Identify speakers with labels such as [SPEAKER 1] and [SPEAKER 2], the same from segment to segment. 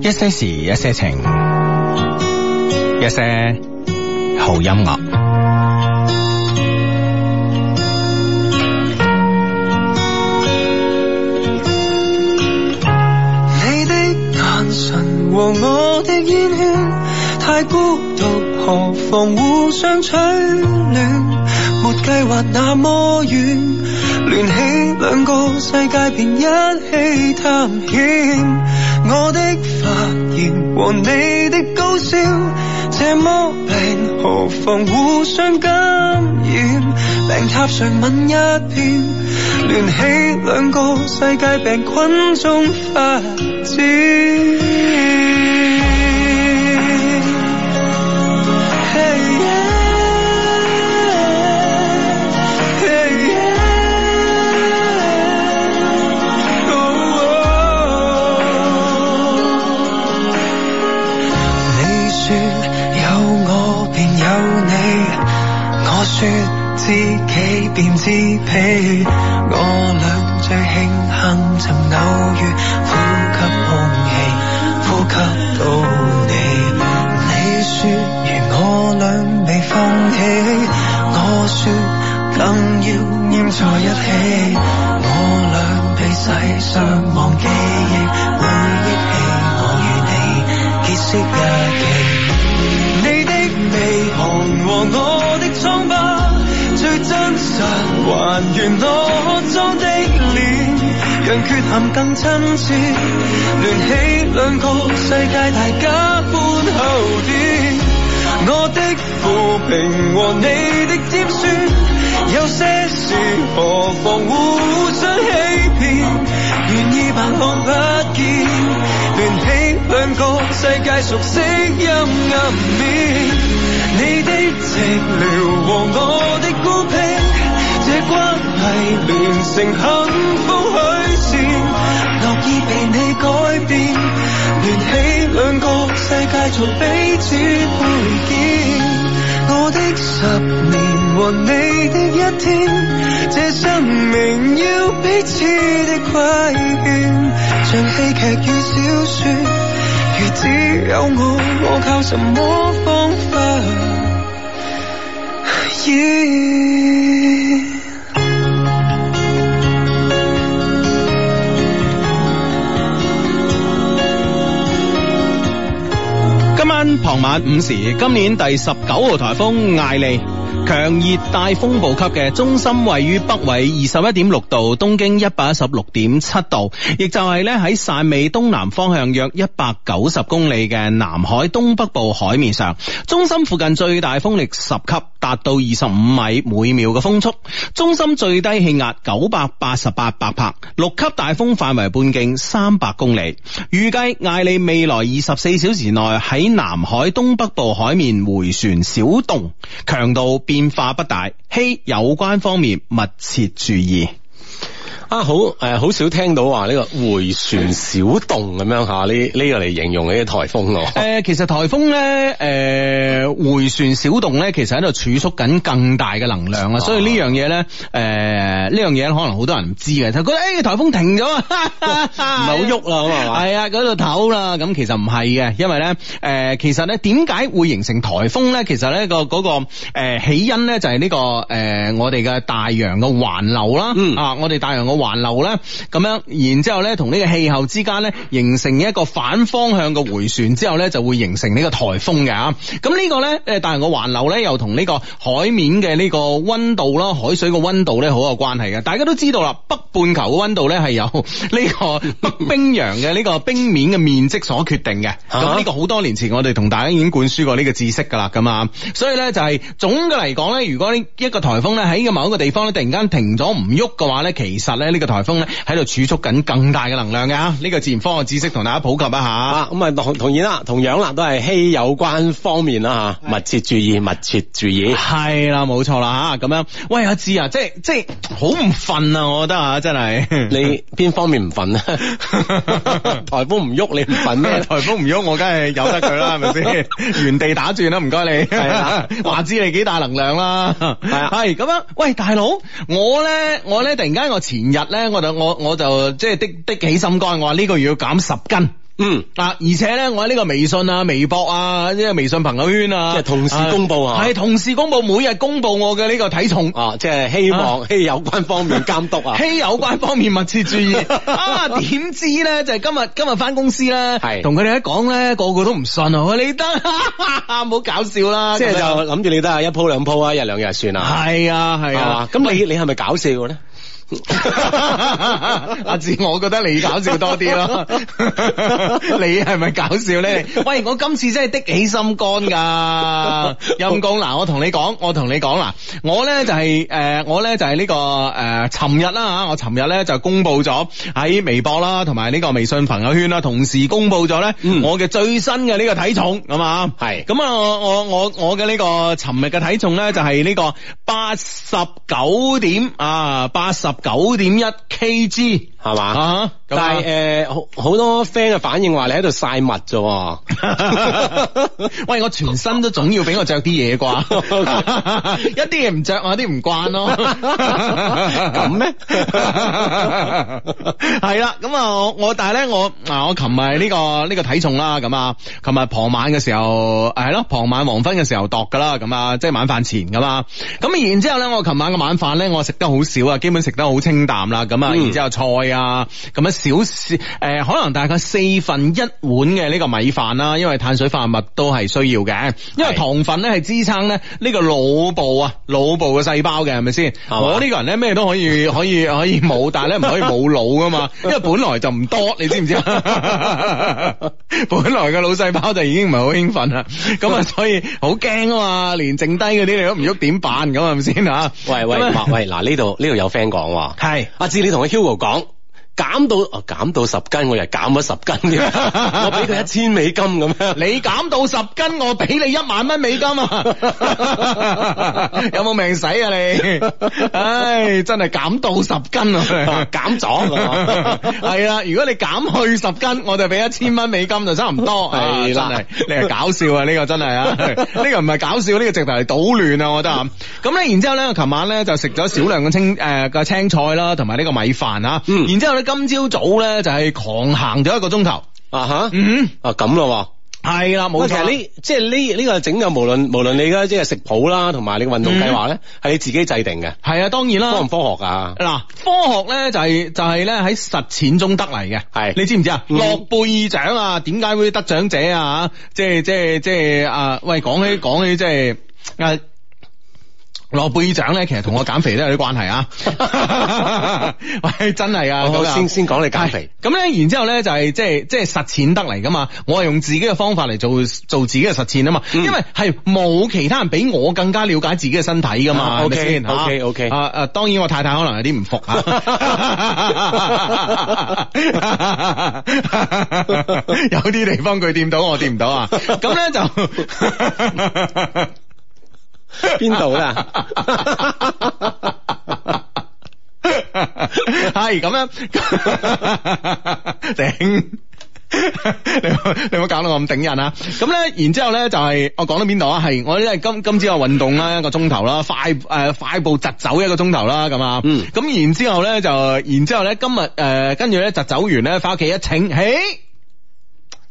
[SPEAKER 1] 一些事，一些情，一些好音樂。
[SPEAKER 2] 你的眼神和我的煙圈，太孤獨，何妨互相取暖？沒計劃那麼遠，聯起兩個世界便一起探險。我的發言和你的高燒，這麼病，何妨互相感染？病榻上吻一遍，聯起兩個世界病菌中發展。Hey yeah, hey yeah, oh, oh. 你說有我便有你，我說自己便知彼，我倆最慶幸曾偶遇，呼吸空氣，呼吸到你。你說如我倆未放棄，我說更要黏在一起，我倆被世上忘記憶，會憶起我與你。結識日期。你的鼻鼾和我的瘡疤，最真實還原我裝的臉，讓缺陷更親切，聯起兩個世界，大家歡後點。我的負評和你的尖酸，有些事何妨互相欺騙。願意扮看不見，聯起兩個世界熟悉陰暗面。你的寂寥和我的孤僻，這關係連成幸福虛線，樂意被你改變，聯起兩個世界做彼此配件。我的十年和你的一天，這生命要彼此的虧欠，像戲劇與小說，如只有我，我靠什麼方法演？
[SPEAKER 1] 今晚傍晚五時，今年第十九號台風艾利。強熱帶風暴級嘅中心位於北緯二十一點六度，東經一百一十六點七度，亦就係咧喺汕尾東南方向約一百九十公里嘅南海東北部海面上。中心附近最大風力十級，達到二十五米每秒嘅風速。中心最低氣壓九百八十八百帕，六級大風範圍半徑三百公里。預計艾利未來二十四小時內喺南海東北部海面回旋小動，強度變化不大，希有關方面密切注意。
[SPEAKER 3] 啊，好誒，好、少聽到話呢個回旋小動咁樣嚇，呢呢、個嚟形容呢個颱風咯。
[SPEAKER 1] 誒、呃其實颱風咧，誒、回旋小動咧，其實喺度儲蓄緊更大嘅能量啊，所以呢樣嘢咧，誒、呢樣嘢可能好多人唔知嘅，就覺得誒、哎颱風停 咗，唔係
[SPEAKER 3] 好喐啦咁係嘛
[SPEAKER 1] 係啊，嗰度唞啦，咁其實唔係嘅，因為咧，誒、其實咧點解會形成颱風咧？其實咧個嗰個誒起因咧就係呢、個誒、我哋嘅大洋嘅環流啦，
[SPEAKER 3] 嗯
[SPEAKER 1] 啊，我哋大洋嘅環流咧，咁樣然之後咧同呢個氣候之間咧形成一個反方向嘅回旋之後咧就會形成呢個颱風嘅啊。咁呢個咧誒大洋嘅環流咧又同呢個海面嘅呢個溫度啦、海水嘅溫度咧好有關係嘅。大家都知道啦，北半球嘅溫度咧係由呢個北冰洋嘅呢個冰面嘅面積所決定嘅。咁呢、
[SPEAKER 3] 啊
[SPEAKER 1] 個好多年前我哋同大家已經灌輸過呢個知識㗎啦，咁啊，所以咧就係、總嘅嚟講咧，如果呢一個颱風咧喺某一個地方咧突然間停咗唔喐嘅話咧，其實咧呢個颱風咧喺度儲蓄緊更大嘅能量嘅啊！呢、個自然科學知識同大家普及一下。
[SPEAKER 3] 啊，咁啊同同然啦，同樣啦，都係稀有關方面啦啊吓，密切注意，密切注意。
[SPEAKER 1] 係啦，冇錯啦吓，咁樣，喂阿志啊，即係即係好唔瞓啊，我覺得啊，真 係
[SPEAKER 3] 你邊方面唔 瞓啊？颱風唔喐，你唔瞓咩？
[SPEAKER 1] 颱風唔喐，我梗係由得佢 啦，係咪先？原地打轉啦，唔該你。
[SPEAKER 3] 係啦
[SPEAKER 1] 話知你幾大能量啦。係
[SPEAKER 3] 啊
[SPEAKER 1] 係咁樣。喂，大佬，我咧，我咧，突然間，我前日咧，我就我我就即係的的起心肝，我話呢個月要減十斤。
[SPEAKER 3] 嗯，
[SPEAKER 1] 啊！而且咧，我喺呢個微信啊、微博啊、呢個微信朋友圈啊，
[SPEAKER 3] 即係同時公佈啊
[SPEAKER 1] 係同時公佈，每日公佈我嘅呢個體重。
[SPEAKER 3] 啊，即係希望希有關方面監督啊，
[SPEAKER 1] 希有關方面密切注 意啊！點知咧就係、今日今日翻公司咧，
[SPEAKER 3] 係
[SPEAKER 1] 同佢哋一講咧，個個都唔信啊！我話你得，唔好搞笑啦！
[SPEAKER 3] 即
[SPEAKER 1] 咁
[SPEAKER 3] 係
[SPEAKER 1] 樣
[SPEAKER 3] 就諗住你都係一鋪兩啊鋪啊，一日兩日算啦，
[SPEAKER 1] 係啊係
[SPEAKER 3] 係
[SPEAKER 1] 啊
[SPEAKER 3] 啊，，咁你你係咪搞笑嘅咧？
[SPEAKER 1] 阿志，我覺得你搞笑多啲 咯。你係咪搞笑咧？喂，我今次真係的起心肝噶，陰公嗱，我同你講，我同你講嗱，我咧就係、呃我咧就係、呢、個誒，尋、日啦嚇，我尋日咧就公布咗喺微博啦，同埋呢個微信朋友圈啦，同時公布咗咧、
[SPEAKER 3] 嗯
[SPEAKER 1] 我嘅最新嘅呢個體重，咁啊，
[SPEAKER 3] 係
[SPEAKER 1] 咁啊，我我我我嘅呢個尋日嘅體重咧就係呢個八十九點啊，八十九點一 kg
[SPEAKER 3] 係嘛？
[SPEAKER 1] 啊，咁
[SPEAKER 3] 但
[SPEAKER 1] 啊
[SPEAKER 3] 係诶，好好多 friend 嘅反應話你喺度晒物啫 喎，
[SPEAKER 1] 喂，我全身都總要俾我着啲嘢啩，一 啲嘢唔着我有啲唔慣咯，
[SPEAKER 3] 咁咩
[SPEAKER 1] 係啦，咁啊，我我但係咧，我啊，我琴日呢個呢、個體重啦，咁啊，琴日傍晚嘅時候係咯，傍晚黃昏嘅時候度㗎啦，咁啊，即係晚飯前㗎嘛，咁然之後咧，我琴晚嘅晚飯咧，我食得好少啊，基本食得好清淡啦，咁啊，
[SPEAKER 3] 嗯
[SPEAKER 1] 然之後菜啊，咁啊少少誒、可能大概四分一碗嘅呢個米飯啦，因為碳水化合物都係需要嘅，因為
[SPEAKER 3] 係
[SPEAKER 1] 糖分咧係支撐咧呢個腦部啊腦部嘅細胞嘅係咪先？
[SPEAKER 3] 嘛
[SPEAKER 1] 我呢個人咧咩都可以 可以可以冇，但係咧唔可以冇腦噶嘛，因為本來就唔多，你知唔知啊？ 本來個腦細胞就已經唔係好興奮啦，咁啊所以好驚啊嘛，連剩低嗰啲你都唔喐點辦咁係咪先啊？
[SPEAKER 3] 喂喂，嗱喂，嗱呢度呢度有 friend 講喎。
[SPEAKER 1] 係。
[SPEAKER 3] 阿志，你同阿 Hugo 講減到啊減到十斤，我又減咗十 斤添，我俾佢一千美金咁樣。
[SPEAKER 1] 你減到十斤，我俾你一萬蚊美金 啊！有冇命使啊你？唉，真係減到十斤 啊！
[SPEAKER 3] 哦減咗咁
[SPEAKER 1] 嗯
[SPEAKER 3] 啊
[SPEAKER 1] 係啦，如果你減去十斤，我就俾一千蚊美金就差唔 多。啊
[SPEAKER 3] 係啦
[SPEAKER 1] 真係你係搞笑啊！呢個真係啊，呢個唔係搞笑，呢個直頭係搗亂啊！我覺得啊。咁咧，然之後咧，我琴晚咧就食咗少量嘅青誒嘅青菜啦，同埋呢個米飯啊。
[SPEAKER 3] 嗯
[SPEAKER 1] 然之後咧，今朝早咧就係狂行咗一個鐘頭。
[SPEAKER 3] 啊吓，
[SPEAKER 1] 嗯，
[SPEAKER 3] 啊咁咯
[SPEAKER 1] 係啦，
[SPEAKER 3] 喎。
[SPEAKER 1] 冇
[SPEAKER 3] 其
[SPEAKER 1] 錯
[SPEAKER 3] 實。呢即係呢呢個整嘅，無論無論你而家即係食譜啦，同埋你嘅運動計劃咧，係你自己制定嘅，
[SPEAKER 1] 嗯係啊，當然
[SPEAKER 3] 科唔
[SPEAKER 1] 啦。
[SPEAKER 3] 科學啊？
[SPEAKER 1] 嗱，科學咧就係、就係咧喺實踐中得嚟嘅，
[SPEAKER 3] 係
[SPEAKER 1] 你知唔知啊？
[SPEAKER 3] 嗯
[SPEAKER 1] 諾貝爾獎啊，點解會得獎者啊？即係即係即係啊！喂，講起講起即係啊。諾貝爾獎咧，其實同我減肥都有啲關係啊！ 喂，真係啊！
[SPEAKER 3] 我
[SPEAKER 1] 咁啊
[SPEAKER 3] 先先講你減肥。
[SPEAKER 1] 咁咧，然之後咧就係即係即係實踐得嚟噶嘛，我係用自己嘅方法嚟做做自己嘅實踐啊嘛，
[SPEAKER 3] 嗯
[SPEAKER 1] 因為係冇其他人比我更加了解自己嘅身體噶嘛，
[SPEAKER 3] 啊
[SPEAKER 1] 係咪
[SPEAKER 3] OK，
[SPEAKER 1] 先
[SPEAKER 3] OK，OK
[SPEAKER 1] 啊啊，當然我太太可能有啲唔服啊，有啲地方佢掂到我掂唔到啊，咁咧就。
[SPEAKER 3] 邊度啦？
[SPEAKER 1] 系咁樣， 頂！ 你冇你冇搞到我咁頂人啊！咁咧，然之後咧就係、我講到邊度啊？係我咧今今朝我運動啦一個鐘頭啦，快誒、呃快步疾走一個鐘頭啦咁啊。
[SPEAKER 3] 嗯
[SPEAKER 1] 咁然之後咧就，然之後咧今日誒跟住咧疾走完咧，翻屋企一稱，嘿！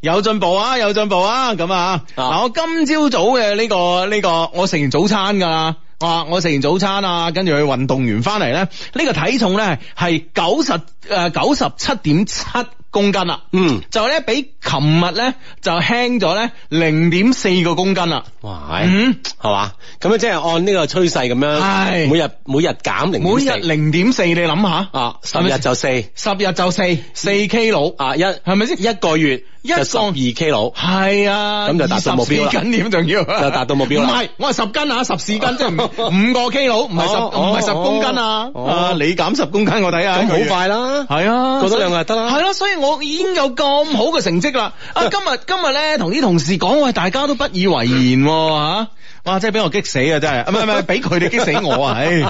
[SPEAKER 1] 有進步啊，有進步啊，咁啊，嗱、
[SPEAKER 3] 啊
[SPEAKER 1] 我今朝早嘅呢、個呢、個，我食完早餐噶啦。我話我食完早餐啊，跟住去運動完翻嚟咧，呢、呢個體重咧係九十誒九十七點七公斤啦，
[SPEAKER 3] 嗯，
[SPEAKER 1] 就咧比琴日咧就輕咗咧零點四個公斤啦。
[SPEAKER 3] 哇，哎係
[SPEAKER 1] 嗯，
[SPEAKER 3] 嘛？咁啊樣即係按呢個趨勢咁樣，
[SPEAKER 1] 係
[SPEAKER 3] 每日每日減零，
[SPEAKER 1] 每日零點四，你諗下，
[SPEAKER 3] 啊，十
[SPEAKER 1] 係咪
[SPEAKER 3] 日就四
[SPEAKER 1] 十日就四四 K 佬，
[SPEAKER 3] 啊一。
[SPEAKER 1] 係咪先？
[SPEAKER 3] 一個月
[SPEAKER 1] 一
[SPEAKER 3] 就十
[SPEAKER 1] 個
[SPEAKER 3] 二 K 佬，
[SPEAKER 1] 係啊，
[SPEAKER 3] 咁就達到目標啦
[SPEAKER 1] 24斤點仲要
[SPEAKER 3] 就達到目標啦
[SPEAKER 1] 唔係，我係十斤啊，十四斤即係五 五個 K 佬，唔係十
[SPEAKER 3] 哦
[SPEAKER 1] 唔係
[SPEAKER 3] 哦
[SPEAKER 1] 十公斤啊。
[SPEAKER 3] 哦
[SPEAKER 1] 啊，你減十公斤我睇下，
[SPEAKER 3] 咁好快啦。
[SPEAKER 1] 係啊，
[SPEAKER 3] 過多兩日就得啦嗯
[SPEAKER 1] 係啦，所以我已經有咁好嘅成績啦。啊，今日今日咧，同啲同事講，喂，大家都不以為然喎吓。哇！真係俾我激死啊！真係，啊唔係唔係，俾佢哋激死我啊！唉，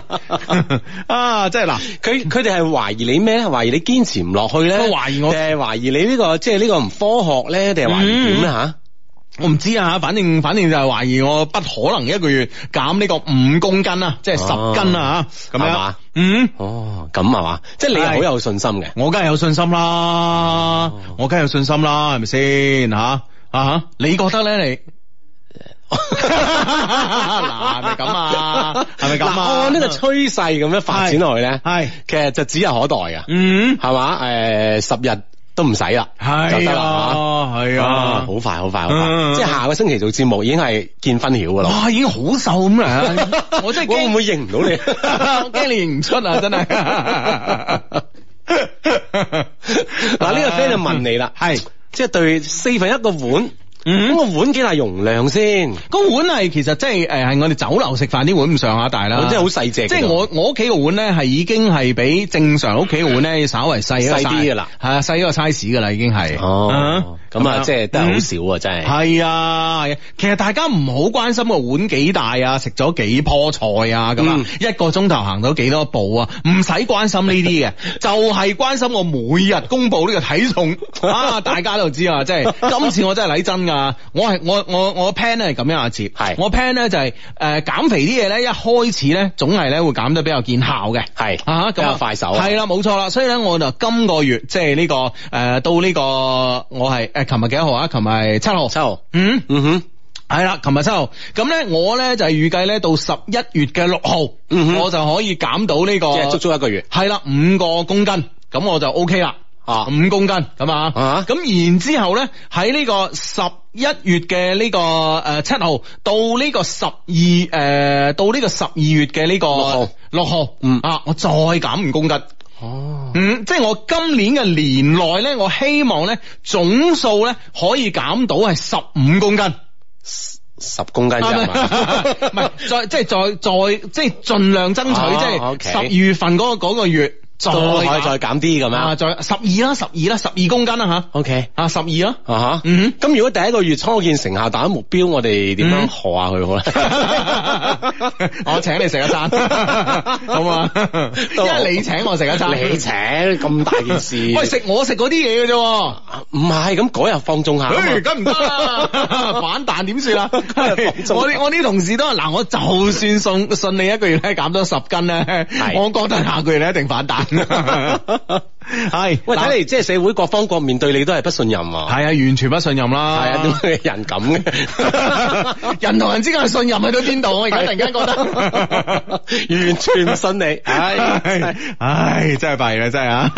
[SPEAKER 1] 啊，真係嗱，
[SPEAKER 3] 佢佢哋係懷疑你咩咧？懷疑你堅持唔落去咧？
[SPEAKER 1] 佢懷疑我嗯
[SPEAKER 3] 定係懷疑你呢、個即係呢個唔科學咧？定係懷疑點咧吓？
[SPEAKER 1] 我唔知啊，反正反正就係懷疑我不可能一個月減呢個五公斤啊，即係
[SPEAKER 3] 哦
[SPEAKER 1] 十斤啊，咁
[SPEAKER 3] 係
[SPEAKER 1] 樣
[SPEAKER 3] 嘛，
[SPEAKER 1] 嗯。
[SPEAKER 3] 哦，咁係嘛？即係你係好有信心嘅。
[SPEAKER 1] 我梗係有信心
[SPEAKER 3] 哦
[SPEAKER 1] 啦，我梗係有信心啦，係咪先吓啊哈？你覺得咧你？ 嗱，係咪咁啊？係咪咁
[SPEAKER 3] 嗱
[SPEAKER 1] 啊？
[SPEAKER 3] 按呢個趨勢咁樣發展落去咧，
[SPEAKER 1] 係，
[SPEAKER 3] 其實就指日可待嘅，
[SPEAKER 1] 嗯，
[SPEAKER 3] 係嘛？誒，十日都唔使啦，就
[SPEAKER 1] 係
[SPEAKER 3] 得啦。係嘛
[SPEAKER 1] 啊，係
[SPEAKER 3] 啊
[SPEAKER 1] 啊，
[SPEAKER 3] 好快，好快，好快！
[SPEAKER 1] 嗯
[SPEAKER 3] 即係下個星期做節目已經係見分曉噶啦。
[SPEAKER 1] 哇，已經好瘦咁 啦，我真係
[SPEAKER 3] 我會唔
[SPEAKER 1] 驚，
[SPEAKER 3] 會認唔 到你？
[SPEAKER 1] 我驚你認唔出啊，真係。嗱
[SPEAKER 3] 嗱，呢個 friend 就問你啦，
[SPEAKER 1] 啊係，
[SPEAKER 3] 即係對四分一個碗，咁
[SPEAKER 1] 嗯。啊
[SPEAKER 3] 個碗幾大容量先？
[SPEAKER 1] 個碗係其實即係誒係我哋酒樓食飯啲碗咁上下大啦，
[SPEAKER 3] 我真係好細隻嘅。
[SPEAKER 1] 即係我我屋企個碗咧係已經係比正常屋企個碗咧稍為細一個
[SPEAKER 3] 細啲
[SPEAKER 1] size-
[SPEAKER 3] 㗎啦
[SPEAKER 1] 係啊細一個 size 噶啦已經係
[SPEAKER 3] 哦，咁啊，即係得好。
[SPEAKER 1] 嗯
[SPEAKER 3] 少啊，真係。
[SPEAKER 1] 係啊，係啊其實大家唔好關心個碗幾大啊，食咗幾棵菜啊，咁啊
[SPEAKER 3] 嗯，
[SPEAKER 1] 一個鐘頭行到幾多步啊，唔使關心呢啲嘅， 就係關心我每日公布呢個體重 啊，大家都知啊，即 係今次我真係嚟真噶，我係我我我 plan 咧係咁樣啊，接
[SPEAKER 3] 係
[SPEAKER 1] 我 plan 咧就係誒減肥啲嘢咧，一開始咧總係咧會減得比較見效嘅。
[SPEAKER 3] 係
[SPEAKER 1] 啊，咁
[SPEAKER 3] 比
[SPEAKER 1] 啊
[SPEAKER 3] 較快手啊
[SPEAKER 1] 係啦，冇錯啦，所以咧，我就今個月即係呢個誒、呃到呢、個我係誒，琴日幾多號啊？琴日係七號，
[SPEAKER 3] 七號，
[SPEAKER 1] 嗯，
[SPEAKER 3] 嗯哼，
[SPEAKER 1] 係啦，琴日七號。咁咧，我咧就係預計咧到十一月嘅六號，
[SPEAKER 3] 嗯哼
[SPEAKER 1] 我就可以減到呢、
[SPEAKER 3] 即
[SPEAKER 1] 個
[SPEAKER 3] 係足足一個月
[SPEAKER 1] 係啦五個公斤，咁我就 O K 啦。
[SPEAKER 3] 啊
[SPEAKER 1] 五公斤咁啊
[SPEAKER 3] 啊，
[SPEAKER 1] 咁然之後咧喺呢個十一月嘅呢、個誒七號到呢個十二誒到呢個十二月嘅呢、個
[SPEAKER 3] 六號
[SPEAKER 1] 六號，
[SPEAKER 3] 嗯
[SPEAKER 1] 啊，我再減五公斤。
[SPEAKER 3] 哦，
[SPEAKER 1] 嗯，即係我今年嘅年內咧，我希望咧總數咧可以減到係十五公斤，啊
[SPEAKER 3] 十公斤啫係嘛？
[SPEAKER 1] 唔係再即係再再即係盡量爭取，
[SPEAKER 3] 哦
[SPEAKER 1] 即係
[SPEAKER 3] OK
[SPEAKER 1] 十二月份嗰、個嗰個月再
[SPEAKER 3] 都可 以再減啲咁
[SPEAKER 1] 啊，
[SPEAKER 3] 樣。
[SPEAKER 1] 再十二啦，十二啦，十二公斤啦
[SPEAKER 3] OK，
[SPEAKER 1] 吓，啊 十二啦。
[SPEAKER 3] 啊哈，
[SPEAKER 1] 嗯
[SPEAKER 3] 咁如果第一個月初見成效達到目標，我哋點樣
[SPEAKER 1] 嗯
[SPEAKER 3] 賀下佢好咧？
[SPEAKER 1] 我請你食一 餐，好嘛？
[SPEAKER 3] 都好
[SPEAKER 1] 因為你請我食一餐，
[SPEAKER 3] 你請咁大件 事，
[SPEAKER 1] 喂食我食嗰啲嘢嘅啫喎。
[SPEAKER 3] 唔係咁嗰日放縱下啊嘛
[SPEAKER 1] 唉，咁唔得 啦， 反彈點算啊？
[SPEAKER 3] 縱
[SPEAKER 1] 我啲我啲同事都話嗱，我就算信信你一個月咧減咗十斤咧，我覺得下個月咧一定反彈。 係，
[SPEAKER 3] 喂，睇
[SPEAKER 1] 你
[SPEAKER 3] 嚟即係社會各方各面對你都係不信任啊。
[SPEAKER 1] 係啊，完全不信任
[SPEAKER 3] 係
[SPEAKER 1] 啦。
[SPEAKER 3] 啊，點解你人咁嘅？
[SPEAKER 1] 人同人之間嘅信任去到邊度？我而家突然間覺得。
[SPEAKER 3] 完全唔信你，唉。
[SPEAKER 1] 唉，真係弊啦，真係啊！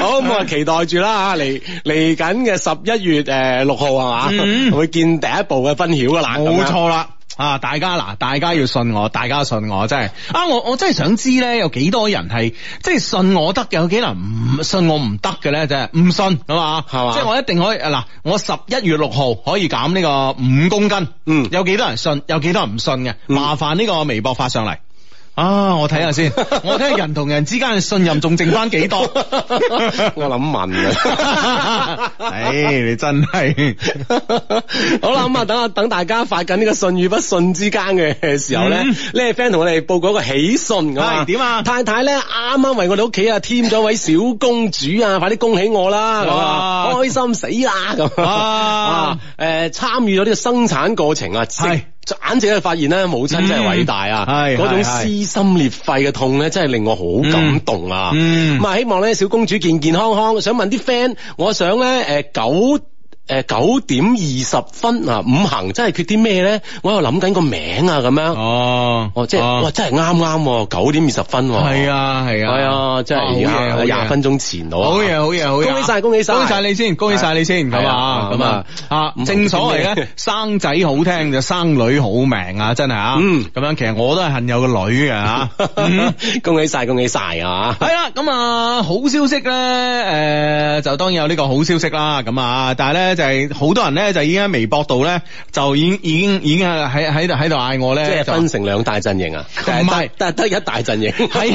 [SPEAKER 3] 好咁啊，期待住啦吓，嚟嚟緊嘅十一月誒六號係
[SPEAKER 1] 嗯
[SPEAKER 3] 嘛，會見第一步嘅分曉噶啦，咁
[SPEAKER 1] 冇
[SPEAKER 3] 樣，
[SPEAKER 1] 錯啦。啊！大家嗱，大家要信我，大家信我真係啊！我我真係想知咧，有幾多人係即係信我得嘅，有幾多人唔信我唔得嘅咧？真係唔信係嘛？
[SPEAKER 3] 係嘛
[SPEAKER 1] 即係我一定可以嗱，我十一月六號可以減呢個五公斤。
[SPEAKER 3] 嗯
[SPEAKER 1] 有幾多人信？有幾多人唔信嘅？
[SPEAKER 3] 嗯
[SPEAKER 1] 麻煩呢個微博發上嚟。啊！我睇下 先，我睇下人同人之間嘅信任仲剩翻幾多？
[SPEAKER 3] 我諗問啊。
[SPEAKER 1] 唉，你真係
[SPEAKER 3] 好啦，咁啊，等啊，等大家發緊呢個信與不信之間嘅時候咧，
[SPEAKER 1] 嗯
[SPEAKER 3] 呢個 friend 同我哋報告一個喜訊咁啊，
[SPEAKER 1] 係點啊
[SPEAKER 3] 太太咧啱啱為我哋屋企啊添咗位小公主啊，快啲恭喜我啦，咁啊，
[SPEAKER 1] 哇
[SPEAKER 3] 開心死啦咁
[SPEAKER 1] 哇
[SPEAKER 3] 啊，誒參與咗呢個生產過程啊，即
[SPEAKER 1] 係
[SPEAKER 3] 簡直係發現咧，母親真係偉大啊！
[SPEAKER 1] 嗯係
[SPEAKER 3] 嗰種
[SPEAKER 1] 係係
[SPEAKER 3] 撕心裂肺嘅痛咧，真係令我好感動啊！
[SPEAKER 1] 嗯嗯
[SPEAKER 3] 咁啊，希望咧小公主健健康康。想問啲 friend，我想咧誒九。誒九點二十分啊，五行真係缺啲咩咧？我喺度諗緊個名啊，咁樣，
[SPEAKER 1] 哦
[SPEAKER 3] 哦，即係哇，真係啱啱喎，九點二十分喎，
[SPEAKER 1] 係，啊，係啊，
[SPEAKER 3] 係啊，真係
[SPEAKER 1] 哇好嘢好
[SPEAKER 3] 廿
[SPEAKER 1] 嘢
[SPEAKER 3] 廿分鐘前咯，
[SPEAKER 1] 好 嘢，好嘢，好嘢！
[SPEAKER 3] 恭喜晒恭喜晒
[SPEAKER 1] 恭喜晒你先，恭喜晒你先，咁
[SPEAKER 3] 係
[SPEAKER 1] 啊
[SPEAKER 3] 啊，
[SPEAKER 1] 咁啊，
[SPEAKER 3] 咁啊
[SPEAKER 1] 啊
[SPEAKER 3] 五，
[SPEAKER 1] 正所謂
[SPEAKER 3] 毫子
[SPEAKER 1] 咧，生仔好聽就生女好命啊，真係啊，
[SPEAKER 3] 嗯
[SPEAKER 1] 咁樣其實我都係恨有個女嘅吓。 嗯
[SPEAKER 3] 恭喜晒，恭喜晒啊！
[SPEAKER 1] 系啦，咁啊好消息咧，诶、就當然有呢個好消息啦，咁啊，但係咧就係好多人咧就已經喺微博度咧就已經已經已經喺喺度喺度嗌我咧，
[SPEAKER 3] 即係
[SPEAKER 1] 就
[SPEAKER 3] 分成兩大陣營啊，
[SPEAKER 1] 唔係
[SPEAKER 3] 但係得一大陣營，
[SPEAKER 1] 喺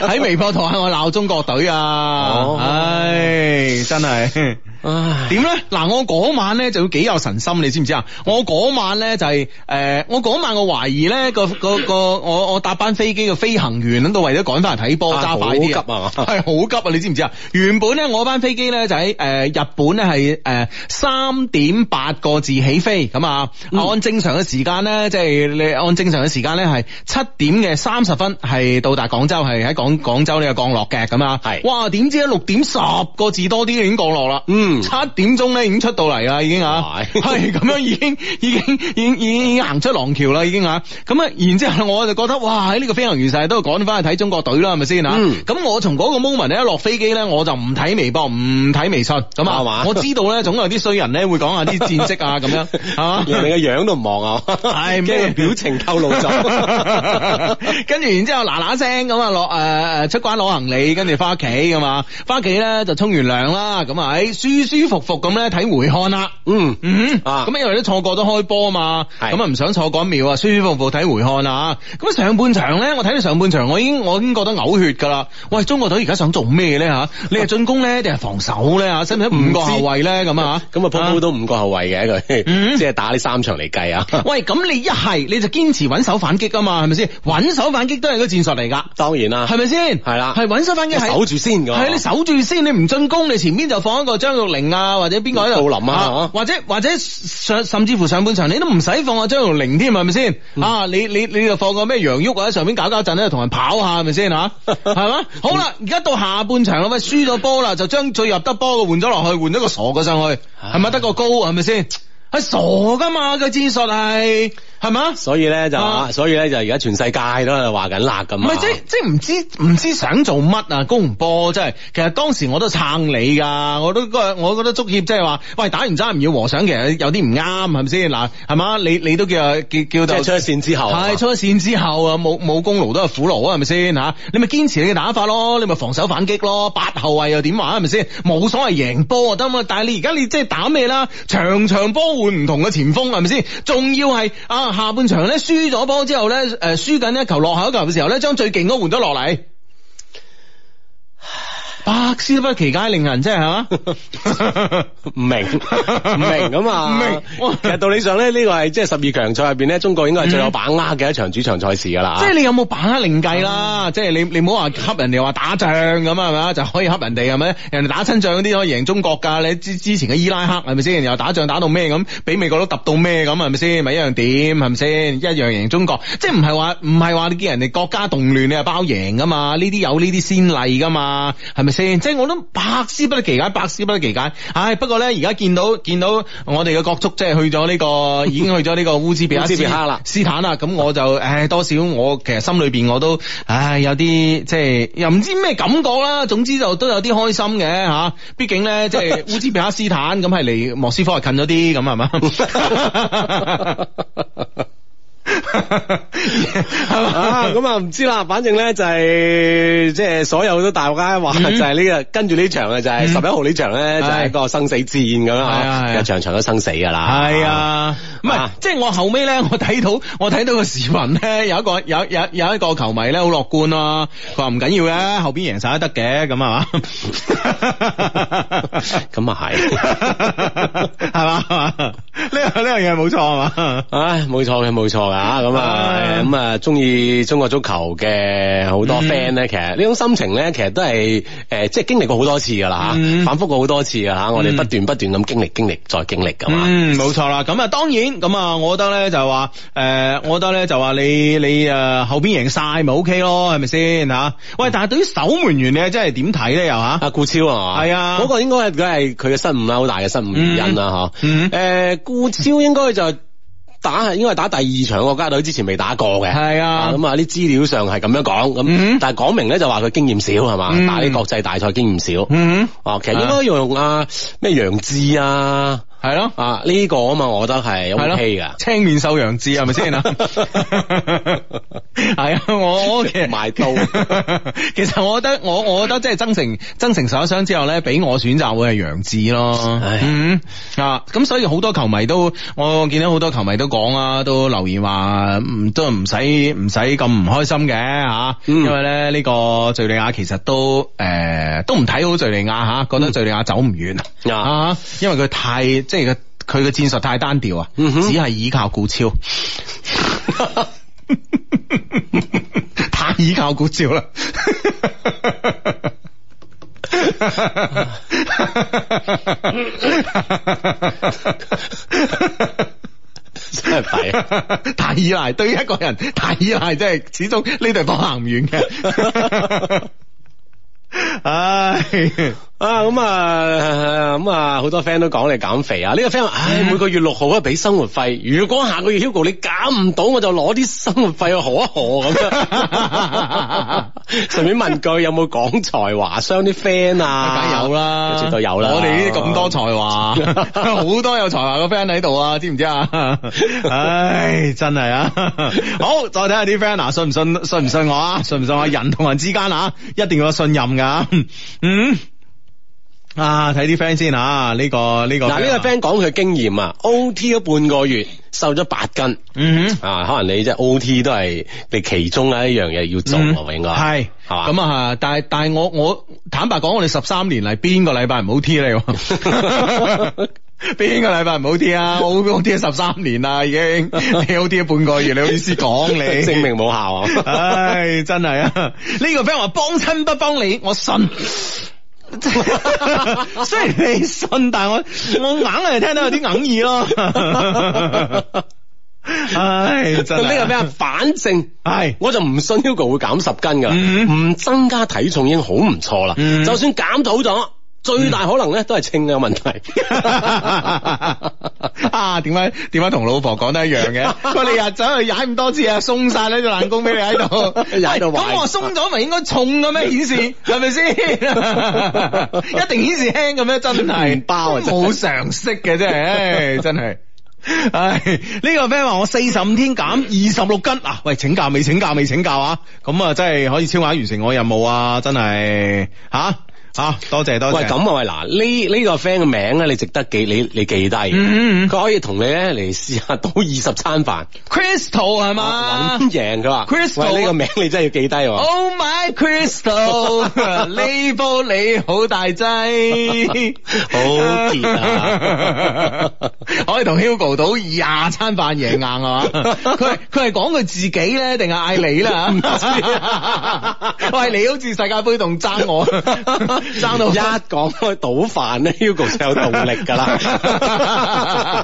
[SPEAKER 1] 喺微博度嗌我鬧中國隊啊，
[SPEAKER 3] 哦
[SPEAKER 1] 唉，真係。
[SPEAKER 3] 唉，
[SPEAKER 1] 點咧？嗱，我嗰晚咧就要幾有神心，你知唔知啊？我嗰晚咧就係、呃我嗰晚我懷疑咧個個個我我搭班飛機嘅飛行員喺度為咗趕翻嚟睇波，
[SPEAKER 3] 啊
[SPEAKER 1] 揸快啲
[SPEAKER 3] 好急啊
[SPEAKER 1] 係好急啊！你知唔知啊？原本咧我班飛機咧就喺誒、呃日本咧係誒三點八個字起飛咁啊，
[SPEAKER 3] 嗯
[SPEAKER 1] 按正常嘅時間咧，即係你按正常嘅時間咧係七點嘅三十分係到達廣州，係喺廣廣州呢個降落嘅咁啊。
[SPEAKER 3] 係
[SPEAKER 1] 哇！點知咧六點十個字多啲已經降落啦。
[SPEAKER 3] 嗯
[SPEAKER 1] 七點鐘咧已經出到嚟啦，已經啊，
[SPEAKER 3] 係
[SPEAKER 1] 係咁樣已經 已經已經已經已經行出廊橋啦，已經啊，咁啊，然之後我就覺得哇，喺呢個飛行員世都趕翻去睇中國隊啦，係咪先啊
[SPEAKER 3] 嗯？
[SPEAKER 1] 咁我從嗰個 moment 咧一落飛機咧，我就唔睇微博，唔睇微信，咁
[SPEAKER 3] 係嘛
[SPEAKER 1] 啊， 我知道咧總有啲衰人咧會講下啲戰績 啊，咁樣係嘛。
[SPEAKER 3] 連你個樣都唔望啊，
[SPEAKER 1] 係
[SPEAKER 3] 驚
[SPEAKER 1] 咩
[SPEAKER 3] 個表情透 露咗。
[SPEAKER 1] 跟住然之後嗱嗱聲咁啊落誒誒出關攞行李，跟住翻屋企咁嘛，翻屋企咧就沖完涼啦，咁啊喺舒舒服服咁咧睇回看啦。
[SPEAKER 3] 嗯，
[SPEAKER 1] 嗯
[SPEAKER 3] 啊
[SPEAKER 1] 咁因為都錯過咗開波嘛，
[SPEAKER 3] 係
[SPEAKER 1] 咁啊唔想錯過一秒啊，舒舒服服睇回看啊，咁上半場咧，我睇到上半場，我已經我已經覺得嘔血㗎啦。喂，中國隊而家想做咩咧吓？你係進攻咧，定係防守咧吓？使唔使五個後衞咧咁啊？
[SPEAKER 3] 咁啊，鋪鋪都五個後衞嘅佢，
[SPEAKER 1] 嗯
[SPEAKER 3] 即係打呢三場嚟 計啊。
[SPEAKER 1] 喂，咁你一係你就堅持穩手反擊啊嘛，係咪先？穩手反擊都係個戰術嚟㗎。
[SPEAKER 3] 當然啦，
[SPEAKER 1] 係咪先？
[SPEAKER 3] 係啦
[SPEAKER 1] 係穩手反擊係
[SPEAKER 3] 守住先㗎
[SPEAKER 1] 係你守住先，你唔進攻，你前面就放一個張玉玲啊，或者邊個喺度？
[SPEAKER 3] 杜林啊啊
[SPEAKER 1] 或者或者上甚至乎上半場你都唔使放阿張玉玲添，係咪先？
[SPEAKER 3] 嗯
[SPEAKER 1] 啊，你你你就放個咩楊旭喺上面搞搞震咧，同人跑下係咪先 吓？係嘛？好啦，而家到下半場啦，喂，輸咗波啦，就將最入得波嘅換咗落去，換咗個傻嘅上去，係咪得個高係咪先？係傻噶嘛，個戰術係係嘛？
[SPEAKER 3] 所以咧就
[SPEAKER 1] 啊
[SPEAKER 3] 所以咧就而家全世界都係話緊辣咁
[SPEAKER 1] 唔
[SPEAKER 3] 啊。
[SPEAKER 1] 係即即唔知唔知想做乜啊！高洪波真係，其實當時我都撐你㗎，我都覺我覺得足協即係話，喂打完齋唔要和尚，其實有啲唔啱係咪先？嗱係嘛，你你都叫叫
[SPEAKER 3] 即
[SPEAKER 1] 叫
[SPEAKER 3] 係出
[SPEAKER 1] 做
[SPEAKER 3] 咗。線之後，啊
[SPEAKER 1] 係出咗線之後啊，冇冇功勞都係苦勞啊，係咪先吓？你咪堅持你嘅打法咯，你咪防守反擊咯，八後衞又點啊話係咪先？冇所謂贏波啊得嘛，但係你而家你即係打咩啦？場場波換唔同嘅前鋒係咪先？仲要係啊下半場咧輸咗波之後咧，誒、呃、輸緊一球落後一球嘅時候咧，將最勁嗰換咗落 嚟。百思不其解，令人真係 嚇，
[SPEAKER 3] 唔明唔明咁
[SPEAKER 1] 唔
[SPEAKER 3] 啊！
[SPEAKER 1] 明我
[SPEAKER 3] 其實道理上咧，呢個係即係十二強賽入邊咧，中國應該係最有把握嘅一場主場賽事㗎啦。
[SPEAKER 1] 即係你有冇把握另計啦？即係你你唔好話恰人哋話打仗咁啊，係咪啊？就可以恰人哋係咪？人哋打親仗嗰啲可以贏中國㗎。你之之前嘅伊拉克係咪先？又打仗打到咩咁？俾美國佬揼到咩咁係咪先？咪一樣點係咪先？一樣贏中國。即係唔係話唔係話你見人哋國家動亂你係包贏㗎嘛？呢啲有呢啲先例㗎嘛？係咪先？即係我都百思不得其解，百思不得其解。唉，不過咧而家見到見到我哋嘅國足即係去咗呢、個已經去咗呢個烏茲比克
[SPEAKER 3] 烏茲比克啦
[SPEAKER 1] 斯坦啦，咁我就唉多少我其實心裏邊我都唉有啲即係又唔知咩感覺啦，總之就都有啲開心嘅吓，畢竟咧即 係烏茲別克斯坦咁係離莫斯科係近咗啲咁係嘛， 係
[SPEAKER 3] 啊，
[SPEAKER 1] 嘛？
[SPEAKER 3] 咁啊唔知啦，反正咧就係即係所有都大家話就
[SPEAKER 1] 嗯
[SPEAKER 3] 係呢個跟住呢場啊，就係
[SPEAKER 1] 嗯
[SPEAKER 3] 十一號呢場咧就係一個生死戰咁樣
[SPEAKER 1] 係啊
[SPEAKER 3] 啊，
[SPEAKER 1] 係啊
[SPEAKER 3] 其實場場都生死㗎啦。
[SPEAKER 1] 係啊，唔係
[SPEAKER 3] 啊，
[SPEAKER 1] 即係我後尾咧， 我睇到我睇到個視頻咧，有一個有有有一個球迷咧好樂觀咯，佢話唔緊要嘅，後邊贏晒都得嘅，咁係啊嘛？
[SPEAKER 3] 咁啊係。
[SPEAKER 1] 係嘛？係嘛呢樣呢樣嘢冇錯係嘛？
[SPEAKER 3] 唉，冇錯嘅，冇錯噶，咁啊，
[SPEAKER 1] 啊
[SPEAKER 3] 咁啊，中意中國足球嘅好多
[SPEAKER 1] 嗯
[SPEAKER 3] friend 咧，其實呢種心情咧，其實都係誒，即係經歷過好多次噶啦吓，
[SPEAKER 1] 嗯
[SPEAKER 3] 反覆過好多次噶吓，我哋
[SPEAKER 1] 嗯
[SPEAKER 3] 不斷不斷咁經歷、經歷再經歷噶嘛，
[SPEAKER 1] 嗯，冇錯啦。咁啊，當然咁啊，我覺得咧就係話，誒、我覺得咧就話你你誒、呃、後邊贏晒咪 OK 咯，係咪先吓？喂，但係對於守門員你真係點睇咧又吓？
[SPEAKER 3] 阿顧超啊，
[SPEAKER 1] 係啊
[SPEAKER 3] 嗰個應該係佢係佢嘅失誤啦，好大嘅失誤原因啦，
[SPEAKER 1] 嗯
[SPEAKER 3] 吓，誒，顧超應該就打 係應該係打第二場國家隊之前未打過嘅，
[SPEAKER 1] 係啊
[SPEAKER 3] 咁啊啲資料上係咁樣講，咁
[SPEAKER 1] 嗯
[SPEAKER 3] 但係講明咧就話佢經驗少係嘛，
[SPEAKER 1] 嗯
[SPEAKER 3] 打啲國際大賽經驗少。
[SPEAKER 1] 嗯。
[SPEAKER 3] 啊哦，其實應該用啊咩楊志啊，
[SPEAKER 1] 係咯。
[SPEAKER 3] 啊，呢個啊嘛，我覺得係
[SPEAKER 1] 係
[SPEAKER 3] OK 噶。
[SPEAKER 1] 青面獸楊志係咪 先啊？係啊，我我其實
[SPEAKER 3] 埋刀
[SPEAKER 1] 其實我覺得我我覺得即係增城增城受咗傷之後咧，俾我選擇會係楊志咯
[SPEAKER 3] 唉。
[SPEAKER 1] 嗯啊，咁所以好多球迷都我見到好多球迷都講啊，都留言話唔都唔使唔使咁唔開心嘅嚇，
[SPEAKER 3] 嗯
[SPEAKER 1] 因為咧呢個敍利亞其實都誒、呃都唔睇好敍利亞嚇，覺得敍利亞走唔遠
[SPEAKER 3] 啊
[SPEAKER 1] 啊，因為佢太即係佢佢嘅戰術太單調啊，
[SPEAKER 3] 嗯哼
[SPEAKER 1] 只係依靠顧超， 太依靠顧超啦。
[SPEAKER 3] 真 係弊啊
[SPEAKER 1] 太依賴對一個人太依賴，真係始終呢隊波行唔遠嘅。 唉，
[SPEAKER 3] 啊，咁啊，咁啊，好多 friend 都講你減肥啊。呢、個 friend 話唉，
[SPEAKER 1] 嗯
[SPEAKER 3] 每個月六號啊，俾生活費。如果下個月 Hugo 你減唔到，我就攞啲生活費去賀一賀咁 樣。順便問句，有冇講才華傷啲 friend 啊？
[SPEAKER 1] 梗有啦，
[SPEAKER 3] 絕對有啦。
[SPEAKER 1] 我哋呢啲咁多才華， 好多有才華嘅 friend 喺度啊，知唔知啊？唉，真係啊！好，再睇下啲 friend 啊，信唔信？信唔信我啊？信唔信我？人同人之間啊，一定要有信任噶。嗯。啊！睇啲 friend 先啊，呢、個呢、個
[SPEAKER 3] 嗱，呢個 friend 講佢經驗啊，OT 咗半個月，瘦咗八斤。
[SPEAKER 1] 嗯哼。
[SPEAKER 3] 啊，可能你即係 O T 都係你其中嘅一樣嘢要做啊，應該
[SPEAKER 1] 系
[SPEAKER 3] 係嘛
[SPEAKER 1] 嗯咁啊，但係但係我我坦白講，我哋十三年嚟邊個禮拜唔好 T 你喎？ 邊個禮拜唔好 T 啊？我好 T 咗十三年啦，已經 你好 T 咗半個月，你好意思講你？
[SPEAKER 3] 證明冇效啊。
[SPEAKER 1] 唉，真係啊！呢、個 friend 話幫親不幫你，我信。 雖然你信，但係我我硬係聽到有啲哽耳咯。 唉， 真係
[SPEAKER 3] 呢個咩啊？反正
[SPEAKER 1] 係
[SPEAKER 3] 我就唔信 Hugo 會減十斤噶啦，
[SPEAKER 1] 嗯
[SPEAKER 3] 唔增加體重已經好唔錯啦。
[SPEAKER 1] 嗯
[SPEAKER 3] 就算減到咗，最大可能咧都係稱嘅問 題。
[SPEAKER 1] 啊，點解點解同老婆講得一樣 嘅？佢你日走去踩咁多次啊，鬆晒呢隻冷宮俾你喺度，
[SPEAKER 3] 踩到
[SPEAKER 1] 喂
[SPEAKER 3] 壞
[SPEAKER 1] 咁我鬆咗咪應該重嘅咩？顯 示係咪先？ 一定顯示輕嘅咩？真係包啊！冇常識嘅真係，唉真係。唉，呢、個 friend 話我四十五天減二十六斤啊！喂，請教未？請教未？請教啊！咁啊，真係可以超額完成我任務啊！真係吓吓，多謝多謝。
[SPEAKER 3] 喂，咁啊喂，嗱呢呢個 friend 嘅名咧，你值得記，你你記低。
[SPEAKER 1] 嗯嗯嗯
[SPEAKER 3] 佢可以同你咧嚟試下賭二十餐飯，
[SPEAKER 1] Crystal 係嘛
[SPEAKER 3] 穩贏佢話。
[SPEAKER 1] 啊 Crystal
[SPEAKER 3] 喂呢個名你真係要記低喎。
[SPEAKER 1] ？Oh my Crystal，呢 煲你好大劑，
[SPEAKER 3] 好結 啊！
[SPEAKER 1] 可以同 Hugo 賭廿餐飯贏硬係 嘛？佢佢係講佢自己咧，定係嗌你 啦？唔
[SPEAKER 3] 啊
[SPEAKER 1] 知，喂，你好似世界盃仲爭 我，爭到
[SPEAKER 3] 一講開賭飯咧，Hugo 就有動力㗎啦。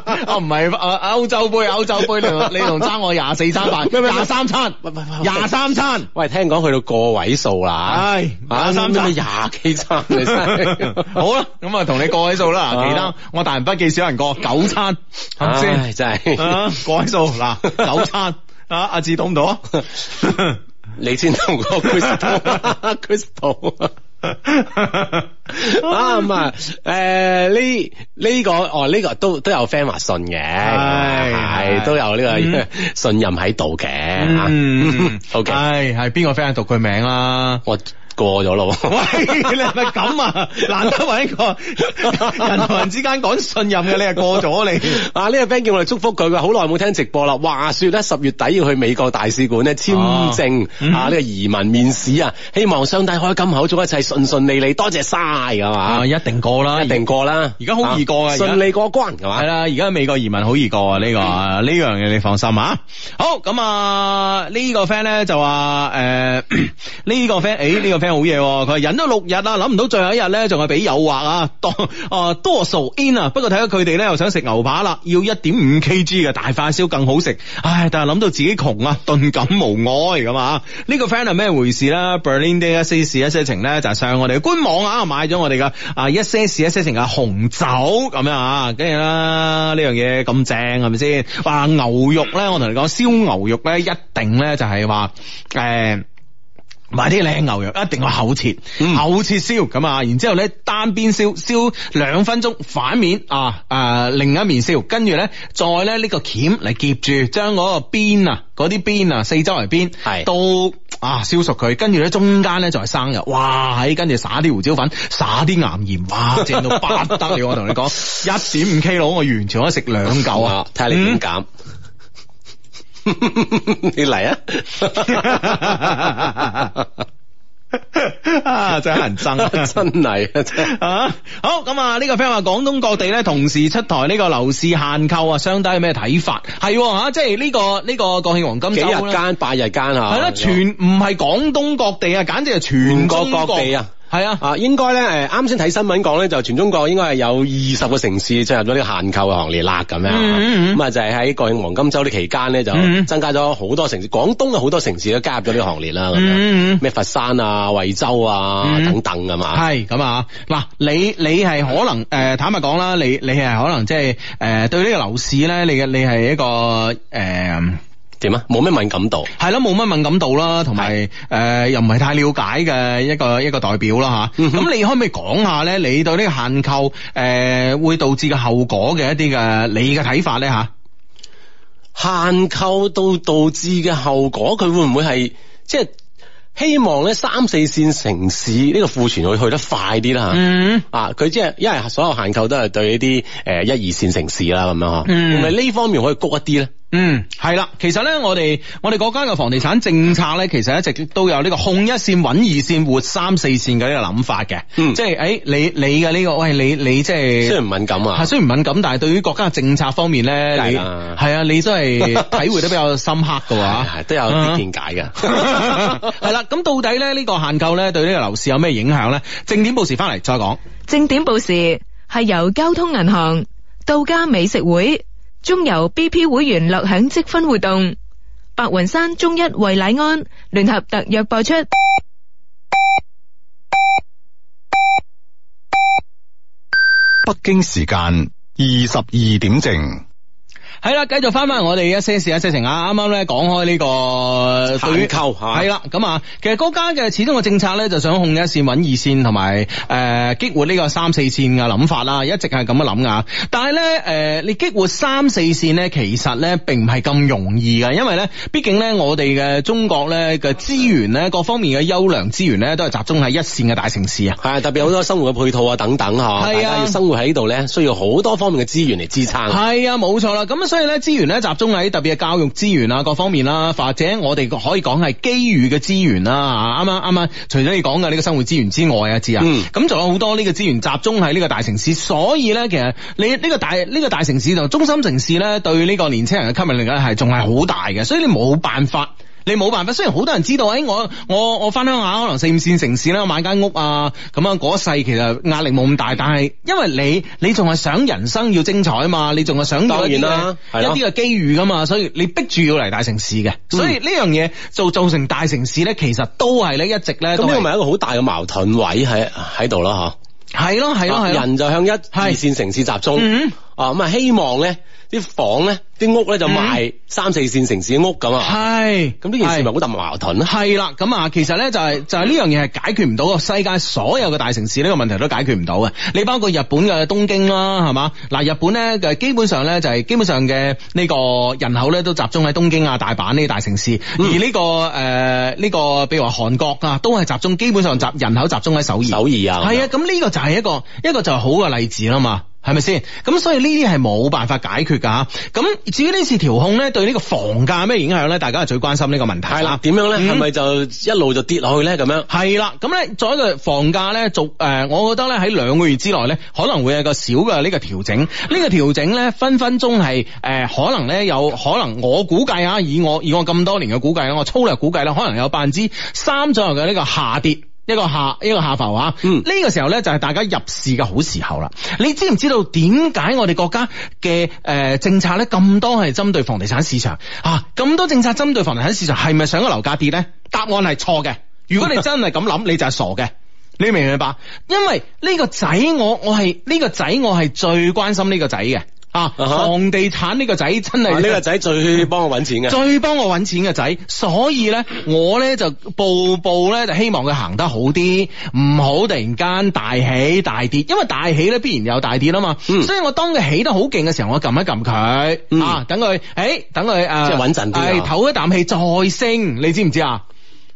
[SPEAKER 1] 哦，唔係啊，歐洲杯，歐洲杯，你你同爭我廿四餐飯，廿三餐，廿三餐。
[SPEAKER 3] 喂，聽講去到個位數啦，
[SPEAKER 1] 唉，
[SPEAKER 3] 啊
[SPEAKER 1] 廿三
[SPEAKER 3] 咩
[SPEAKER 1] 餐
[SPEAKER 3] 廿幾餐你真係
[SPEAKER 1] 好啦，咁啊同你個位數啦，
[SPEAKER 3] 啊
[SPEAKER 1] 其他我大人不記小人過，九餐係咪
[SPEAKER 3] 唉
[SPEAKER 1] 先？
[SPEAKER 3] 真係，
[SPEAKER 1] 啊，個位數嗱，九餐啊，阿志懂唔到啊？
[SPEAKER 3] 你先同個 Crystal，Crystal 啊咁啊，誒呢呢個哦呢個都都有 friend 話信嘅，
[SPEAKER 1] 係
[SPEAKER 3] 係
[SPEAKER 1] 係
[SPEAKER 3] 都有呢
[SPEAKER 1] 嗯
[SPEAKER 3] 個信任喺度嘅
[SPEAKER 1] 嗯
[SPEAKER 3] 嚇。OK，
[SPEAKER 1] 係係邊個 friend 讀佢名啦？
[SPEAKER 3] 我過咗咯喎。
[SPEAKER 1] 喂，你係咪咁啊？難得揾一個人同人之間講信任嘅，你係過咗你。
[SPEAKER 3] 啊！呢、個 friend 叫我哋祝福佢，佢好耐冇聽直播啦。話說咧，十月底要去美國大使館咧簽證
[SPEAKER 1] 哦嗯
[SPEAKER 3] 啊，呢、個移民面試啊，希望上帝開金口，祝一切順順利利。多謝晒㗎嘛，
[SPEAKER 1] 啊一定過啦
[SPEAKER 3] 一定過啦。
[SPEAKER 1] 而家好易過㗎
[SPEAKER 3] 啊
[SPEAKER 1] 而家
[SPEAKER 3] 順利過關係嘛
[SPEAKER 1] 系。啦，而家美國移民好易過啊！呢、個啊呢樣嘢你放心啊。好咁啊，呢、個 friend 咧就話诶， 呢、個 friend 诶呢個 friend 好嘢喎，佢話忍咗六日啦，諗唔到最後一日咧仲係俾誘惑啊，多啊多數 in 啊，不過睇下佢哋咧又想食牛扒啦，要一點五 kg 嘅大塊燒更好食，唉，但係諗到自己窮啊，頓感無愛咁啊。呢、個 friend 係咩回事啦？Berlin Day 一些事一些情咧就係上我哋嘅官網啊，買咗我哋嘅啊一些事一些情嘅紅酒咁樣啊，跟住啦呢樣嘢咁正係咪先？哇牛肉咧，我同你講燒牛肉咧一定咧就係話誒。買啲靚牛肉，一定要厚切，
[SPEAKER 3] 嗯
[SPEAKER 1] 厚切燒咁啊，然之後咧單邊燒，燒兩分鐘，反面啊啊另一面燒，跟住咧再咧呢個鉗嚟夾住，將嗰個邊啊嗰啲邊啊四周圍邊
[SPEAKER 3] 係
[SPEAKER 1] 都啊燒熟佢，跟住咧中間咧就係生油，哇！喺跟住撒啲胡椒粉，撒啲岩鹽，哇！正到不得了，我同你 講，一點五 K 佬，我完全可以食兩嚿啊！
[SPEAKER 3] 睇下你點
[SPEAKER 1] 嗯
[SPEAKER 3] 減。你嚟
[SPEAKER 1] 嗯
[SPEAKER 3] 啊！
[SPEAKER 1] 啊，真係人憎
[SPEAKER 3] 真係啊，真係
[SPEAKER 1] 啊，好咁啊！呢、個 friend 話廣東各地咧同時出台呢個樓市限購啊，相低有咩睇法？係喎啊吓，即係呢、個呢、個國慶黃金
[SPEAKER 3] 幾
[SPEAKER 1] 周
[SPEAKER 3] 日
[SPEAKER 1] 咧，
[SPEAKER 3] 間八日間啊嚇，
[SPEAKER 1] 係啦，全唔係廣東各地啊，簡直係全
[SPEAKER 3] 全國
[SPEAKER 1] 中國
[SPEAKER 3] 各地啊，
[SPEAKER 1] 係啊，
[SPEAKER 3] 啊，應該咧誒，啱先睇新聞講咧，就全中國應該係有二十個城市進入咗呢個限購嘅行列啦，咁樣
[SPEAKER 1] 嗯嗯嗯
[SPEAKER 3] 咁啊，就係喺國慶黃金周呢期間咧，就
[SPEAKER 1] 嗯嗯
[SPEAKER 3] 增加咗好多城市，廣東嘅好多城市都加入咗呢個行列啦，咁
[SPEAKER 1] 嗯嗯嗯
[SPEAKER 3] 樣咩佛山啊、惠州啊
[SPEAKER 1] 嗯
[SPEAKER 3] 等等啊嘛，
[SPEAKER 1] 係咁啊！嗱，你你係可能誒、呃坦白講啦，你你係可能即係誒對呢個樓市咧，你嘅你係一個誒。呃
[SPEAKER 3] 點啊？冇咩敏感度，
[SPEAKER 1] 係咯，冇乜敏感度啦，同埋誒又唔係太了解嘅一個一個代表啦吓。
[SPEAKER 3] 嗯
[SPEAKER 1] 咁、
[SPEAKER 3] 哼
[SPEAKER 1] 你可唔可以講下咧？你對呢個限購誒、呃、會導致嘅後果嘅一啲嘅你嘅睇法咧吓？
[SPEAKER 3] 限購到導致嘅後果，佢會唔會係即係希望咧三四線城市呢個庫存會去得快啲啦嚇？
[SPEAKER 1] 嗯。
[SPEAKER 3] 啊，佢即係因為所有限購都係對呢啲誒一二線城市啦咁樣嗬，
[SPEAKER 1] 嗯
[SPEAKER 3] 係咪呢方面可以谷一啲咧？
[SPEAKER 1] 嗯，係啦，其實咧，我哋我哋國家嘅房地產政策咧，其實一直都有呢個控一線、穩二線、活三四線嘅呢個諗法嘅，
[SPEAKER 3] 嗯
[SPEAKER 1] 即係誒、哎你你嘅呢、個，喂，你你即係
[SPEAKER 3] 雖然唔敏感啊
[SPEAKER 1] 係，雖然敏感，但係對於國家嘅政策方面咧，
[SPEAKER 3] 梗係
[SPEAKER 1] 你
[SPEAKER 3] 啦
[SPEAKER 1] 係啊，你真係 體會得比較深刻嘅話
[SPEAKER 3] 係，都有啲見
[SPEAKER 1] 解。
[SPEAKER 3] 解嘅。
[SPEAKER 1] 係啦，咁到底咧呢個限購咧對呢個樓市有咩影響咧？正點報時翻嚟再講。
[SPEAKER 4] 正點報時係由交通銀行、道家美食會、中油 BP 會員樂享積分活動、白雲山中一惠乃安聯合特約播出。
[SPEAKER 5] 北京時間二十二點正。
[SPEAKER 1] 係啦，繼續翻翻我哋一些事一些情啊！啱啱咧講開呢個
[SPEAKER 3] 限
[SPEAKER 1] 對於
[SPEAKER 3] 購嚇
[SPEAKER 1] 係啦，咁啊，其實國家嘅始終嘅政策咧，就想控一線、穩二線，同埋誒激活呢個三四線嘅諗法啦，一直係咁樣諗噶。但係咧誒，你激活三四線咧，其實咧並唔係咁容易嘅，因為咧，畢竟咧我哋嘅中國咧嘅資源咧，各方面嘅優良資源咧，都係集中喺一線嘅大城市啊。
[SPEAKER 3] 係特別好多生活嘅配套啊等等嗬，大
[SPEAKER 1] 係啊
[SPEAKER 3] 家要生活喺呢度咧，需要好多方面嘅資源嚟支撐。
[SPEAKER 1] 係啊，冇錯啦。咁所以咧，資源咧集中喺特別嘅教育資源啊，各方面啦，或者我哋可以講係機遇嘅資源啦。啊啱啱啱啱，除咗你講嘅呢個生活資源之外啊，知啊，
[SPEAKER 3] 嗯
[SPEAKER 1] 咁仲有好多呢個資源集中喺呢個大城市，所以咧，其實你呢個大呢、個大城市就中心城市咧，對呢個年青人嘅吸引力咧係仲係好大嘅，所以你冇辦法。你冇辦法，雖然好多人知道，誒、哎我我我翻鄉下，可能四五線城市啦，買間屋啊，咁樣嗰世其實壓力冇咁大，但係因為你你仲係想人生要精彩啊嘛，你仲係想要一啲
[SPEAKER 3] 當然啦
[SPEAKER 1] 嘅
[SPEAKER 3] 係
[SPEAKER 1] 一
[SPEAKER 3] 咯嗯
[SPEAKER 1] 啲嘅機遇噶嘛，所以你逼住要嚟大城市嘅，所以呢樣嘢就造成大城市咧，其實都係咧一直咧
[SPEAKER 3] 咁
[SPEAKER 1] 都
[SPEAKER 3] 呢個
[SPEAKER 1] 係
[SPEAKER 3] 咪一個好大嘅矛盾位喺喺度啦
[SPEAKER 1] 係咯係
[SPEAKER 3] 嗬。
[SPEAKER 1] 咯
[SPEAKER 3] 啊
[SPEAKER 1] 係咯，
[SPEAKER 3] 人就向一二線城市集中
[SPEAKER 1] 嗯。
[SPEAKER 3] 啊，咁啊希望咧啲房咧啲屋咧就賣
[SPEAKER 1] 嗯
[SPEAKER 3] 三四線城市嘅屋咁啊。
[SPEAKER 1] 係
[SPEAKER 3] 咁呢件事咪
[SPEAKER 1] 係
[SPEAKER 3] 好大矛盾啦。
[SPEAKER 1] 係啦，咁啊，其實咧就係、就係呢樣嘢係解決唔到嘅，世界所有嘅大城市呢個問題都解決唔到嘅。你包括日本嘅東京啦，係嘛？嗱，日本咧嘅基本上咧就係、基本上嘅呢個人口咧都集中喺東京啊、大阪呢啲大城市，
[SPEAKER 3] 嗯
[SPEAKER 1] 而呢、個誒呢、個比如話韓國啊，都係集中基本上集人口集中喺首爾。
[SPEAKER 3] 首爾啊，
[SPEAKER 1] 係啊，咁呢個就係一個一個就係好嘅例子啦嘛。係咪先？咁所以呢啲係冇辦法解決㗎。咁至於呢次調控咧，對呢個房價有咩影響咧？大家係最關心呢個問題。
[SPEAKER 3] 系啦，點樣咧？
[SPEAKER 1] 嗯
[SPEAKER 3] 係咪就一路就跌落去咧？咁樣
[SPEAKER 1] 係啦，咁咧作為一個房價咧，續誒、呃我覺得咧喺兩個月之內咧，可能會有個小嘅呢個調整。呢、個調整咧，分分鐘係誒、呃可能咧有可能我估計啊，以我以我咁多年嘅估計啊，我粗略估計啦，可能有百分之三左右嘅呢個下跌。一個下一個下浮啊，呢、
[SPEAKER 3] 嗯
[SPEAKER 1] 個時候咧就係大家入市嘅好時候啦。你知唔知道點解我哋國家嘅誒、呃政策咧咁多係針對房地產市場啊？咁多政策針對房地產市場係咪想個樓價跌咧？答案係錯嘅。如果你真係咁諗，你就係傻嘅。你明唔明白？因為呢個仔我我係呢、個仔我係最關心呢個仔嘅。啊，
[SPEAKER 3] 啊哈
[SPEAKER 1] 房地產呢個仔真係
[SPEAKER 3] 啊呢個仔最幫我搵錢嘅，
[SPEAKER 1] 最幫我揾錢嘅仔，所以咧我咧就步步咧就希望佢行得好啲，唔好突然間大起大跌，因為大起咧必然有大跌啊嘛。
[SPEAKER 3] 嗯
[SPEAKER 1] 所以我當佢起得好勁嘅時候，我撳一撳佢、
[SPEAKER 3] 嗯
[SPEAKER 1] 啊，等佢，誒、等佢誒，呃
[SPEAKER 3] 即係穩陣啲啊
[SPEAKER 1] 係唞一啖氣再升，你知唔知啊？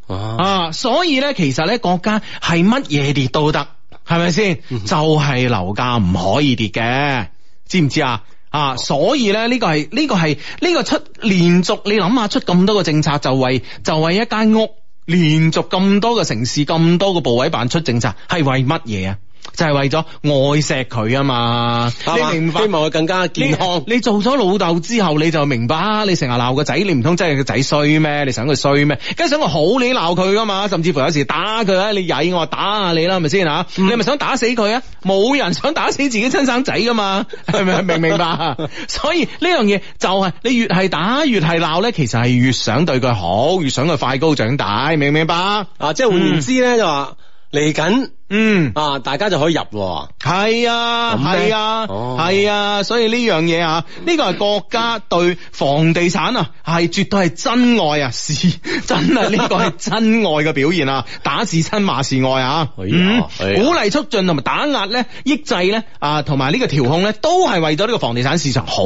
[SPEAKER 3] 啊
[SPEAKER 1] 啊，所以咧，其實咧，國家係乜嘢跌都得，係咪先？就係樓價唔可以跌嘅，知唔知啊？啊，所以咧，呢個係呢個係呢個出連續，你諗下出咁多個政策，就為就為一間屋，連續咁多個城市咁多個部委辦出政策，係為乜嘢啊？就係、為咗愛錫佢啊嘛，
[SPEAKER 3] 係嘛
[SPEAKER 1] 你明白
[SPEAKER 3] 希？望佢更加健康。
[SPEAKER 1] 你你做咗老豆之後，你就明白啊！你成日鬧個仔，你唔通真係個仔衰咩？你想佢衰咩？梗係想佢好，你鬧佢噶嘛？甚至乎有時打佢啊！你曳我打下你啦，係咪先吓？
[SPEAKER 3] 嗯
[SPEAKER 1] 你係咪想打死佢啊？冇人想打死自己親生仔噶嘛？係 咪明唔明白？所以呢樣嘢就係、你越係打越係鬧咧，其實係越想對佢好，越想佢快高長大，明唔明白？
[SPEAKER 3] 啊，即係換言之咧，就話嚟緊
[SPEAKER 1] 嗯。
[SPEAKER 3] 啊，大家就可以入喎。
[SPEAKER 1] 係啊，
[SPEAKER 3] 咁咩
[SPEAKER 1] 係啊，
[SPEAKER 3] 哦
[SPEAKER 1] 係啊，所以呢樣嘢啊，呢個係國家對房地產啊，係絕對係真愛啊，是 真係呢個係真愛嘅表現啊，打是親，罵是愛啊，
[SPEAKER 3] 哎呀
[SPEAKER 1] 嗯
[SPEAKER 3] 哎呀
[SPEAKER 1] 鼓勵促進同埋打壓咧、抑制咧啊，同埋呢個調控咧，都係為咗呢個房地產市場好，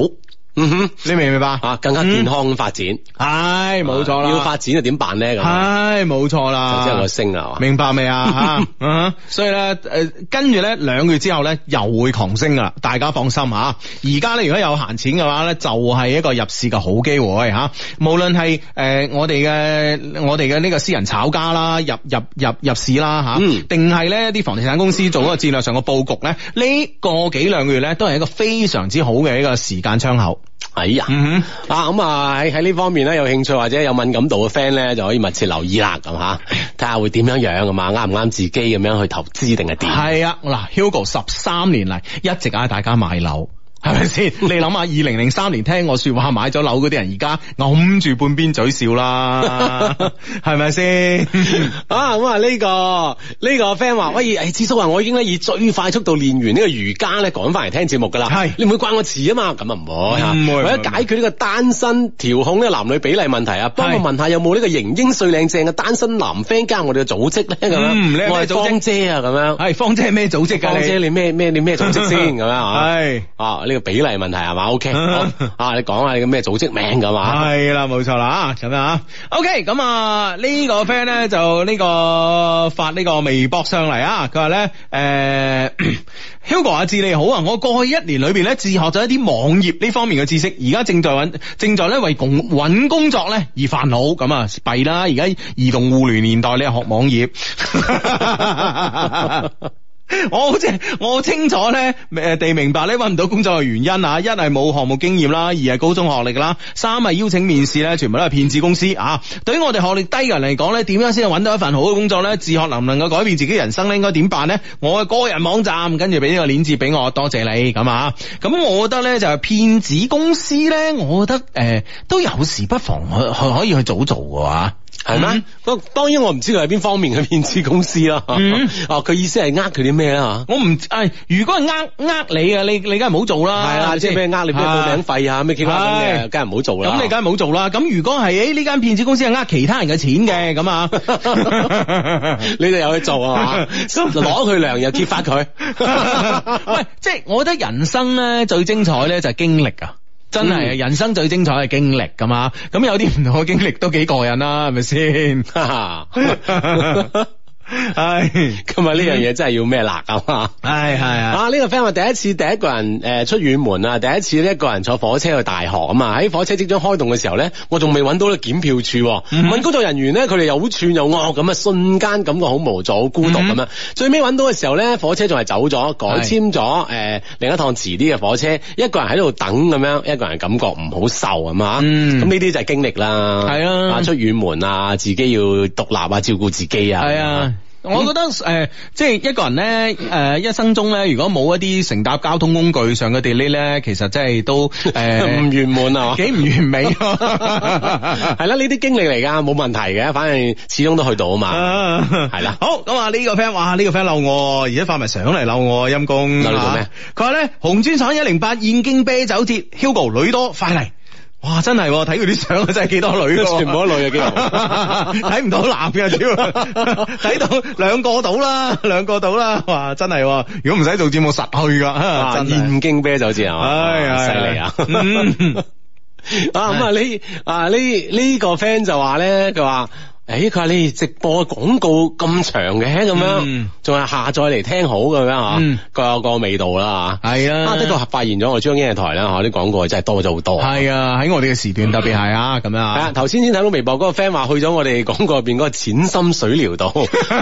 [SPEAKER 3] 嗯哼，
[SPEAKER 1] 你明唔明白？
[SPEAKER 3] 啊，更加健康咁發展。啊
[SPEAKER 1] 係嗯冇錯啦，啊
[SPEAKER 3] 要發展就點辦咧？咁
[SPEAKER 1] 係冇錯啦，
[SPEAKER 3] 就即係我升啦，係嘛？
[SPEAKER 1] 明白未 啊？吓，嗯所以咧，诶，跟住咧兩個月之後咧，又會狂升噶啦，大家放心吓。啊而家咧，如果有閒錢嘅話咧，就係一個入市嘅好機會吓。無論係诶我哋嘅我哋嘅呢個私人炒家啦，入入入入市啦吓，
[SPEAKER 3] 嗯
[SPEAKER 1] 定係咧啲房地產公司做一個戰略上嘅佈局咧，呢個幾兩個月咧，都係一個非常之好嘅一個時間窗口。
[SPEAKER 3] 哎呀，
[SPEAKER 1] 嗯
[SPEAKER 3] 啊咁啊喺喺呢方面咧有興趣或者有敏感度嘅 friend 咧就可以密切留意啦，咁吓，睇下會點樣樣咁嘛，啱唔啱自己咁樣去投資定係點？
[SPEAKER 1] 係啊，嗱，Hugo 十三年嚟一直嗌大家買樓。係咪 先？你諗下，二零零三年聽我說話買咗樓嗰啲人，而家揞住半邊嘴笑 啦，係咪先？
[SPEAKER 3] 啊咁啊呢個呢個 friend 話喂，誒智叔話我已經咧以最快速度練完呢個瑜伽咧趕翻嚟聽節目㗎啦，
[SPEAKER 1] 係
[SPEAKER 3] 你唔會怪我遲啊嘛？咁啊唔會嚇，
[SPEAKER 1] 唔會
[SPEAKER 3] 為
[SPEAKER 1] 唔
[SPEAKER 3] 咗
[SPEAKER 1] 會
[SPEAKER 3] 解決呢個單身調控呢個男女比例問題啊，幫我
[SPEAKER 1] 係
[SPEAKER 3] 問下有冇呢個型英帥靚正嘅單身男 friend 加入我哋嘅組織咧咁
[SPEAKER 1] 嗯你係
[SPEAKER 3] 樣，
[SPEAKER 1] 咩
[SPEAKER 3] 我係
[SPEAKER 1] 組織
[SPEAKER 3] 芳姐啊咁樣。
[SPEAKER 1] 係芳姐係咩組織㗎？
[SPEAKER 3] 芳姐
[SPEAKER 1] 你
[SPEAKER 3] 你咩咩你咩 組織先咁樣啊？
[SPEAKER 1] 係
[SPEAKER 3] 啊呢個比例問題係嘛？OK，好 啊你講下你嘅咩組織名咁啊？
[SPEAKER 1] 係啦，冇錯啦，咁樣啊。OK，咁啊呢個 friend 咧就呢個發呢個微博上嚟啊，佢話咧誒 Hugo 阿志你好啊，我過去一年裏邊咧自學咗一啲網頁呢方面嘅知識，而家正在揾正在咧為工揾工作咧而煩惱，咁啊弊啦！而家移動互聯年代，你係學網頁。 我好似我好清楚咧，誒地明白咧揾唔到工作嘅原因啊，一係冇項目經驗啦，二係高中學歷啦，三係邀請面試咧，全部都係騙子公司啊。對於我哋學歷低嘅人嚟講咧，點樣先揾到一份好嘅工作咧？自學能唔能夠改變自己人生咧？應該點辦咧？我嘅個人網站，跟住俾呢個鏈接俾我，多謝你咁啊。咁我覺得咧就係騙子公司咧，我覺得誒、呃都有時不妨去去可以去早做嘅話。
[SPEAKER 3] 係咩？不過當然我唔知佢係邊方面嘅面子公司啦。
[SPEAKER 1] 嗯
[SPEAKER 3] 哦，佢意思係呃佢啲咩啦？
[SPEAKER 1] 我唔誒，如果係呃呃你嘅，你你啊梗係唔好做
[SPEAKER 3] 嚇
[SPEAKER 1] 啦。
[SPEAKER 3] 係啦，
[SPEAKER 1] 咪
[SPEAKER 3] 即係
[SPEAKER 1] 先
[SPEAKER 3] 咩呃你咩報名費啊，咩其他咁嘅，
[SPEAKER 1] 係
[SPEAKER 3] 梗係唔好做啦。
[SPEAKER 1] 咁你梗係冇做啦。咁如果係誒呢間騙子公司係呃其他人嘅錢 嘅，咁啊，
[SPEAKER 3] 你哋有去做啊嘛？攞佢糧又揭 發佢。
[SPEAKER 1] 喂，即係我覺得人生咧最精彩咧就係經歷啊！真係啊
[SPEAKER 3] 嗯
[SPEAKER 1] 人生最精彩係經歷噶嘛，咁有啲唔同嘅經歷都幾過癮啦，係咪 先？唉，
[SPEAKER 3] 咁啊呢樣嘢真係要咩辣啊嘛？
[SPEAKER 1] 唉係啊，
[SPEAKER 3] 啊！呢、個 friend 話第一次第一個人誒、呃出遠門啊，第一次呢一個人坐火車去大學啊嘛，喺火車即將開動嘅時候咧，我仲未揾到個檢票處喎、
[SPEAKER 1] 嗯
[SPEAKER 3] 問工作人員咧，佢哋又好串又惡咁啊，瞬間感覺好無助、好孤獨咁樣。啊最尾揾到嘅時候咧，火車仲係走咗，改
[SPEAKER 1] 嗯係
[SPEAKER 3] 簽咗誒、呃另一趟遲啲嘅火車，一個人喺度等咁樣，一個人感覺唔好受咁啊。
[SPEAKER 1] 嗯
[SPEAKER 3] 咁呢啲就係經歷啦，
[SPEAKER 1] 係啊
[SPEAKER 3] 出遠門啊，自己要獨立啊，照顧自己啊，嗯
[SPEAKER 1] 係啊，我覺得誒、呃即係一個人咧，誒、一生中咧，如果冇一啲乘搭交通工具上嘅 delay 咧，其實真係都誒
[SPEAKER 3] 唔圓滿啊！
[SPEAKER 1] 幾唔完美。
[SPEAKER 3] 係啦，呢啲經歷嚟噶，冇問題嘅，反正始終都去到啊嘛。
[SPEAKER 1] 係
[SPEAKER 3] 係啦
[SPEAKER 1] 好咁啊！呢個 friend 哇，呢個 friend 嬲我，而家發埋相嚟嬲我，陰公。
[SPEAKER 3] 嬲你做咩
[SPEAKER 1] 啊？佢話咧紅磚廠一零八燕京啤酒節，Hugo 女多，快嚟！哇，真係喎睇佢啲相啊真係幾多女喎，
[SPEAKER 3] 全部都女嘅啊幾
[SPEAKER 1] 乎 睇唔到男嘅，主要 睇到兩個到啦，兩個到啦，哇，真係喎！如果唔使做節目，實去噶，
[SPEAKER 3] 啊
[SPEAKER 1] 真係
[SPEAKER 3] 燕京啤酒節啊，
[SPEAKER 1] 唉
[SPEAKER 3] 哇
[SPEAKER 1] 唉
[SPEAKER 3] 犀利啊！
[SPEAKER 1] 嗯
[SPEAKER 3] 啊咁啊呢啊呢呢個 friend 就話咧，佢話。誒佢話你哋直播廣告咁長嘅咁樣
[SPEAKER 1] 嗯，
[SPEAKER 3] 仲係下載嚟聽好咁樣嚇
[SPEAKER 1] 嗯，
[SPEAKER 3] 各有個味道啦嚇。
[SPEAKER 1] 係啊
[SPEAKER 3] 啊的確發現咗我哋中央電台啦嚇，啲廣告真係多咗好多。
[SPEAKER 1] 係啊，喺我哋嘅時 段特別係啊，咁樣
[SPEAKER 3] 係啊，
[SPEAKER 1] 啊，
[SPEAKER 3] 頭先先睇到微博嗰個 friend 話去咗我哋廣告入邊嗰個淺心水療度，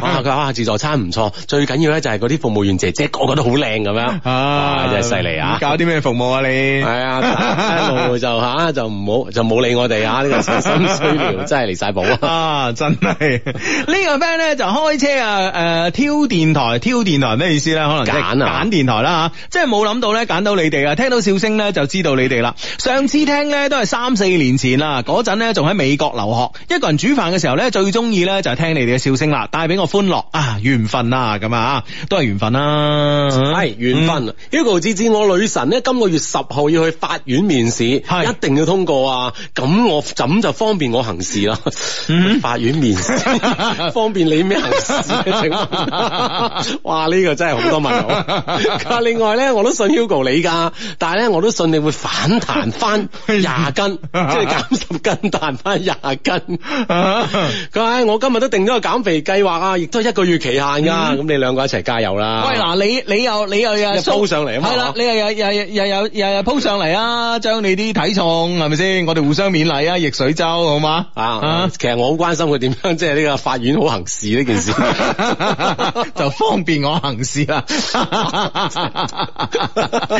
[SPEAKER 3] 哇！佢話啊自助餐唔錯，最緊要咧就係嗰啲服務員姐姐個個都好靚咁
[SPEAKER 1] 啊
[SPEAKER 3] 樣，哇！真係犀利啊！
[SPEAKER 1] 搞啲咩服務啊你？
[SPEAKER 3] 係啊，一路就吓就唔好就冇理我哋啊！呢個淺心水療真係離晒譜啊！
[SPEAKER 1] 啊，真係呢個 friend 咧就開車啊，誒、挑電台，挑電台咩意思咧？可能即係
[SPEAKER 3] 揀啊
[SPEAKER 1] 揀電台啦嚇，即係冇諗到咧揀到你哋啊！聽到笑聲咧就知道你哋啦。上次聽咧都係三四年前啦，嗰陣咧仲喺美國留學，一個人煮飯嘅時候咧最中意咧就係聽你哋嘅笑聲啦，帶俾我歡樂啊，緣分啊咁啊，都係緣分啦。
[SPEAKER 3] 係緣
[SPEAKER 1] 嗯
[SPEAKER 3] 分，Hugo 志志，我女神咧今個月十號要去法院面試，
[SPEAKER 1] 係
[SPEAKER 3] 一定要通過啊！咁我咁就方便我行事啦。
[SPEAKER 1] 嗯
[SPEAKER 3] 法院面 試方便你咩行事啊？請問，哇！呢個真係好多問號。佢話另外咧，我都信 Hugo 你㗎，但係咧我都信你會反 彈翻廿斤，即係減十斤彈翻廿 斤。佢話唉哎我今日都定咗個減肥計劃啊，亦都係一個月期限㗎。咁你兩個一齊加油啦！
[SPEAKER 1] 嗯喂，嗱，你你又你又又
[SPEAKER 3] 你 po 啊上嚟啊嘛
[SPEAKER 1] 係啦，你又又又又又又又 po 上嚟啊，將你啲體重係咪先？我哋互相勉勵啊，逆水舟好嘛？
[SPEAKER 3] 啊，其實我好關心佢點樣，即係呢個法院好行事 呢件事。啊
[SPEAKER 1] 就方便我行事 啦，入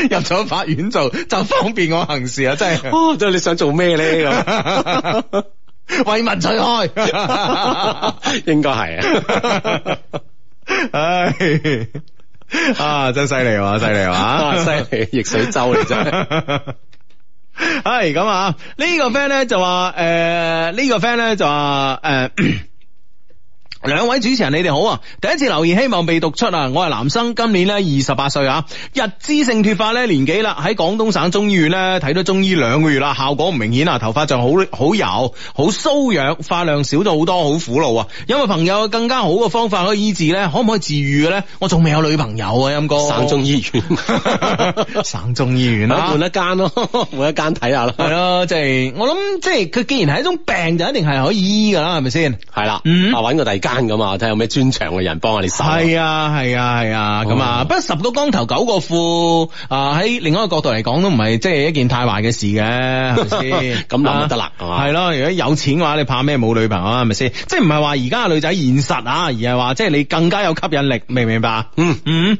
[SPEAKER 1] 咗法院做就方便我行事啊！真係
[SPEAKER 3] 哦，即係你想做咩咧咁？
[SPEAKER 1] 為民除害，
[SPEAKER 3] 應該係啊，
[SPEAKER 1] 唉啊，真係犀利喎，犀啊利
[SPEAKER 3] 哇
[SPEAKER 1] 喎，
[SPEAKER 3] 啊犀利，逆水舟嚟真係。
[SPEAKER 1] 系咁啊！呢、個个 friend 咧就話诶，呃呢、個个 friend 咧就話 诶。兩位主持人，你哋好啊！第一次留言，希望被讀出啊！我係男生，今年咧二十八歲啊，日之性脱髮咧年紀啦，喺廣東省中醫院咧睇咗中醫兩個月啦，效果唔明顯啊，頭髮就好好油、好瘙癢，髮量少咗好多，好苦惱啊！有冇朋友有更加好嘅方法可以醫治咧？可唔可以治癒嘅咧？我仲未有女朋友啊，陰哥。
[SPEAKER 3] 省中醫 院，
[SPEAKER 1] 啊
[SPEAKER 3] 啊
[SPEAKER 1] 省中醫院啊啦，
[SPEAKER 3] 換一間咯， 換一間睇下啦。
[SPEAKER 1] 系咯，即係我諗，即係佢既然係一種病，就一定係可以醫噶啦，係咪先？
[SPEAKER 3] 係啦，啊
[SPEAKER 1] 嗯
[SPEAKER 3] 揾個第二間咁啊，睇下有咩專長嘅人幫下你手。
[SPEAKER 1] 係啊，係啊，係啊，咁啊，
[SPEAKER 3] 哦
[SPEAKER 1] 不過十個光頭九個富啊，喺另外一個角度嚟講，都唔係即係一件太壞嘅事嘅，係咪 先？啊
[SPEAKER 3] 咁諗就得啦係嘛
[SPEAKER 1] 係咯，如果有錢嘅話，你怕咩冇女朋友啊？係咪先？即係唔係話而家嘅女仔現實啊，而係話即係你更加有吸引力，明唔明白？
[SPEAKER 3] 嗯，
[SPEAKER 1] 嗯
[SPEAKER 3] 呢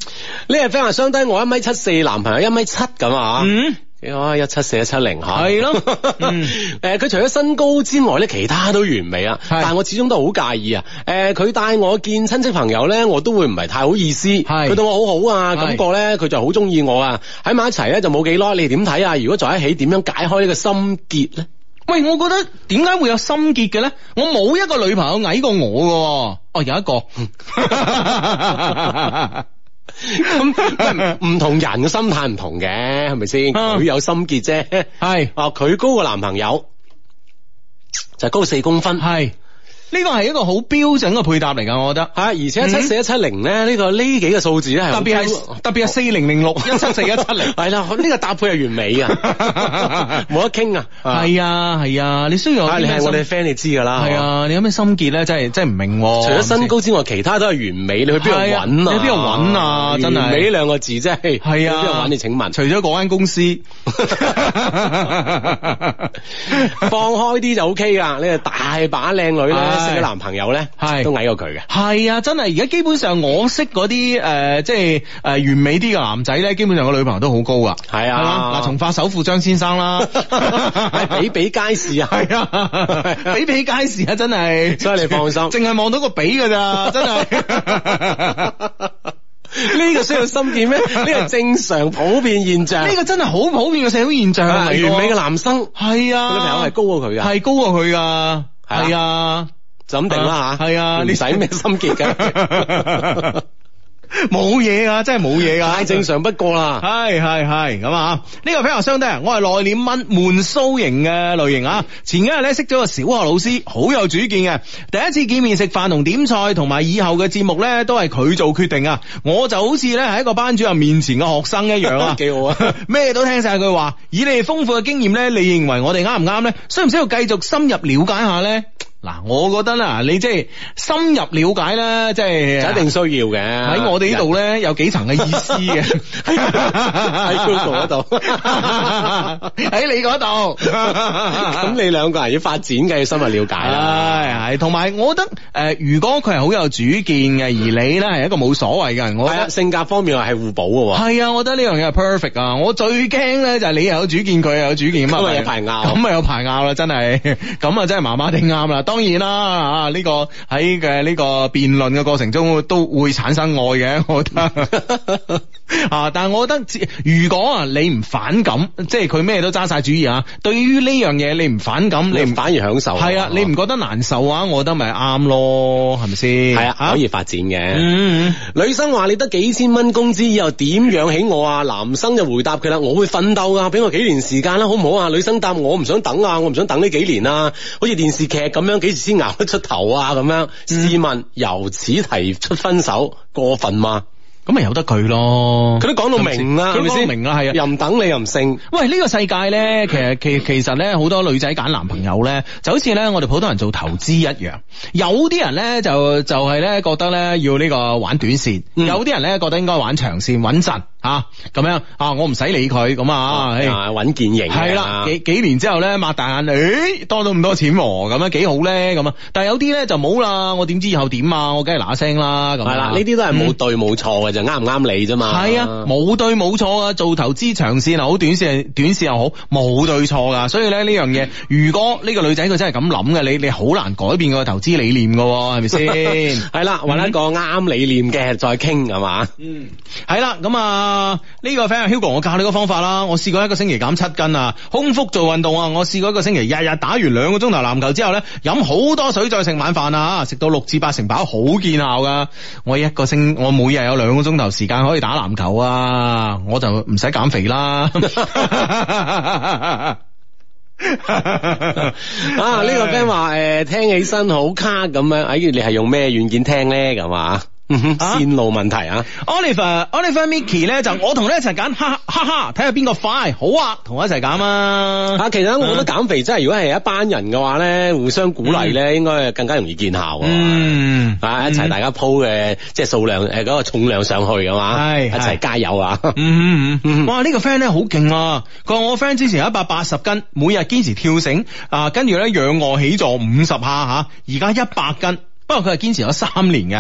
[SPEAKER 3] 個 friend 話相低我一米七四，男朋友一米七咁啊。
[SPEAKER 1] 嗯。
[SPEAKER 3] 啊，一七四一七零吓，
[SPEAKER 1] 係咯 嗯
[SPEAKER 3] 誒，呃佢除咗身高之外咧，其他都完美啊。
[SPEAKER 1] 係
[SPEAKER 3] 但係我始終都好介意啊。誒，佢帶我見親戚朋友咧，我都會唔係太好意思。
[SPEAKER 1] 係
[SPEAKER 3] 佢對我好好啊，
[SPEAKER 1] 係
[SPEAKER 3] 感覺咧佢就好中意我啊。喺埋一齊咧就冇幾耐，你哋點睇啊？如果在一起，點樣解開呢個心結咧？
[SPEAKER 1] 喂，我覺得點解會有心結嘅咧？我冇一個女朋友矮過我嘅喎，哦，有一 個。
[SPEAKER 3] 咁唔唔同人嘅心態唔同嘅，係咪先？
[SPEAKER 1] 啊
[SPEAKER 3] 佢有心結啫。
[SPEAKER 1] 係
[SPEAKER 3] 啊，佢高過男朋友就高四公分。
[SPEAKER 1] 係呢個係一個好標準嘅配搭嚟㗎，我覺得。
[SPEAKER 3] 係啊，而且一七四一七零咧，呢個呢幾個數字咧
[SPEAKER 1] 嗯
[SPEAKER 3] 係
[SPEAKER 1] 特別
[SPEAKER 3] 好
[SPEAKER 1] 係特別係四零零六一七四一七零。
[SPEAKER 3] 係啦，呢個搭配係完美 啊，冇得傾啊。
[SPEAKER 1] 係啊係啊，你需要有
[SPEAKER 3] 啊，
[SPEAKER 1] 啲
[SPEAKER 3] 你
[SPEAKER 1] 咩
[SPEAKER 3] 係
[SPEAKER 1] 心
[SPEAKER 3] 我哋 friend，你知㗎啦。
[SPEAKER 1] 係
[SPEAKER 3] 係嘛，
[SPEAKER 1] 啊，你有咩心結咧？真係真係唔明喎。
[SPEAKER 3] 除咗身高之外，其他都係完美。你去邊度
[SPEAKER 1] 係啊
[SPEAKER 3] 揾啊？
[SPEAKER 1] 你去邊度揾啊真係
[SPEAKER 3] 完美呢兩個字真係
[SPEAKER 1] 係啊
[SPEAKER 3] 去邊度揾？你請問，
[SPEAKER 1] 除咗嗰間公司，
[SPEAKER 3] 放開啲就 OK 㗎。呢個大把靚女咧，
[SPEAKER 1] 係
[SPEAKER 3] 識咗男朋友咧，
[SPEAKER 1] 係
[SPEAKER 3] 都矮過佢嘅。
[SPEAKER 1] 系啊，真係而家基本上我識嗰啲诶，即係诶、呃完美啲嘅男仔咧，基本上個女朋友都好高噶。
[SPEAKER 3] 係啊
[SPEAKER 1] 係嘛嗱，從化首富張先生啦，
[SPEAKER 3] 係 比比皆是 啊！
[SPEAKER 1] 係啊，比比皆是啊，真係。
[SPEAKER 3] 所以啊你放心
[SPEAKER 1] 淨係望到個比㗎咋，真係。
[SPEAKER 3] 呢個需要心結 咩？呢個正常普遍現象。
[SPEAKER 1] 呢個真係好普遍嘅社會現象
[SPEAKER 3] 啊
[SPEAKER 1] 嚟
[SPEAKER 3] 完
[SPEAKER 1] 㗎
[SPEAKER 3] 美嘅男生，
[SPEAKER 1] 係啊，
[SPEAKER 3] 個女朋友係高過佢㗎
[SPEAKER 1] 係高過佢㗎，
[SPEAKER 3] 係啊
[SPEAKER 1] 係啊。
[SPEAKER 3] 就咁定啦
[SPEAKER 1] 啊
[SPEAKER 3] 吓。
[SPEAKER 1] 係啊
[SPEAKER 3] 唔
[SPEAKER 1] 你
[SPEAKER 3] 使咩心結㗎，
[SPEAKER 1] 冇嘢啊，真係冇嘢啊，
[SPEAKER 3] 太正常不過啦。，
[SPEAKER 1] 系系系咁啊！呢個 friend 相低啊，我係內斂蚊悶騷型嘅類型啊。前幾日咧識咗個小學老師，好有主見嘅。第一次見面食飯同點菜，同埋以後嘅節目咧都係佢做決定啊。我就好似咧喺一個班主任面前嘅學生一樣啊
[SPEAKER 3] 幾好啊！
[SPEAKER 1] 咩都聽晒佢話。以你哋豐富嘅經驗咧，你認為我哋啱唔啱咧？需唔需要繼續深入了解下咧？嗱，我覺得啦，你即係深入了解啦，即係
[SPEAKER 3] 就一定需要嘅。
[SPEAKER 1] 喺
[SPEAKER 3] 喺
[SPEAKER 1] 我哋呢度咧有幾層嘅意思嘅，喺
[SPEAKER 3] Google 嗰度
[SPEAKER 1] 喺你嗰度，
[SPEAKER 3] 咁你兩個人要發展嘅，要深入了解啦。
[SPEAKER 1] 係係，同埋我覺得诶，如果佢係好有主見嘅，而你咧係一個冇所謂嘅人，我
[SPEAKER 3] 係
[SPEAKER 1] 覺
[SPEAKER 3] 啊，
[SPEAKER 1] 得。
[SPEAKER 3] 性格方面係互補嘅喎。
[SPEAKER 1] 係啊，我覺得呢樣嘢係 perfect 啊！我最驚咧就係你又有主見，佢又有主見咁啊，
[SPEAKER 3] 咁咪有排拗
[SPEAKER 1] 咁咪有排拗啦，真係 咁啊，真係麻麻地啱啦。當然啦，啊呢、個喺嘅呢個辯論嘅過程中都會產生愛嘅， 我覺 得啊，但係我覺得只如果啊你唔反感，即係佢咩都揸晒主意啊，對於呢樣嘢你唔反感，
[SPEAKER 3] 你
[SPEAKER 1] 你
[SPEAKER 3] 唔
[SPEAKER 1] 唔
[SPEAKER 3] 反而享受。
[SPEAKER 1] 係啊，你唔覺得難受啊？我覺得咪啱咯，係咪先？
[SPEAKER 3] 系啊，可以發展嘅。
[SPEAKER 1] 嗯。嗯
[SPEAKER 3] 女生話：你得幾千蚊工資，以後點養起我啊？男生就回答佢啦：我會奮鬥啊，俾我幾年時間啦，好唔好啊？女生答：我唔想等啊，我唔想等呢幾年啊，好似電視劇咁樣，幾時先熬得出頭啊？咁
[SPEAKER 1] 嗯
[SPEAKER 3] 樣試問，由此提出分手，過分嘛？
[SPEAKER 1] 咁咪由得佢咯，
[SPEAKER 3] 佢都講到明啦，係
[SPEAKER 1] 佢
[SPEAKER 3] 咪
[SPEAKER 1] 講
[SPEAKER 3] 先？
[SPEAKER 1] 到明啦，係啊。
[SPEAKER 3] 又唔等你又唔勝，
[SPEAKER 1] 喂，呢、個世界咧，其實其其實咧，好多女仔揀男朋友咧，就好似咧我哋普通人做投資一樣。有啲人咧就就係咧覺得咧要呢個玩短線，
[SPEAKER 3] 嗯
[SPEAKER 1] 有啲人咧覺得應該玩長線穩陣啊咁樣啊，我唔使理佢咁啊，唉
[SPEAKER 3] 啊穩健型嘅
[SPEAKER 1] 係啦，幾幾年之後咧，擘大眼，誒、多咗咁多錢喎，咁樣幾好咧，咁啊，但係有啲咧就冇啦，我點知以後點啊？我梗係嗱嗱聲啦，咁
[SPEAKER 3] 係
[SPEAKER 1] 啊
[SPEAKER 3] 啦，呢啲都係
[SPEAKER 1] 嗯
[SPEAKER 3] 冇對冇錯嘅，就啱唔啱你啫嘛。
[SPEAKER 1] 系啊，冇對冇錯啊，做投資長線又好，短線短線又好，冇對錯噶。所以咧呢樣嘢，
[SPEAKER 3] 嗯
[SPEAKER 1] 如果呢個女仔佢真係咁諗嘅，你你好難改變佢個投資理念噶，係咪先？
[SPEAKER 3] 係啦，揾一個啱理念嘅再傾 係嘛。
[SPEAKER 1] 係啦，咁啊呢個 friend Hugo，我教你個方法啦。我試過一個星期減七斤啊，空腹做運動啊。我試過一個星期日日打完兩個鐘頭籃球之後咧，飲好多水再食晚飯啊，食到六至八成飽，好見效噶。我一個星，我每日有兩個鐘頭時間可以打籃球啊，我就唔使減肥啦。
[SPEAKER 3] 啊！
[SPEAKER 1] 啊
[SPEAKER 3] 呢、個 friend 話誒聽起身好卡咁樣，哎，你係用咩軟件聽咧咁啊？嗯哼
[SPEAKER 1] 啊
[SPEAKER 3] 線路問題啊，
[SPEAKER 1] Oliver Oliver Mickey 咧就我同你一齊揀，哈哈哈，睇下邊個快，好啊，同我一齊減啊。
[SPEAKER 3] 啊，其實我覺得減肥真係如果係一班人嘅話咧，互相鼓勵咧，應該係更加容易見效啊！
[SPEAKER 1] 嗯，
[SPEAKER 3] 啊！一齊大家鋪嘅即係數量誒嗰個重量上去嘅嘛，
[SPEAKER 1] 係
[SPEAKER 3] 一齊
[SPEAKER 1] 係
[SPEAKER 3] 加油啊！
[SPEAKER 1] 嗯嗯
[SPEAKER 3] 嗯
[SPEAKER 1] 嗯，哇！呢、個 friend 咧好勁啊！佢話我 friend 之前一百八十斤，每日堅持跳繩啊，跟住咧仰卧起坐五十下吓，而家一百斤，不過佢係堅持咗三年嘅，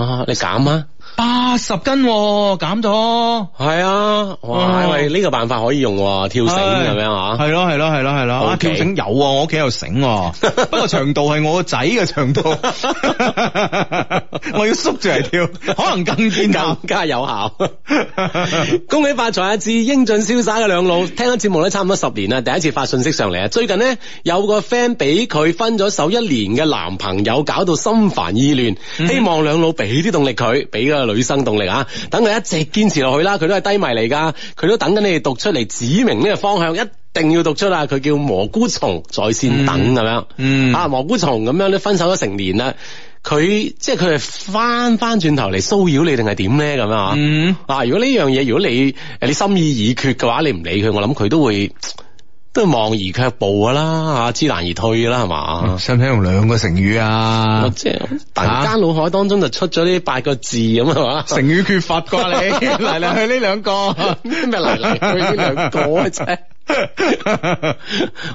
[SPEAKER 3] 啊，你減啊！
[SPEAKER 1] 八十斤喎減咗。
[SPEAKER 3] 係啊，哇！
[SPEAKER 1] 哦
[SPEAKER 3] 喂，呢個辦法可以用喎，跳繩咁樣啊！
[SPEAKER 1] 系咯系咯系咯系咯，啊
[SPEAKER 3] OK
[SPEAKER 1] 跳繩有啊，我屋企有繩 喎，不過長度係我個仔嘅長度，我要縮住嚟跳，可能更見效
[SPEAKER 3] 更。加有效。 恭喜發財啊！至英俊瀟灑嘅兩老，聽咗節目咧差唔多十年啦，第一次發信息上嚟啊！最近呢，有個 friend 俾佢分咗手一年嘅男朋友，搞到心煩意亂，
[SPEAKER 1] 嗯
[SPEAKER 3] 希望兩老俾啲動力佢，俾個女生動力啊！等佢一直堅持落去啦，佢都係低迷嚟㗎，佢都等緊你哋讀出嚟指明呢個方向一。定要讀出啦！佢叫蘑菇蟲在線等咁樣，
[SPEAKER 1] 嗯
[SPEAKER 3] 啊蘑菇蟲咁樣咧分手咗成年啦，佢即係佢係翻翻轉頭嚟騷擾你定係點咧咁樣啊？
[SPEAKER 1] 嗯。
[SPEAKER 3] 啊，如果呢樣嘢，如果你誒你心意已決嘅話，你唔理佢，我諗佢都會都會望而卻步噶啦，嚇知難而退噶啦，係嘛？
[SPEAKER 1] 哦使唔使用兩個成語
[SPEAKER 3] 啊我
[SPEAKER 1] 啊？
[SPEAKER 3] 即係突然間腦海當中就出咗呢八個字咁係 嘛？
[SPEAKER 1] 成語缺乏啩你 嚟嚟去呢兩個，
[SPEAKER 3] 咩嚟嚟去呢兩個 啊真係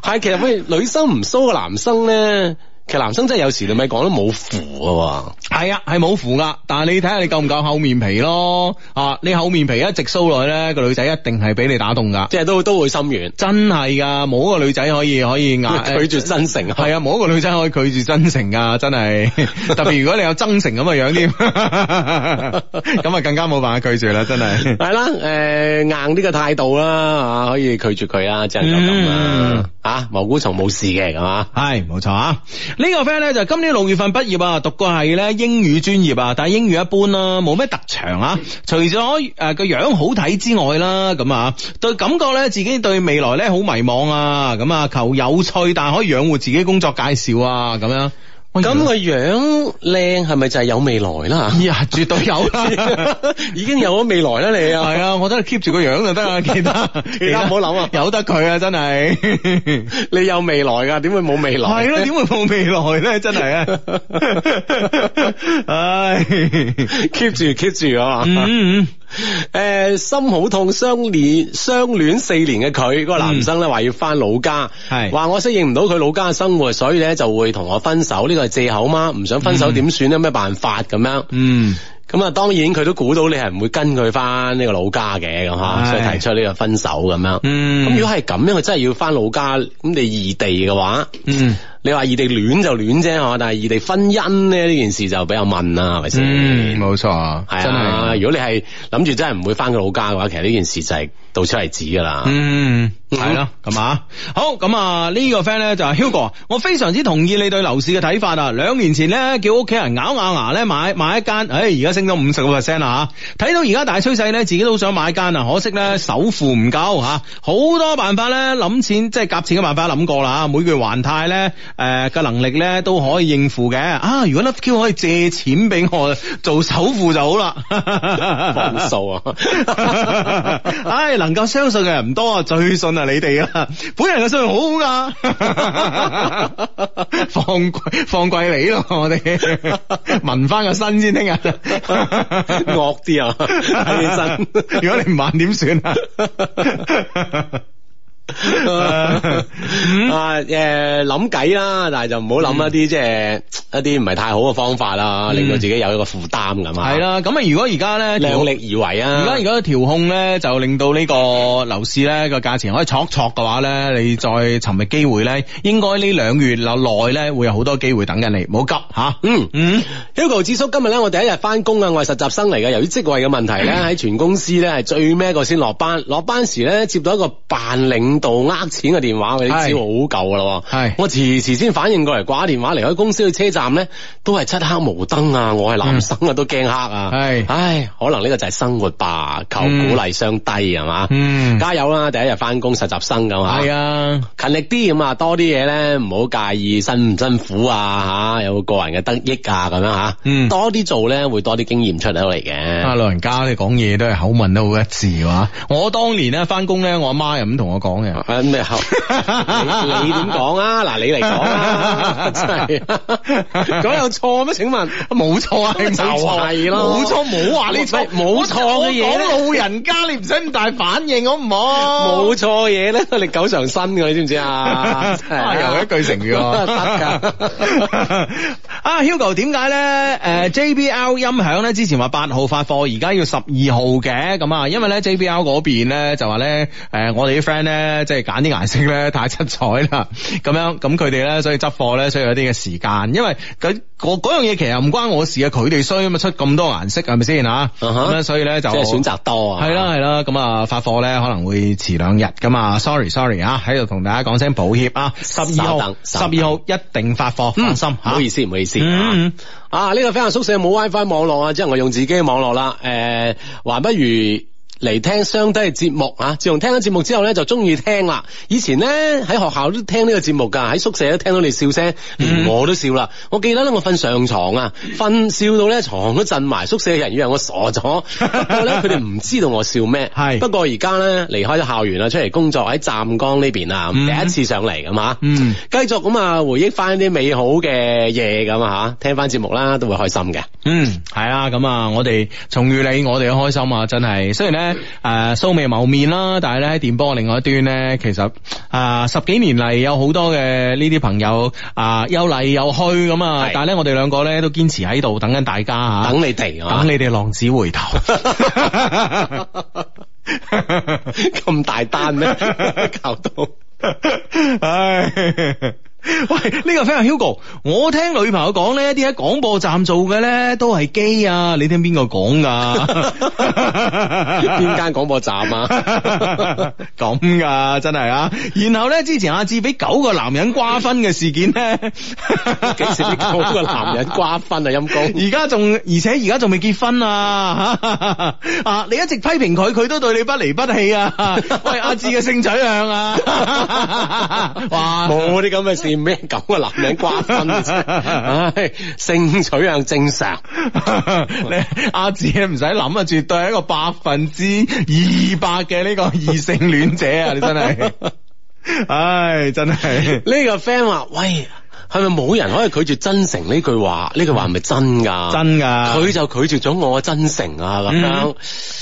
[SPEAKER 3] 係其實喂，女生唔騷嘅男生咧，其實男生真係有時你咪講得冇符嘅
[SPEAKER 1] 系啊，系冇符噶，但系你睇下你夠唔夠厚面皮咯，啊，你厚面皮一直 show 落去咧，個女仔一定係俾你打動噶
[SPEAKER 3] 喎，，即係都都會心軟，
[SPEAKER 1] 真係噶，冇一個女仔可以可以 壓
[SPEAKER 3] 拒絕真誠
[SPEAKER 1] 系啊，冇一個女仔可以拒絕真誠噶，真 係特別如果你有真誠咁嘅樣添， 咁啊更加冇辦法拒絕啦，真係。
[SPEAKER 3] 係啦，诶、硬啲嘅態度啦，啊，可以拒絕佢啦，只能夠咁啦
[SPEAKER 1] 嗯，
[SPEAKER 3] 啊，蘑菇蟲冇事嘅，係嘛？
[SPEAKER 1] 係冇錯啊！呢、個 friend 咧就今年六月份畢業啊，讀個係咧英語專業啊，但係英語一般啦，冇咩特長啊。除咗誒個樣好睇之外啦，咁啊，對感覺咧自己對未來咧好迷茫啊，咁啊求有趣但係可以養活自己工作介紹啊，咁樣。喂
[SPEAKER 3] 咁個樣靚係咪就係有未來啦？
[SPEAKER 1] 呀，絕對有啦！
[SPEAKER 3] 已經有咗未來啦，你啊！
[SPEAKER 1] 系啊，我都系 keep 住個樣就得啦，其他
[SPEAKER 3] 其他唔好諗啊
[SPEAKER 1] 由得佢啊，真係係
[SPEAKER 3] 你有未來噶，點會冇未來？
[SPEAKER 1] 咯，點會冇未來咧？真係啊， 唉，
[SPEAKER 3] keep 住 keep 住啊嘛。
[SPEAKER 1] 嗯嗯
[SPEAKER 3] 诶、心好痛，相戀相戀四年嘅佢，嗰、個男生咧話要翻老家，
[SPEAKER 1] 係
[SPEAKER 3] 話我適應唔到佢老家嘅生活，所以咧就會同我分手，呢個係借口嗎？唔想分手點算咧？有咩辦法咁樣？
[SPEAKER 1] 嗯，
[SPEAKER 3] 咁啊，當然佢都估到你係唔會跟佢翻呢個老家嘅咁吓，
[SPEAKER 1] 係
[SPEAKER 3] 所以提出呢個分手咁樣。
[SPEAKER 1] 嗯
[SPEAKER 3] 咁如果係咁樣，佢真係要翻老家，咁你異地嘅話，
[SPEAKER 1] 嗯
[SPEAKER 3] 你話異地戀就戀啫，嗬，但係異地婚姻咧呢件事就比較問啦，係咪先？
[SPEAKER 1] 嗯，冇錯啊，
[SPEAKER 3] 系
[SPEAKER 1] 真
[SPEAKER 3] 啊，
[SPEAKER 1] 係，
[SPEAKER 3] 如果你係諗住真係唔會翻佢老家嘅話，其實呢件事就係到此為止噶啦。
[SPEAKER 1] 嗯。係咯，咁啊，好咁啊，呢個 friend 咧就係 Hugo，我非常之同意你對樓市嘅睇法啊。兩年前咧叫屋企人咬咬牙咧買買一間，唉、而家升咗五十個 percent 啦嚇。睇到而家大趨勢咧，自己都想買間啊，可惜咧首付唔夠嚇，好多辦法咧諗錢，即係夾錢嘅辦法諗過啦。每個月還貸咧，誒、嘅能力咧都可以應付嘅。啊，如果 Love Q 可以借錢俾我做首付就好啦，
[SPEAKER 3] 放數啊！
[SPEAKER 1] 唉，能夠相信嘅人唔多啊，最信啊你哋啊，本人嘅信用好好噶， 放貴放貴你咯，我哋聞翻個身先 聽日，
[SPEAKER 3] 惡啲啊，睇起身。
[SPEAKER 1] 如果你唔還點算 啊？ 嗯
[SPEAKER 3] 啊，诶，谂计啦，但係就唔好諗一啲即係一啲唔係太好嘅方法啦，
[SPEAKER 1] 嗯
[SPEAKER 3] 令到自己有一個負擔咁啊。
[SPEAKER 1] 係，啦，咁啊，如果而家咧
[SPEAKER 3] 量力而為啊。
[SPEAKER 1] 而家而家調控咧，就令到呢個樓市咧個價錢可以戳戳嘅話咧，你再尋覓機會咧，應該呢兩個月內咧會有好多機會等緊你，唔好急吓。
[SPEAKER 3] 嗯
[SPEAKER 1] 嗯
[SPEAKER 3] Hugo 子叔，今日咧我第一日翻工啊，我係實習生嚟嘅。由於職位嘅問題
[SPEAKER 1] 嗯
[SPEAKER 3] 咧，喺全公司咧係最尾一個先落班。落班時咧接到一個扮領導呃錢嘅電話，你知
[SPEAKER 1] 係
[SPEAKER 3] 好舊噶啦。
[SPEAKER 1] 係
[SPEAKER 3] 我遲遲先反應過嚟，掛電話離開公司去車站咧，都係漆黑無燈啊！我係
[SPEAKER 1] 嗯
[SPEAKER 3] 男生啊，都驚黑啊。
[SPEAKER 1] 係
[SPEAKER 3] 唉，可能呢個就係生活吧，求鼓勵相低係嘛。
[SPEAKER 1] 嗯，
[SPEAKER 3] 加油啦！第一日翻工實習生咁啊。
[SPEAKER 1] 係啊，
[SPEAKER 3] 勤力啲咁啊，多啲嘢咧，唔好介意辛唔辛苦啊吓，有個人嘅得益啊咁樣吓，
[SPEAKER 1] 嗯
[SPEAKER 3] 多啲做咧會多啲經驗出到嚟
[SPEAKER 1] 啊
[SPEAKER 3] 嘅。
[SPEAKER 1] 老人家你講嘢都係口吻都好一致嘅話，我當年咧翻工咧，我阿媽又咁同我講嘅。
[SPEAKER 3] 啊咩後你你點講啊？嗱，你嚟講 啊，真係咁有錯咩？請問
[SPEAKER 1] 冇錯啊，係冇錯
[SPEAKER 3] 就係咯
[SPEAKER 1] 冇錯冇話你錯，
[SPEAKER 3] 喂冇錯嘅嘢
[SPEAKER 1] 我
[SPEAKER 3] 呢
[SPEAKER 1] 講老人家你唔使咁大反應，好唔好？
[SPEAKER 3] 冇錯嘢咧，歷久常新嘅，你知唔知啊？真係
[SPEAKER 1] 啊，又一句成語喎，
[SPEAKER 3] 得㗎。
[SPEAKER 1] 啊，Hugo 點解咧？誒、JBL 音響咧，之前話八號發貨，而家要十二號嘅咁啊，因為咧 JBL 嗰邊咧就話咧誒，我哋啲 friend 咧即係揀啲顏色咧太七彩啦，咁樣咁佢哋咧所以執貨咧需要一啲嘅時間，因為佢嗰嗰樣嘢其實唔關我事啊，佢哋衰咁啊出咁多顏色係咪先嚇？
[SPEAKER 3] 嗯
[SPEAKER 1] 咁
[SPEAKER 3] 哼
[SPEAKER 1] 咧所以咧就
[SPEAKER 3] 即係選擇多
[SPEAKER 1] Uh-huh
[SPEAKER 3] 啊。
[SPEAKER 1] 係啦係啦，咁啊發貨咧可能會遲兩日噶嘛，sorry sorry 啊，喺度同大家講聲抱歉啊，十二
[SPEAKER 3] 稍
[SPEAKER 1] 號
[SPEAKER 3] 等
[SPEAKER 1] 十
[SPEAKER 3] 稍等
[SPEAKER 1] 二號一定發貨，放
[SPEAKER 3] 嗯，
[SPEAKER 1] 心
[SPEAKER 3] 唔好意
[SPEAKER 1] 思，
[SPEAKER 3] 思，唔好意思。
[SPEAKER 1] 嗯嗯
[SPEAKER 3] 啊，呢、個 friend 話宿舍冇 WiFi 網絡啊，即係我用自己嘅網絡啦。诶、還不如嚟聽雙低嘅節目啊！自從聽咗節目之後咧，就中意聽啦。以前咧喺學校都聽呢個節目㗎，喺宿舍都聽到你笑聲，
[SPEAKER 1] 嗯
[SPEAKER 3] 連我都笑啦。我記得咧，我瞓上床啊，瞓笑到咧床都震埋，宿舍嘅人以為我傻 咗。不過咧，佢哋唔知道我笑咩。
[SPEAKER 1] 係
[SPEAKER 3] 不過而家咧離開咗校園啦，出嚟工作喺湛江呢邊啊，
[SPEAKER 1] 嗯
[SPEAKER 3] 第一次上嚟咁吓。
[SPEAKER 1] 嗯。
[SPEAKER 3] 繼續咁啊，回憶翻啲美好嘅嘢咁啊吓，聽翻節目啦，都會開心嘅。
[SPEAKER 1] 嗯，係啦，咁啊，我哋重遇你，我哋都開心啊，真係。雖然咧咧诶素未謀面啦，但係咧喺電波另外一端咧，其實啊、十幾年嚟有好多嘅呢啲朋友啊、又嚟又去咁啊
[SPEAKER 3] 係，
[SPEAKER 1] 但係咧我哋兩個咧都堅持喺度等緊大家吓，
[SPEAKER 3] 等你哋啊，
[SPEAKER 1] 等你哋浪子回頭。
[SPEAKER 3] 咁大單咩？ 搞到
[SPEAKER 1] 唉。喂，呢、個 friend 係 Hugo，我聽女朋友講呢啲喺廣播站做嘅咧都係基啊，你聽邊個講 噶？
[SPEAKER 3] 邊間廣播 站啊？
[SPEAKER 1] 咁噶，真係啊！然後咧，之前阿志俾九個男人瓜分嘅事件咧，
[SPEAKER 3] 幾時啲九個男人瓜分啊？陰 公
[SPEAKER 1] 而家仲，而且而家仲未結婚啊！啊，你一直批評佢，佢都對你不離不棄 啊！喂，阿志嘅性取向啊！ 哇，
[SPEAKER 3] 冇啲咁嘅事，咩九個男人瓜分啊？真係唉，性取向正常，
[SPEAKER 1] 你阿志你唔使諗啊，絕對係一個百分之二百嘅呢個異性戀者啊！你真 係，唉，真係。
[SPEAKER 3] 呢個 friend 話：喂，係咪冇人可以拒絕真誠呢句話？呢句話係咪真㗎？
[SPEAKER 1] 真噶，
[SPEAKER 3] 佢就拒絕咗我嘅真誠啊！咁樣
[SPEAKER 1] 嗯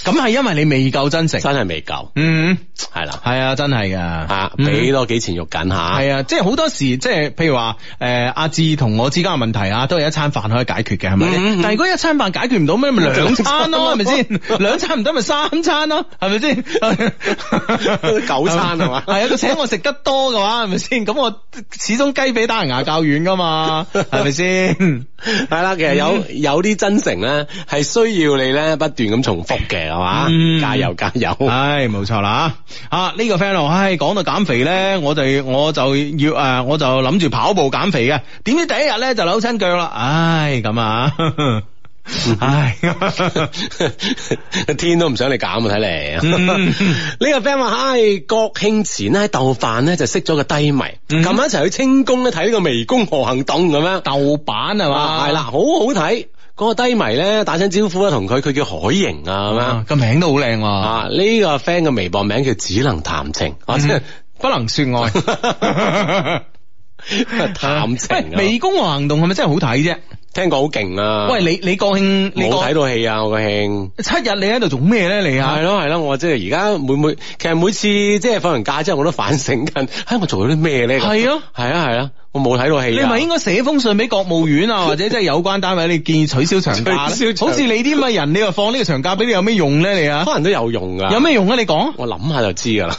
[SPEAKER 1] 咁係因為你未夠真誠。
[SPEAKER 3] 真係未夠，
[SPEAKER 1] 嗯，
[SPEAKER 3] 係啦，
[SPEAKER 1] 係啊，真係噶，
[SPEAKER 3] 啊，
[SPEAKER 1] 嗯
[SPEAKER 3] 俾多幾錢肉緊嚇，
[SPEAKER 1] 系啊，即係好多時，即係譬如話，诶、阿志同我之間嘅問題啊，都係一餐飯可以解決嘅，係咪？
[SPEAKER 3] 嗯嗯嗯
[SPEAKER 1] 但係如果一餐飯解決唔到咩，咪兩餐咯，係咪 先？兩餐唔得咪三餐咯，係咪先？
[SPEAKER 3] 九餐係嘛
[SPEAKER 1] 係啊，佢請我食得多嘅話，係咪先？咁我始終雞髀打人牙較軟噶嘛，係咪先？
[SPEAKER 3] 係啦，其實有
[SPEAKER 1] 嗯
[SPEAKER 3] 有啲真誠咧，係需要你咧不斷咁重複嘅，係嘛
[SPEAKER 1] 嗯？
[SPEAKER 3] 加油加油！
[SPEAKER 1] 唉，冇錯啦啊！呢、個 friend 話唉，講到減肥咧，我哋我就要诶、呃我就諗住跑步減肥嘅，點知第一日咧就扭親腳啦，唉咁啊，
[SPEAKER 3] 嗯
[SPEAKER 1] 唉，
[SPEAKER 3] 天都唔想你減啊！睇嚟，
[SPEAKER 1] 嗯
[SPEAKER 3] 呢個 friend 話：，唉，國慶前咧豆瓣咧就識咗個低迷，琴
[SPEAKER 1] 嗯
[SPEAKER 3] 晚一齊去清宮咧睇呢個湄公河行動咁樣，
[SPEAKER 1] 豆瓣啊係嘛，
[SPEAKER 3] 係啦，好好睇。嗰個低迷咧打聲招呼啦，啊同佢佢叫海瑩啊咁樣
[SPEAKER 1] 啊，。個名都好靚喎，
[SPEAKER 3] 啊，呢、個 friend 嘅微博名叫只能談情，啊，即係
[SPEAKER 1] 嗯不能说愛。
[SPEAKER 3] 談情
[SPEAKER 1] 喂
[SPEAKER 3] 啊！
[SPEAKER 1] 湄公河行動係咪真係好睇啫？
[SPEAKER 3] 聽講好勁啊！
[SPEAKER 1] 喂，你你國慶你
[SPEAKER 3] 冇
[SPEAKER 1] 國
[SPEAKER 3] 睇到戲啊，我個慶。
[SPEAKER 1] 七日你喺度做咩咧？你啊
[SPEAKER 3] 係？咯係咯，我即係而家每每，其實每次即係放完假之後，我都反省緊，唉，我做咗啲咩咧？
[SPEAKER 1] 係咯，
[SPEAKER 3] 係啊係啊，我冇睇到戲
[SPEAKER 1] 你
[SPEAKER 3] 啊。
[SPEAKER 1] 咪應該寫封信俾國務院 啊，或者即係有關單位，你建議取消長假呢
[SPEAKER 3] 取消長假
[SPEAKER 1] 好似你啲咁嘅人，你話放呢個長假俾你有咩用咧？你 啊，
[SPEAKER 3] 可能都有用㗎。
[SPEAKER 1] 有？咩用啊？你講
[SPEAKER 3] 我諗下就知㗎啦。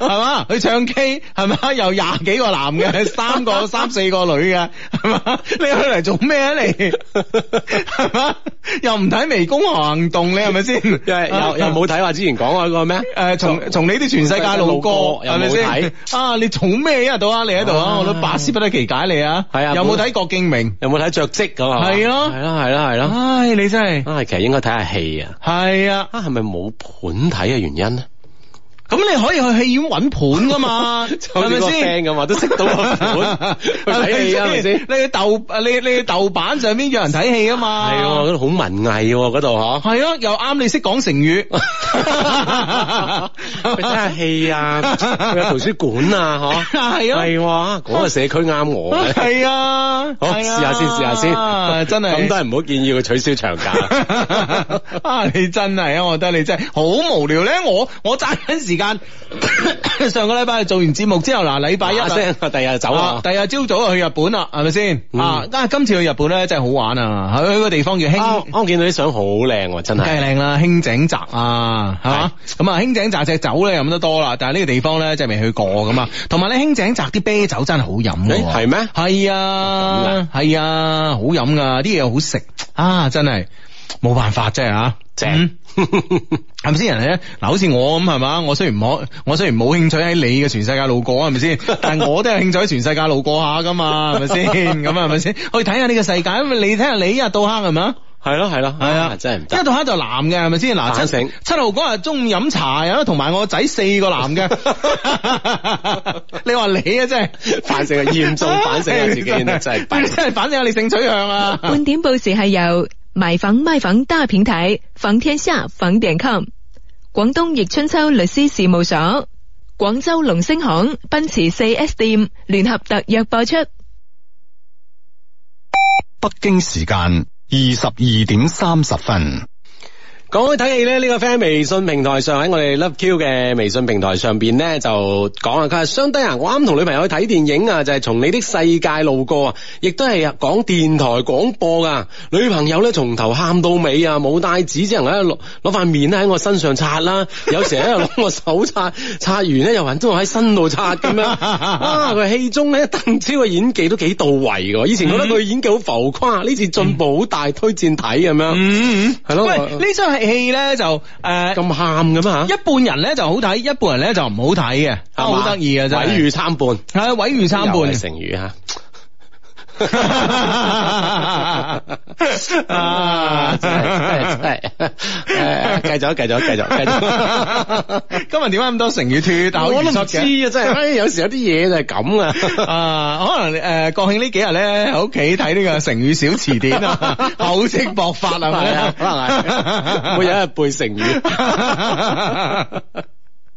[SPEAKER 1] 係嘛？去唱 K 係咪？有廿幾個男 嘅，三個三四個女嘅，係嘛？你去嚟做咩啊？你係嘛？又唔睇湄公河行動，你係咪先？
[SPEAKER 3] 又係
[SPEAKER 1] 啊
[SPEAKER 3] 又又冇睇話之前講嗰個咩？
[SPEAKER 1] 诶，從從你啲全世界路過，
[SPEAKER 3] 又
[SPEAKER 1] 係咪
[SPEAKER 3] 冇睇
[SPEAKER 1] 先？啊，你做咩一日到啊？你喺度啊，
[SPEAKER 3] 啊
[SPEAKER 1] 我都百思不得其解你啊！
[SPEAKER 3] 係啊
[SPEAKER 1] 有冇
[SPEAKER 3] 冇
[SPEAKER 1] 睇郭敬明？
[SPEAKER 3] 有冇睇着職咁啊？
[SPEAKER 1] 係咯
[SPEAKER 3] 係咯係咯係咯。
[SPEAKER 1] 唉，你真係
[SPEAKER 3] 啊，其實應該睇下戲啊。
[SPEAKER 1] 係啊！
[SPEAKER 3] 啊，係咪冇盤睇嘅原因咧？
[SPEAKER 1] 咁你可以去戲院揾盤噶 嘛，係咪先？
[SPEAKER 3] 咁嘛，都識到 個盤 去睇戲啊，係咪先？
[SPEAKER 1] 你去豆你你去豆瓣上邊有人睇戲啊嘛？
[SPEAKER 3] 係喎，嗰度好文藝喎，嗰度 嗬。
[SPEAKER 1] 係啊咯，又啱你識講成語。
[SPEAKER 3] 去睇下戲啊，去下圖書館啊，嗬。
[SPEAKER 1] 係啊
[SPEAKER 3] 係喎，嗰個社區啱我 嘅。
[SPEAKER 1] 係啊，
[SPEAKER 3] 好，
[SPEAKER 1] 係啊
[SPEAKER 3] 試下先，試下先。
[SPEAKER 1] 真係
[SPEAKER 3] 咁都係唔好建議佢取消長假。
[SPEAKER 1] 啊！你真係啊，我覺得你真係好無聊咧。我我揸緊時 間，上個禮拜做完節目之後，嗱禮拜一
[SPEAKER 3] 一
[SPEAKER 1] 啊
[SPEAKER 3] 聲，我第日走
[SPEAKER 1] 啊
[SPEAKER 3] 啊！
[SPEAKER 1] 第日朝早就去日本啦，係咪先？
[SPEAKER 3] 嗯
[SPEAKER 1] 啊，啊今次去日本咧真係好玩啊！去去個地方叫
[SPEAKER 3] 啊
[SPEAKER 1] 輕，
[SPEAKER 3] 啱我見到啲相好靚喎，真
[SPEAKER 1] 梗
[SPEAKER 3] 係。
[SPEAKER 1] 係靚啦，輕井澤啊，係嘛？咁啊，輕井澤隻酒咧飲得多啦，但係呢個地方咧真係未去過咁啊。同埋咧，輕井澤啲啤酒真係好飲嘅
[SPEAKER 3] 誒
[SPEAKER 1] 喎，
[SPEAKER 3] 係咩
[SPEAKER 1] 係啊，係啊，好飲噶，啲嘢好食啊，真係冇辦法真係啊，嗯
[SPEAKER 3] 正。
[SPEAKER 1] 係咪先人哋咧？嗱，好似我咁係嘛，我雖然唔可，我雖然冇興趣喺你嘅全世界路過，係咪 先？但係我都有興趣喺全世界路過下噶嘛，係咪先？咁啊，係咪先？去睇下呢個世界，因為你睇下你一日到黑係咪啊？
[SPEAKER 3] 係咯係咯，
[SPEAKER 1] 係啊，
[SPEAKER 3] 真係唔
[SPEAKER 1] 一日
[SPEAKER 3] 得。
[SPEAKER 1] 到黑就男嘅係咪先？嗱，
[SPEAKER 3] 反
[SPEAKER 1] 七
[SPEAKER 3] 省
[SPEAKER 1] 七號嗰日中午飲茶，有同埋我仔四個男 嘅。你話你啊，真係
[SPEAKER 3] 反省啊，嚴重反省啊，自己 真係
[SPEAKER 1] 真
[SPEAKER 3] 弊。
[SPEAKER 1] 係反省下你性取向啊！
[SPEAKER 4] 半点报时系由买房卖房大平台房天下房点 com、广东易春秋律师事务所、广州龙星行奔驰四 S 店联合特约播出。
[SPEAKER 5] 北京時間二十二點三十分。
[SPEAKER 3] 讲開睇戲咧，呢、個 friend 微信平台上喺我哋 Love Q 嘅微信平台上邊咧就講啊，佢話相低啊，我啱同女朋友去睇電影啊，就係、從你的世界路過啊，亦都係講電台廣播噶。女朋友咧從頭喊到尾啊，冇帶紙，只能喺度攞攞塊面咧喺我身上擦啦，有時喺度攞我手擦，擦完咧又揾到我喺身度擦咁樣。啊，佢戲中咧鄧超嘅演技都幾到位嘅，以前覺得佢演技好浮誇，呢次進步好大，推薦睇咁樣。
[SPEAKER 1] 嗯，
[SPEAKER 3] 係咯
[SPEAKER 1] 喂，
[SPEAKER 3] 我
[SPEAKER 1] 呢出戲咧就诶，
[SPEAKER 3] 咁喊咁啊！
[SPEAKER 1] 一半人咧就好睇，一半人咧就唔好睇嘅，啊好得意嘅真係。
[SPEAKER 3] 毀譽參半，
[SPEAKER 1] 系毀譽參
[SPEAKER 3] 又
[SPEAKER 1] 半
[SPEAKER 3] 係。成語吓。
[SPEAKER 1] 啊
[SPEAKER 3] 真係真係，誒繼續繼續繼續繼續。
[SPEAKER 1] 今日點解咁多成語脱口
[SPEAKER 3] 我
[SPEAKER 1] 而
[SPEAKER 3] 都
[SPEAKER 1] 出
[SPEAKER 3] 唔知
[SPEAKER 1] 嘅？
[SPEAKER 3] 啊，真係，唉有時有啲嘢就係 咁啊。
[SPEAKER 1] 啊，可能诶、呃、国庆呢幾日咧喺屋企睇呢個成語小詞典 啊，厚積薄發係咪
[SPEAKER 3] 係啊
[SPEAKER 1] 啊？
[SPEAKER 3] 可 能係每日一背成語。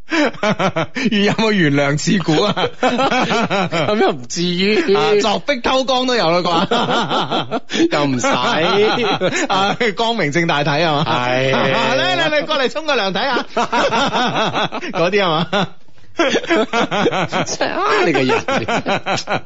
[SPEAKER 1] 語有冇原諒自古 啊？
[SPEAKER 3] 咁又唔至於，
[SPEAKER 1] 啊，鑿壁偷光都有啦啩，
[SPEAKER 3] 又唔使
[SPEAKER 1] 啊，光明正大睇係啊嘛？
[SPEAKER 3] 係
[SPEAKER 1] 嚟嚟嚟，過嚟沖個涼睇下， 嗰啲係啊嘛？
[SPEAKER 3] 真係啊你個人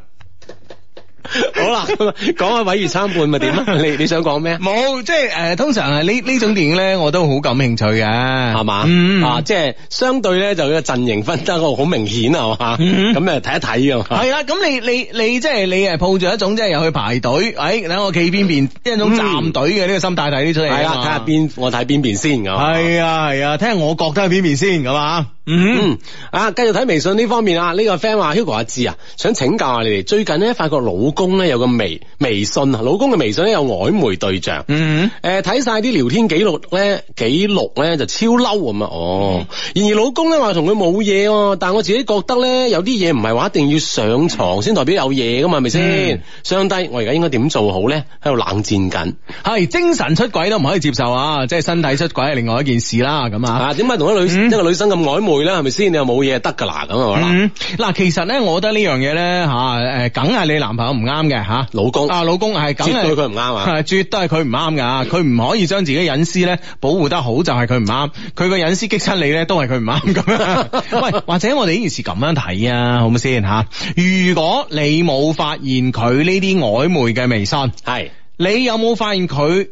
[SPEAKER 3] 好啦，咁啊講下毀譽參半咪點啊？你你想講咩啊？
[SPEAKER 1] 冇，即係诶、呃通常係呢呢種電影咧，我都好感興趣嘅，
[SPEAKER 3] 係嘛？
[SPEAKER 1] 嗯
[SPEAKER 3] 啊，即係相對咧就個陣型分得好明顯啊，係嘛？
[SPEAKER 1] 嗯
[SPEAKER 3] 咁啊睇一睇啊嘛。
[SPEAKER 1] 系啦，咁你你你即係你係抱住一種即係又去排隊，诶、等我企邊邊，一種站隊嘅呢個心態睇呢出嚟，
[SPEAKER 3] 嗯係啦，睇下。邊我睇邊邊先咁。
[SPEAKER 1] 系啊係啊，聽下我覺得係邊邊先咁啊，
[SPEAKER 3] 嗯，啊，繼續睇微信呢方面啊，呢、個 friend 話 Hugo 阿志啊，想請教下你哋，最近咧發覺老公咧有個微微信啊，老公嘅微信咧有曖昧對象。
[SPEAKER 1] 嗯
[SPEAKER 3] 誒睇晒啲聊天記錄咧，記錄咧就超嬲咁啊！
[SPEAKER 1] 嗯
[SPEAKER 3] 哦，然而老公咧話同佢冇嘢喎，但我自己覺得咧有啲嘢唔係話一定要上床先代表有嘢噶嘛，係咪
[SPEAKER 1] 嗯
[SPEAKER 3] 先？相低，我而家應該點做好咧？喺度冷戰緊
[SPEAKER 1] 系精神出軌都唔可以接受啊，即係身體出軌係另外一件事啦，咁啊。
[SPEAKER 3] 啊！點解同一女
[SPEAKER 1] 嗯
[SPEAKER 3] 一個女生咁曖昧咧？係咪先？你又冇嘢就得㗎啦咁啊嘛嗱，
[SPEAKER 1] 嗯嗱，其實咧，我覺得呢樣嘢咧吓，诶，梗係你男朋友唔啱嘅吓，
[SPEAKER 3] 老公
[SPEAKER 1] 啊，老公係梗
[SPEAKER 3] 絕
[SPEAKER 1] 係
[SPEAKER 3] 對佢唔啱啊！
[SPEAKER 1] 係絕對係佢唔啱㗎，佢唔可以將自己隱私咧保護得好，就係佢唔啱。佢個隱私激親你咧，都係佢唔啱咁 樣。喂，或者我哋呢件事咁樣睇啊，好唔好先吓？如果你冇發現佢呢啲曖昧嘅微信，
[SPEAKER 3] 係，
[SPEAKER 1] 你有冇發現佢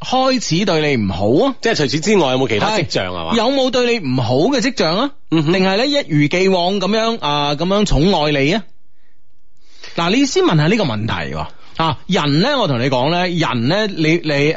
[SPEAKER 1] 開始對你唔好啊？
[SPEAKER 3] 即係除此之外有冇其他
[SPEAKER 1] 係
[SPEAKER 3] 跡象啊係嘛？
[SPEAKER 1] 有冇對你唔好嘅跡象啊？
[SPEAKER 3] 嗯
[SPEAKER 1] 定
[SPEAKER 3] 哼
[SPEAKER 1] 係咧一如既往咁樣啊咁樣寵愛你啊？嗱，你先問下呢個問題喎。啊！人咧，我同你講咧，人咧，你你誒誒、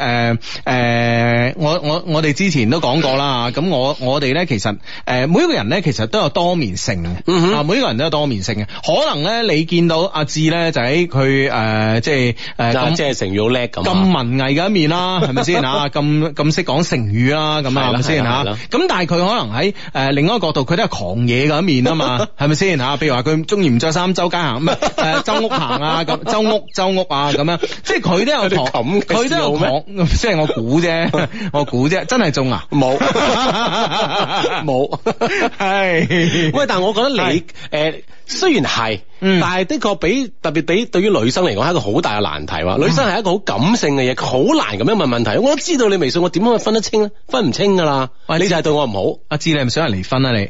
[SPEAKER 1] 呃我我我哋之前都講過啦。咁我我哋咧，其實誒、呃每一個人咧，其實都有多面性嘅。
[SPEAKER 3] 嗯哼
[SPEAKER 1] 啊，每一個人都有多面性嘅。可能咧，你見到阿志咧，就喺佢誒即係誒
[SPEAKER 3] 啊
[SPEAKER 1] 咁
[SPEAKER 3] 即係成語好叻咁啊。
[SPEAKER 1] 咁文藝嘅一面 啦，係咪先啊？咁咁識講成語啦，咁啊，係
[SPEAKER 3] 係啦
[SPEAKER 1] 咪先
[SPEAKER 3] 係啦
[SPEAKER 1] 啊？
[SPEAKER 3] 係啦
[SPEAKER 1] 咁但係佢可能喺誒另一個角度，佢都係狂野嘅一面啊嘛， 係咪先啊？譬如話佢中意唔着衫周街行，咩誒周屋行啊，咁周屋周屋啊咁樣，即係佢都
[SPEAKER 3] 有
[SPEAKER 1] 有
[SPEAKER 3] 啲
[SPEAKER 1] 狂，
[SPEAKER 3] 咁嘅
[SPEAKER 1] 佢都有
[SPEAKER 3] 嗜
[SPEAKER 1] 狂，即係我估啫， 我估啫，真係中啊！
[SPEAKER 3] 冇 冇。
[SPEAKER 1] 係
[SPEAKER 3] 喂，但係我覺得你
[SPEAKER 1] 係
[SPEAKER 3] 誒雖然係，
[SPEAKER 1] 嗯
[SPEAKER 3] 但係的確比特別比對於女生嚟講係一個好大嘅難題喎。
[SPEAKER 1] 嗯
[SPEAKER 3] 女生係一個好感性嘅嘢，佢好難咁樣問問題。我知道你微信，我點樣去分得清咧？分唔清㗎啦。
[SPEAKER 1] 喂
[SPEAKER 3] 你就係對我唔好，
[SPEAKER 1] 阿志，你係咪想人離婚啊？你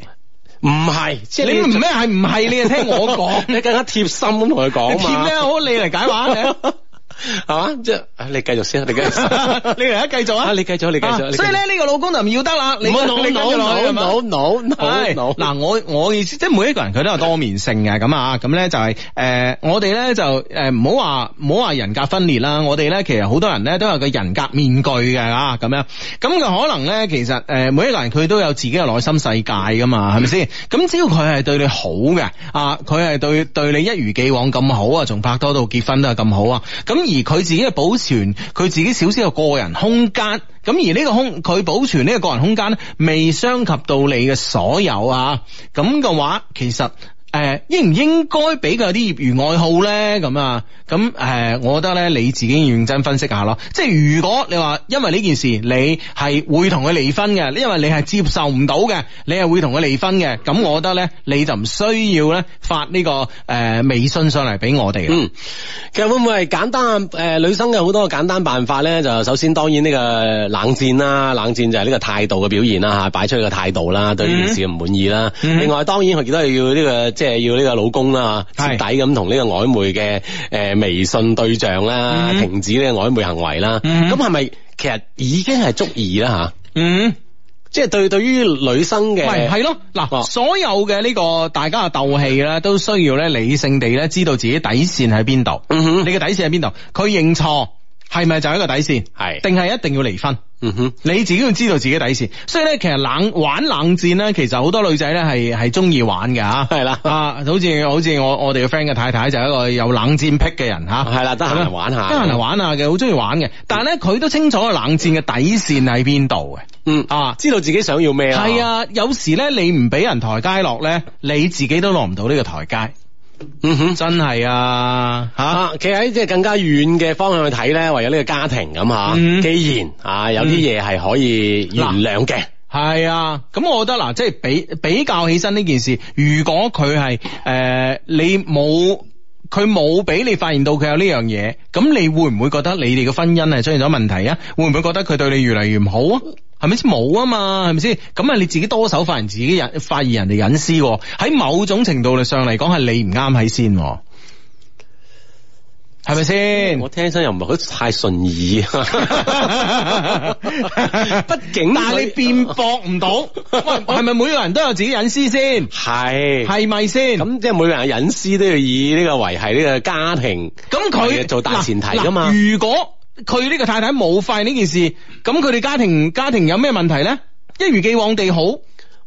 [SPEAKER 3] 唔係即係，
[SPEAKER 1] 你唔咩係唔係？你係聽我講
[SPEAKER 3] 你更加貼心咁同佢
[SPEAKER 1] 你
[SPEAKER 3] 講
[SPEAKER 1] 貼咧
[SPEAKER 3] 嘛。
[SPEAKER 1] 好，你嚟解話你啊。
[SPEAKER 3] 係嘛？即係唉你繼續先，你繼續先。
[SPEAKER 1] 你嚟啊，繼續啊，
[SPEAKER 3] 啊你繼續你繼續
[SPEAKER 1] 啊
[SPEAKER 3] 你繼續
[SPEAKER 1] 所以咧，呢個老公就唔要得啦，你
[SPEAKER 3] 唔好
[SPEAKER 1] 你跟住落去係嘛
[SPEAKER 3] no no no no
[SPEAKER 1] 係
[SPEAKER 3] no
[SPEAKER 1] 嗱，我我意思即係每一個人佢都有多面性嘅咁啊，咁咧就係、呃我哋咧就誒唔好話唔好話人格分裂啦，我哋咧其實好多人咧都有個人格面具嘅啊，咁樣咁佢可能咧其實誒、呃每一個人佢都有自己嘅內心世界噶嘛，係咪先？咁只要佢係對你好嘅啊，佢係對對你一如既往咁好啊，從拍拖到結婚都係咁好啊，咁而佢自己嘅保存佢自己少少嘅個人空間。咁而呢個空佢保存呢個個人空間咧，未傷及到你嘅所有啊，咁嘅話其實。诶、應应唔應該俾佢有啲業餘愛好咧？咁啊，咁诶、誒我覺得咧你自己要認真分析下咯。即係如果你話因為呢件事你係會同佢離婚嘅，因為你係接受唔到嘅，你係會同佢離婚嘅，咁我覺得咧你就唔需要咧發呢、個誒微信上嚟俾我哋啦。
[SPEAKER 3] 嗯，其實會唔會係簡單誒、呃女生嘅好多簡單辦法咧，就首先當然呢個冷戰啦，冷戰就係呢個態度嘅表現啦嚇，擺出佢嘅態度啦，對呢件事嘅唔滿意啦。
[SPEAKER 1] 嗯
[SPEAKER 3] 另外當然佢亦都係要呢、個即係要呢個老公啦，嚇
[SPEAKER 1] 係
[SPEAKER 3] 徹底咁同呢個曖昧嘅誒、呃微信對象啦，
[SPEAKER 1] 嗯
[SPEAKER 3] 停止呢個曖昧行為啦。
[SPEAKER 1] 嗯
[SPEAKER 3] 咁係咪其實已經係足以啦嚇？吓
[SPEAKER 1] 嗯。
[SPEAKER 3] 即係對對於女生嘅
[SPEAKER 1] 喂，係咯，
[SPEAKER 3] 哦
[SPEAKER 1] 嗱，所有嘅呢個大家嘅鬥氣咧，都需要咧理性地咧知道自己底線喺邊度。
[SPEAKER 3] 嗯
[SPEAKER 1] 你
[SPEAKER 3] 哼，
[SPEAKER 1] 嘅底線喺邊度？佢認錯係咪就係一個底線？
[SPEAKER 3] 係
[SPEAKER 1] 定係一定要離婚？
[SPEAKER 3] 嗯哼。
[SPEAKER 1] 你自己要知道自己底線。所以咧，其實冷玩冷戰咧，其實好多女仔咧係係中意玩嘅吓。
[SPEAKER 3] 係啦
[SPEAKER 1] 啊，好似好似我我哋嘅 friend 嘅太太就係一個有冷戰癖嘅人吓。
[SPEAKER 3] 係啦得閒嚟玩下
[SPEAKER 1] 得閒嚟玩下嘅，好中意玩嘅。但係咧，佢都清楚冷戰嘅底線喺邊度嘅。
[SPEAKER 3] 嗯
[SPEAKER 1] 啊
[SPEAKER 3] 知道自己想要咩啊？
[SPEAKER 1] 係，啊，有時咧你唔俾人台階落咧，你自己都落唔到呢個台階，
[SPEAKER 3] 嗯哼。
[SPEAKER 1] 真係啊吓。
[SPEAKER 3] 啊，企喺即係更加遠嘅方向去睇咧，唯有呢個家庭咁吓。
[SPEAKER 1] 嗯
[SPEAKER 3] 既然啊有啲嘢係可以原諒嘅，
[SPEAKER 1] 係啊，咁我覺得嗱，即係比比較起身呢件事，如果佢係诶你冇。佢冇俾你發現到佢有呢樣嘢，咁你會唔會覺得你哋嘅婚姻係出現咗問題啊？會唔會覺得佢對你越嚟越唔好啊？係咪先冇啊嘛？係咪先？咁啊你自己多手發現自己人發現人哋隱私喎，喺某種程度上嚟講係你唔啱喺先喎，係咪先
[SPEAKER 3] 我？聽起身又唔係好太順 耳。畢竟
[SPEAKER 1] 但係
[SPEAKER 3] 佢
[SPEAKER 1] 你辯駁唔到，喂，係咪每個人都有自己隱私先？
[SPEAKER 3] 係
[SPEAKER 1] 係咪先？
[SPEAKER 3] 嗯咁，即係每個人嘅隱私都要以呢個維係呢個家庭。
[SPEAKER 1] 咁佢
[SPEAKER 3] 係啊做大前提㗎嘛
[SPEAKER 1] 嗱嗱如果佢呢個太太冇發現呢件事，咁佢哋家庭家庭有咩問題咧？一如既往地好，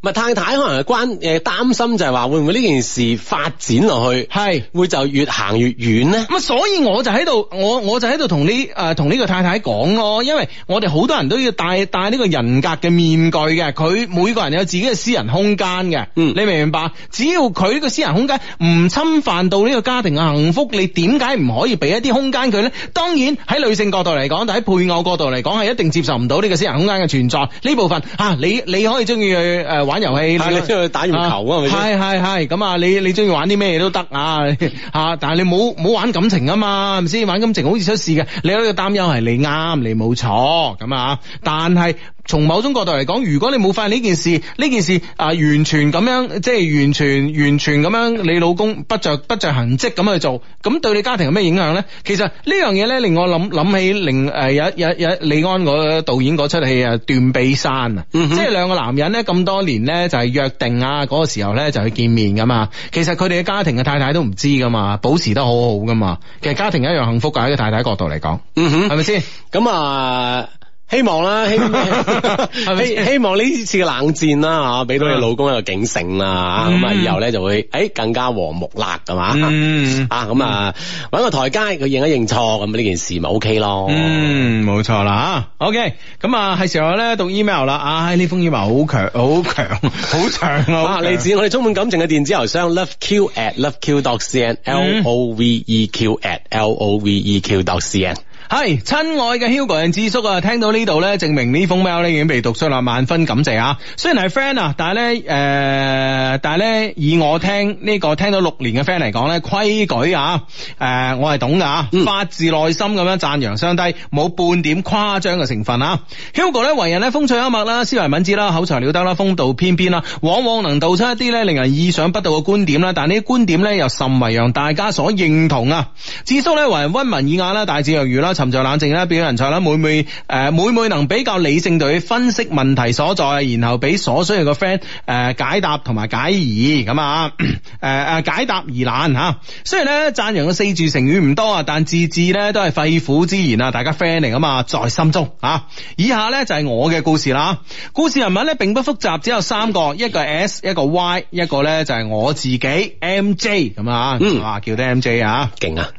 [SPEAKER 3] 咪太太可能係關誒擔心就係話會唔會呢件事發展落去，
[SPEAKER 1] 係
[SPEAKER 3] 會就越行越遠咧？
[SPEAKER 1] 咁啊，所以我就喺度，我我就喺度同呢誒同呢個太太講咯，因為我哋好多人都要戴戴呢個人格嘅面具嘅，佢每個人有自己嘅私人空間嘅，
[SPEAKER 3] 嗯
[SPEAKER 1] 你明唔明白？只要佢呢個私人空間唔侵犯到呢個家庭嘅幸福，你點解唔可以俾一啲空間佢呢？當然喺女性角度嚟講，但喺配偶角度嚟講，係一定接受唔到呢個私人空間嘅存在呢部分啊！你你可以中意去誒玩遊戲，
[SPEAKER 3] 係你中意去打羽毛球啊係咪先
[SPEAKER 1] 係係係咁 啊！你你中意玩啲咩都得啊吓，但係你冇冇玩感情啊嘛，係咪先玩感情好似出事嘅。你有呢個擔憂係你啱，你冇錯咁啊。但係從某種角度嚟講，如果你冇發現呢件事，呢件事啊完全咁樣，即係完全完全咁樣，你老公不着不着痕跡咁去做，咁對你家庭有咩影響咧？其實呢樣嘢咧，令我諗諗起令誒有一有一有一李安嗰導演嗰出戲啊《斷臂山》啊，
[SPEAKER 3] 嗯哼
[SPEAKER 1] 即係兩個男人咧咁多年咧就係約定啊嗰個時候咧就去見面噶嘛。其實佢哋嘅家庭嘅太太都唔知噶嘛，保持得好好噶嘛。其實家庭一樣幸福噶喺個太太角度嚟講，
[SPEAKER 3] 嗯哼
[SPEAKER 1] 係咪先？
[SPEAKER 3] 咁啊。希 望啦，希
[SPEAKER 1] 係咪
[SPEAKER 3] 希
[SPEAKER 1] 先
[SPEAKER 3] 希望呢次嘅冷戰啦嚇，俾到你老公一個警醒啦嚇，咁啊
[SPEAKER 1] 嗯
[SPEAKER 3] 以後咧就會誒更加和睦啦，係嘛？
[SPEAKER 1] 嗯
[SPEAKER 3] 啊咁啊揾個台階，佢認一認錯，咁呢件事咪 OK 咯。
[SPEAKER 1] 嗯，冇錯啦吓，OK，咁啊係時候咧讀 email 啦，唉呢封 email 好強，好強，好長啊，
[SPEAKER 3] 啊，
[SPEAKER 1] 好長
[SPEAKER 3] 嚟自我哋充滿感情嘅電子郵箱 loveq at loveq dot cn，l
[SPEAKER 1] 嗯
[SPEAKER 3] o v e q at l o v e q dot cn。
[SPEAKER 1] 系，親愛嘅 Hugo 人智叔啊，聽到呢度咧，證明呢封 mail 咧已經被讀出啦，萬分感謝啊！雖然係 friend 啊，但係咧诶，但係咧以我聽呢、個聽到六年嘅 friend 嚟講咧，規矩啊，诶、我係懂噶啊，
[SPEAKER 3] 嗯
[SPEAKER 1] 發自內心咁樣讚揚相低，冇半點誇張嘅成分啊！Hugo 咧為人咧風趣幽默啦，思維敏捷啦，口才了得啦，風度翩翩啦，往往能道出一啲咧令人意想不到嘅觀點啦，但呢啲觀點咧又甚為讓大家所認同啊！智叔咧為人温文爾雅啦，大智若愚啦，沉着冷靜啦，表人才啦，每每誒、呃每每能比較理性地去分析問題所在，然後俾所需要嘅 friend 誒解答同埋解疑咁啊，誒、呃、誒解答疑難嚇、雖然咧讚揚嘅四字成語唔多啊，但字字咧都係肺腑之言啊，大家 friend 嚟噶嘛，在心中啊。以下咧就係我嘅故事啦，故事人物咧並不複雜，只有三個，一個 S，一個 Y，一個咧就係我自己 MJ 咁啊，
[SPEAKER 3] 嗯
[SPEAKER 1] 哇叫得 MJ 啊。
[SPEAKER 3] 勁啊！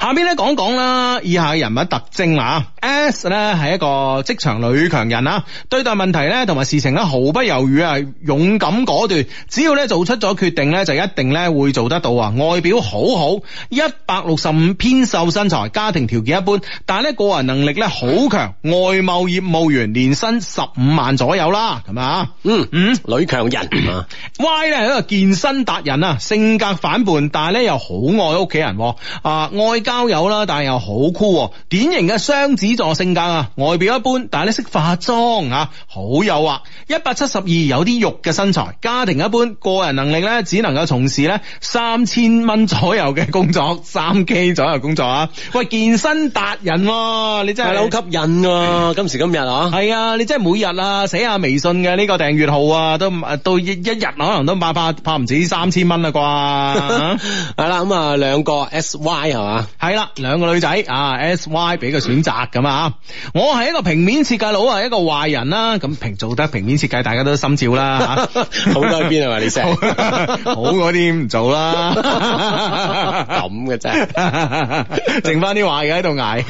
[SPEAKER 1] 下邊咧講講啦，以下嘅人物特徵啊。 S 咧系一個職場女強人啊，對待問題咧同埋事情咧毫不猶豫啊，勇敢果斷，只要咧做出咗決定咧，就一定咧會做得到啊！外表好好，一百六十五偏瘦身材，家庭條件一般，但係咧個人能力咧好強，外貿業務員，年薪十五萬左右啦，咁啊，
[SPEAKER 3] 嗯
[SPEAKER 1] 嗯。
[SPEAKER 3] 女強人啊，
[SPEAKER 1] Y 咧係一個健身達人啊，性格反叛，但係咧又好愛屋企人喎，啊愛交友啦，但係又好酷喎，典型嘅雙子座性格啊，外表一般，但係咧識化妝啊，好誘惑，一百七十二有啲肉嘅身材，家庭一般，個人能力咧只能夠從事咧三千蚊左右嘅工作，三 K 左右工作啊，喂健身達人、喎，你真
[SPEAKER 3] 係
[SPEAKER 1] 係
[SPEAKER 3] 啦，好吸引喎，今時今日 啊，
[SPEAKER 1] 系啊，你真系每日啊，寫下微信嘅呢個訂閱號啊，都唔到一一日啊可能都怕怕怕唔止三千蚊啦啩。
[SPEAKER 3] 係啦，咁啊兩個 S Y 係嘛，
[SPEAKER 1] 係啦，兩個女仔啊，S Y 俾個選擇咁啊，我係一個平面設計佬啊，一個壞人啦，咁平做得平面設計，大家都心照啦吓。
[SPEAKER 3] 好多喺邊係嘛？你成
[SPEAKER 1] 好好嗰啲唔做啦，
[SPEAKER 3] 咁嘅真係。
[SPEAKER 1] 剩翻啲壞嘅喺度捱，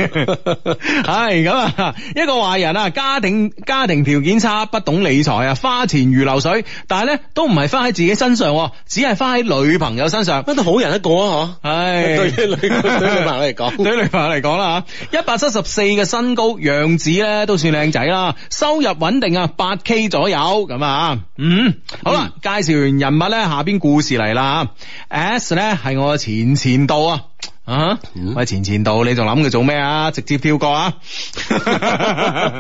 [SPEAKER 1] 係咁啊！一個壞人啊，家庭家庭條件差，不懂理財啊，花錢如流水，但係咧都唔係花喺自己身上喎，只係花喺女朋友身上。
[SPEAKER 3] 乜都好人一個啊，
[SPEAKER 1] 唉，
[SPEAKER 3] 對於女對於女朋友嚟 講
[SPEAKER 1] 對於女朋友嚟講啦吓，一百七十四嘅身高，樣子咧都算靚仔啦，收入穩定啊，八 K 左右咁啊，嗯，好啦，介紹完人物咧，下邊故事嚟啦，S 咧係我嘅前前度啊。啊！
[SPEAKER 3] 嗯
[SPEAKER 1] 喂，前前度，你仲諗佢做咩啊？直接跳過 啊！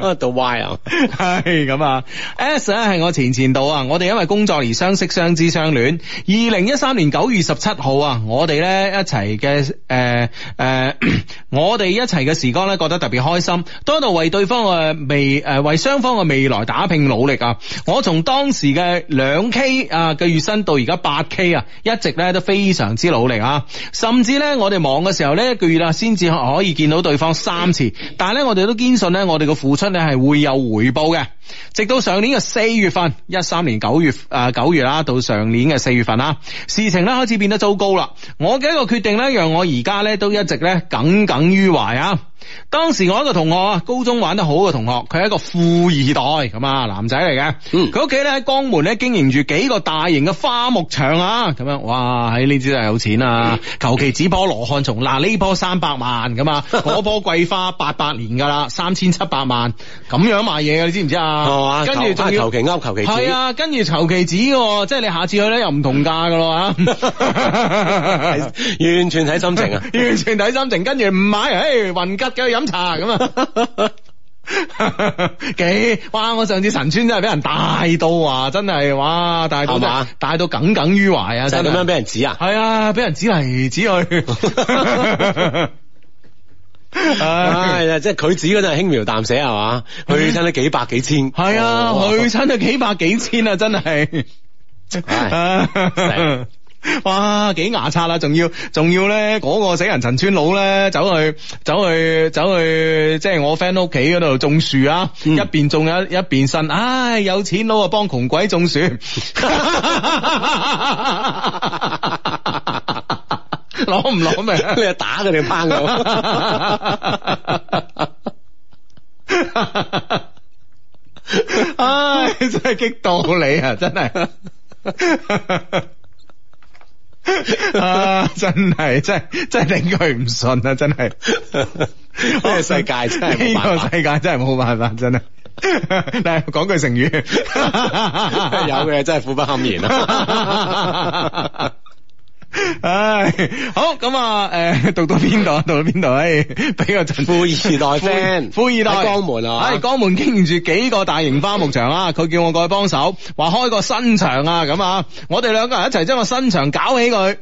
[SPEAKER 3] 嗬，到 Y 啊，
[SPEAKER 1] 系咁啊，S 咧系我前前度啊，我哋因為工作而相識、相知、相戀。二零一三年九月十七號啊，我哋咧一齊嘅诶诶， 我哋一齊嘅時光咧，覺得特別開心，多到為對方嘅未诶、呃為雙方嘅未來打拼努力啊！我從當時嘅兩 K 啊嘅月薪到而家八 K 啊，一直咧都非常之努力啊！甚至咧，我哋忙嘅時候咧，一個月啊先至可以見到對方三次，但係咧，我哋都堅信咧，我哋嘅付出咧係會有回報嘅。直到上年嘅四月份，一三年九月啊九、月啦，到上年嘅四月份啦，事情咧開始變得糟糕啦。我嘅一個決定咧，讓我而家咧都一直咧耿耿於懷啊。當時我一個同學啊，高中玩得好嘅同學，佢係一個富二代咁啊，男仔嚟嘅。
[SPEAKER 3] 嗯
[SPEAKER 1] 佢屋企咧喺江門咧經營住幾個大型嘅花木場啊，咁樣哇，喺呢啲真係有錢
[SPEAKER 3] 嗯
[SPEAKER 1] 啊！求其指棵羅漢松，嗱呢棵三百萬咁 啊，嗰棵桂花八百年㗎啦，三千七百萬咁樣賣嘢嘅，你知唔知啊？
[SPEAKER 3] 係嘛
[SPEAKER 1] 跟住
[SPEAKER 3] 求
[SPEAKER 1] 仲要
[SPEAKER 3] 哦求其勾求其指
[SPEAKER 1] 係啊，跟住求其指喎，即係你下次去咧又唔同價㗎咯啊！，
[SPEAKER 3] 係完全睇心情啊
[SPEAKER 1] 完全睇心情，跟住唔買，唉，混吉嘅去飲茶咁啊！ 幾哇！我上次神村真係俾人大到啊，真係哇，大到
[SPEAKER 3] 係嘛
[SPEAKER 1] 大到耿耿於懷啊，
[SPEAKER 3] 就 係
[SPEAKER 1] 真
[SPEAKER 3] 咁樣
[SPEAKER 1] 係
[SPEAKER 3] 俾人指啊，
[SPEAKER 1] 係啊，俾人指嚟指去。唉
[SPEAKER 3] 唉，即係佢指嗰陣係輕描淡寫係嘛，去親都幾百幾千，
[SPEAKER 1] 系啊，
[SPEAKER 3] 哦
[SPEAKER 1] 去親都幾百幾千啊，真係。
[SPEAKER 3] 係
[SPEAKER 1] 哇，幾牙刷啊！仲要仲要咧，嗰、個死人陳村佬咧，走去走去走去，即係我 friend 屋企嗰度種樹啊，
[SPEAKER 3] 嗯
[SPEAKER 1] 一邊種一一邊呻，唉，有錢佬啊，幫窮鬼種樹。 攞唔攞命啊？
[SPEAKER 3] 你係打佢定抨 佢？
[SPEAKER 1] 唉，真系激到你啊！真系。啊！真系真系真系令佢唔順啊！真係
[SPEAKER 3] 呢個世界真係冇辦法
[SPEAKER 1] 呢個世界真係冇辦法，真係。但係講句成 語，
[SPEAKER 3] 有嘅真係苦不堪言 啊！
[SPEAKER 1] 唉，好咁啊！诶、 讀到邊度啊？讀到邊度？唉、俾個陣
[SPEAKER 3] 富二代啊 friend，
[SPEAKER 1] 富二代
[SPEAKER 3] 喺江門啊嗯
[SPEAKER 1] 係江門經營住幾個大型花木場啊！佢叫我過去幫手，話開個新場啊咁啊！我哋兩個人一齊將個新場搞起佢。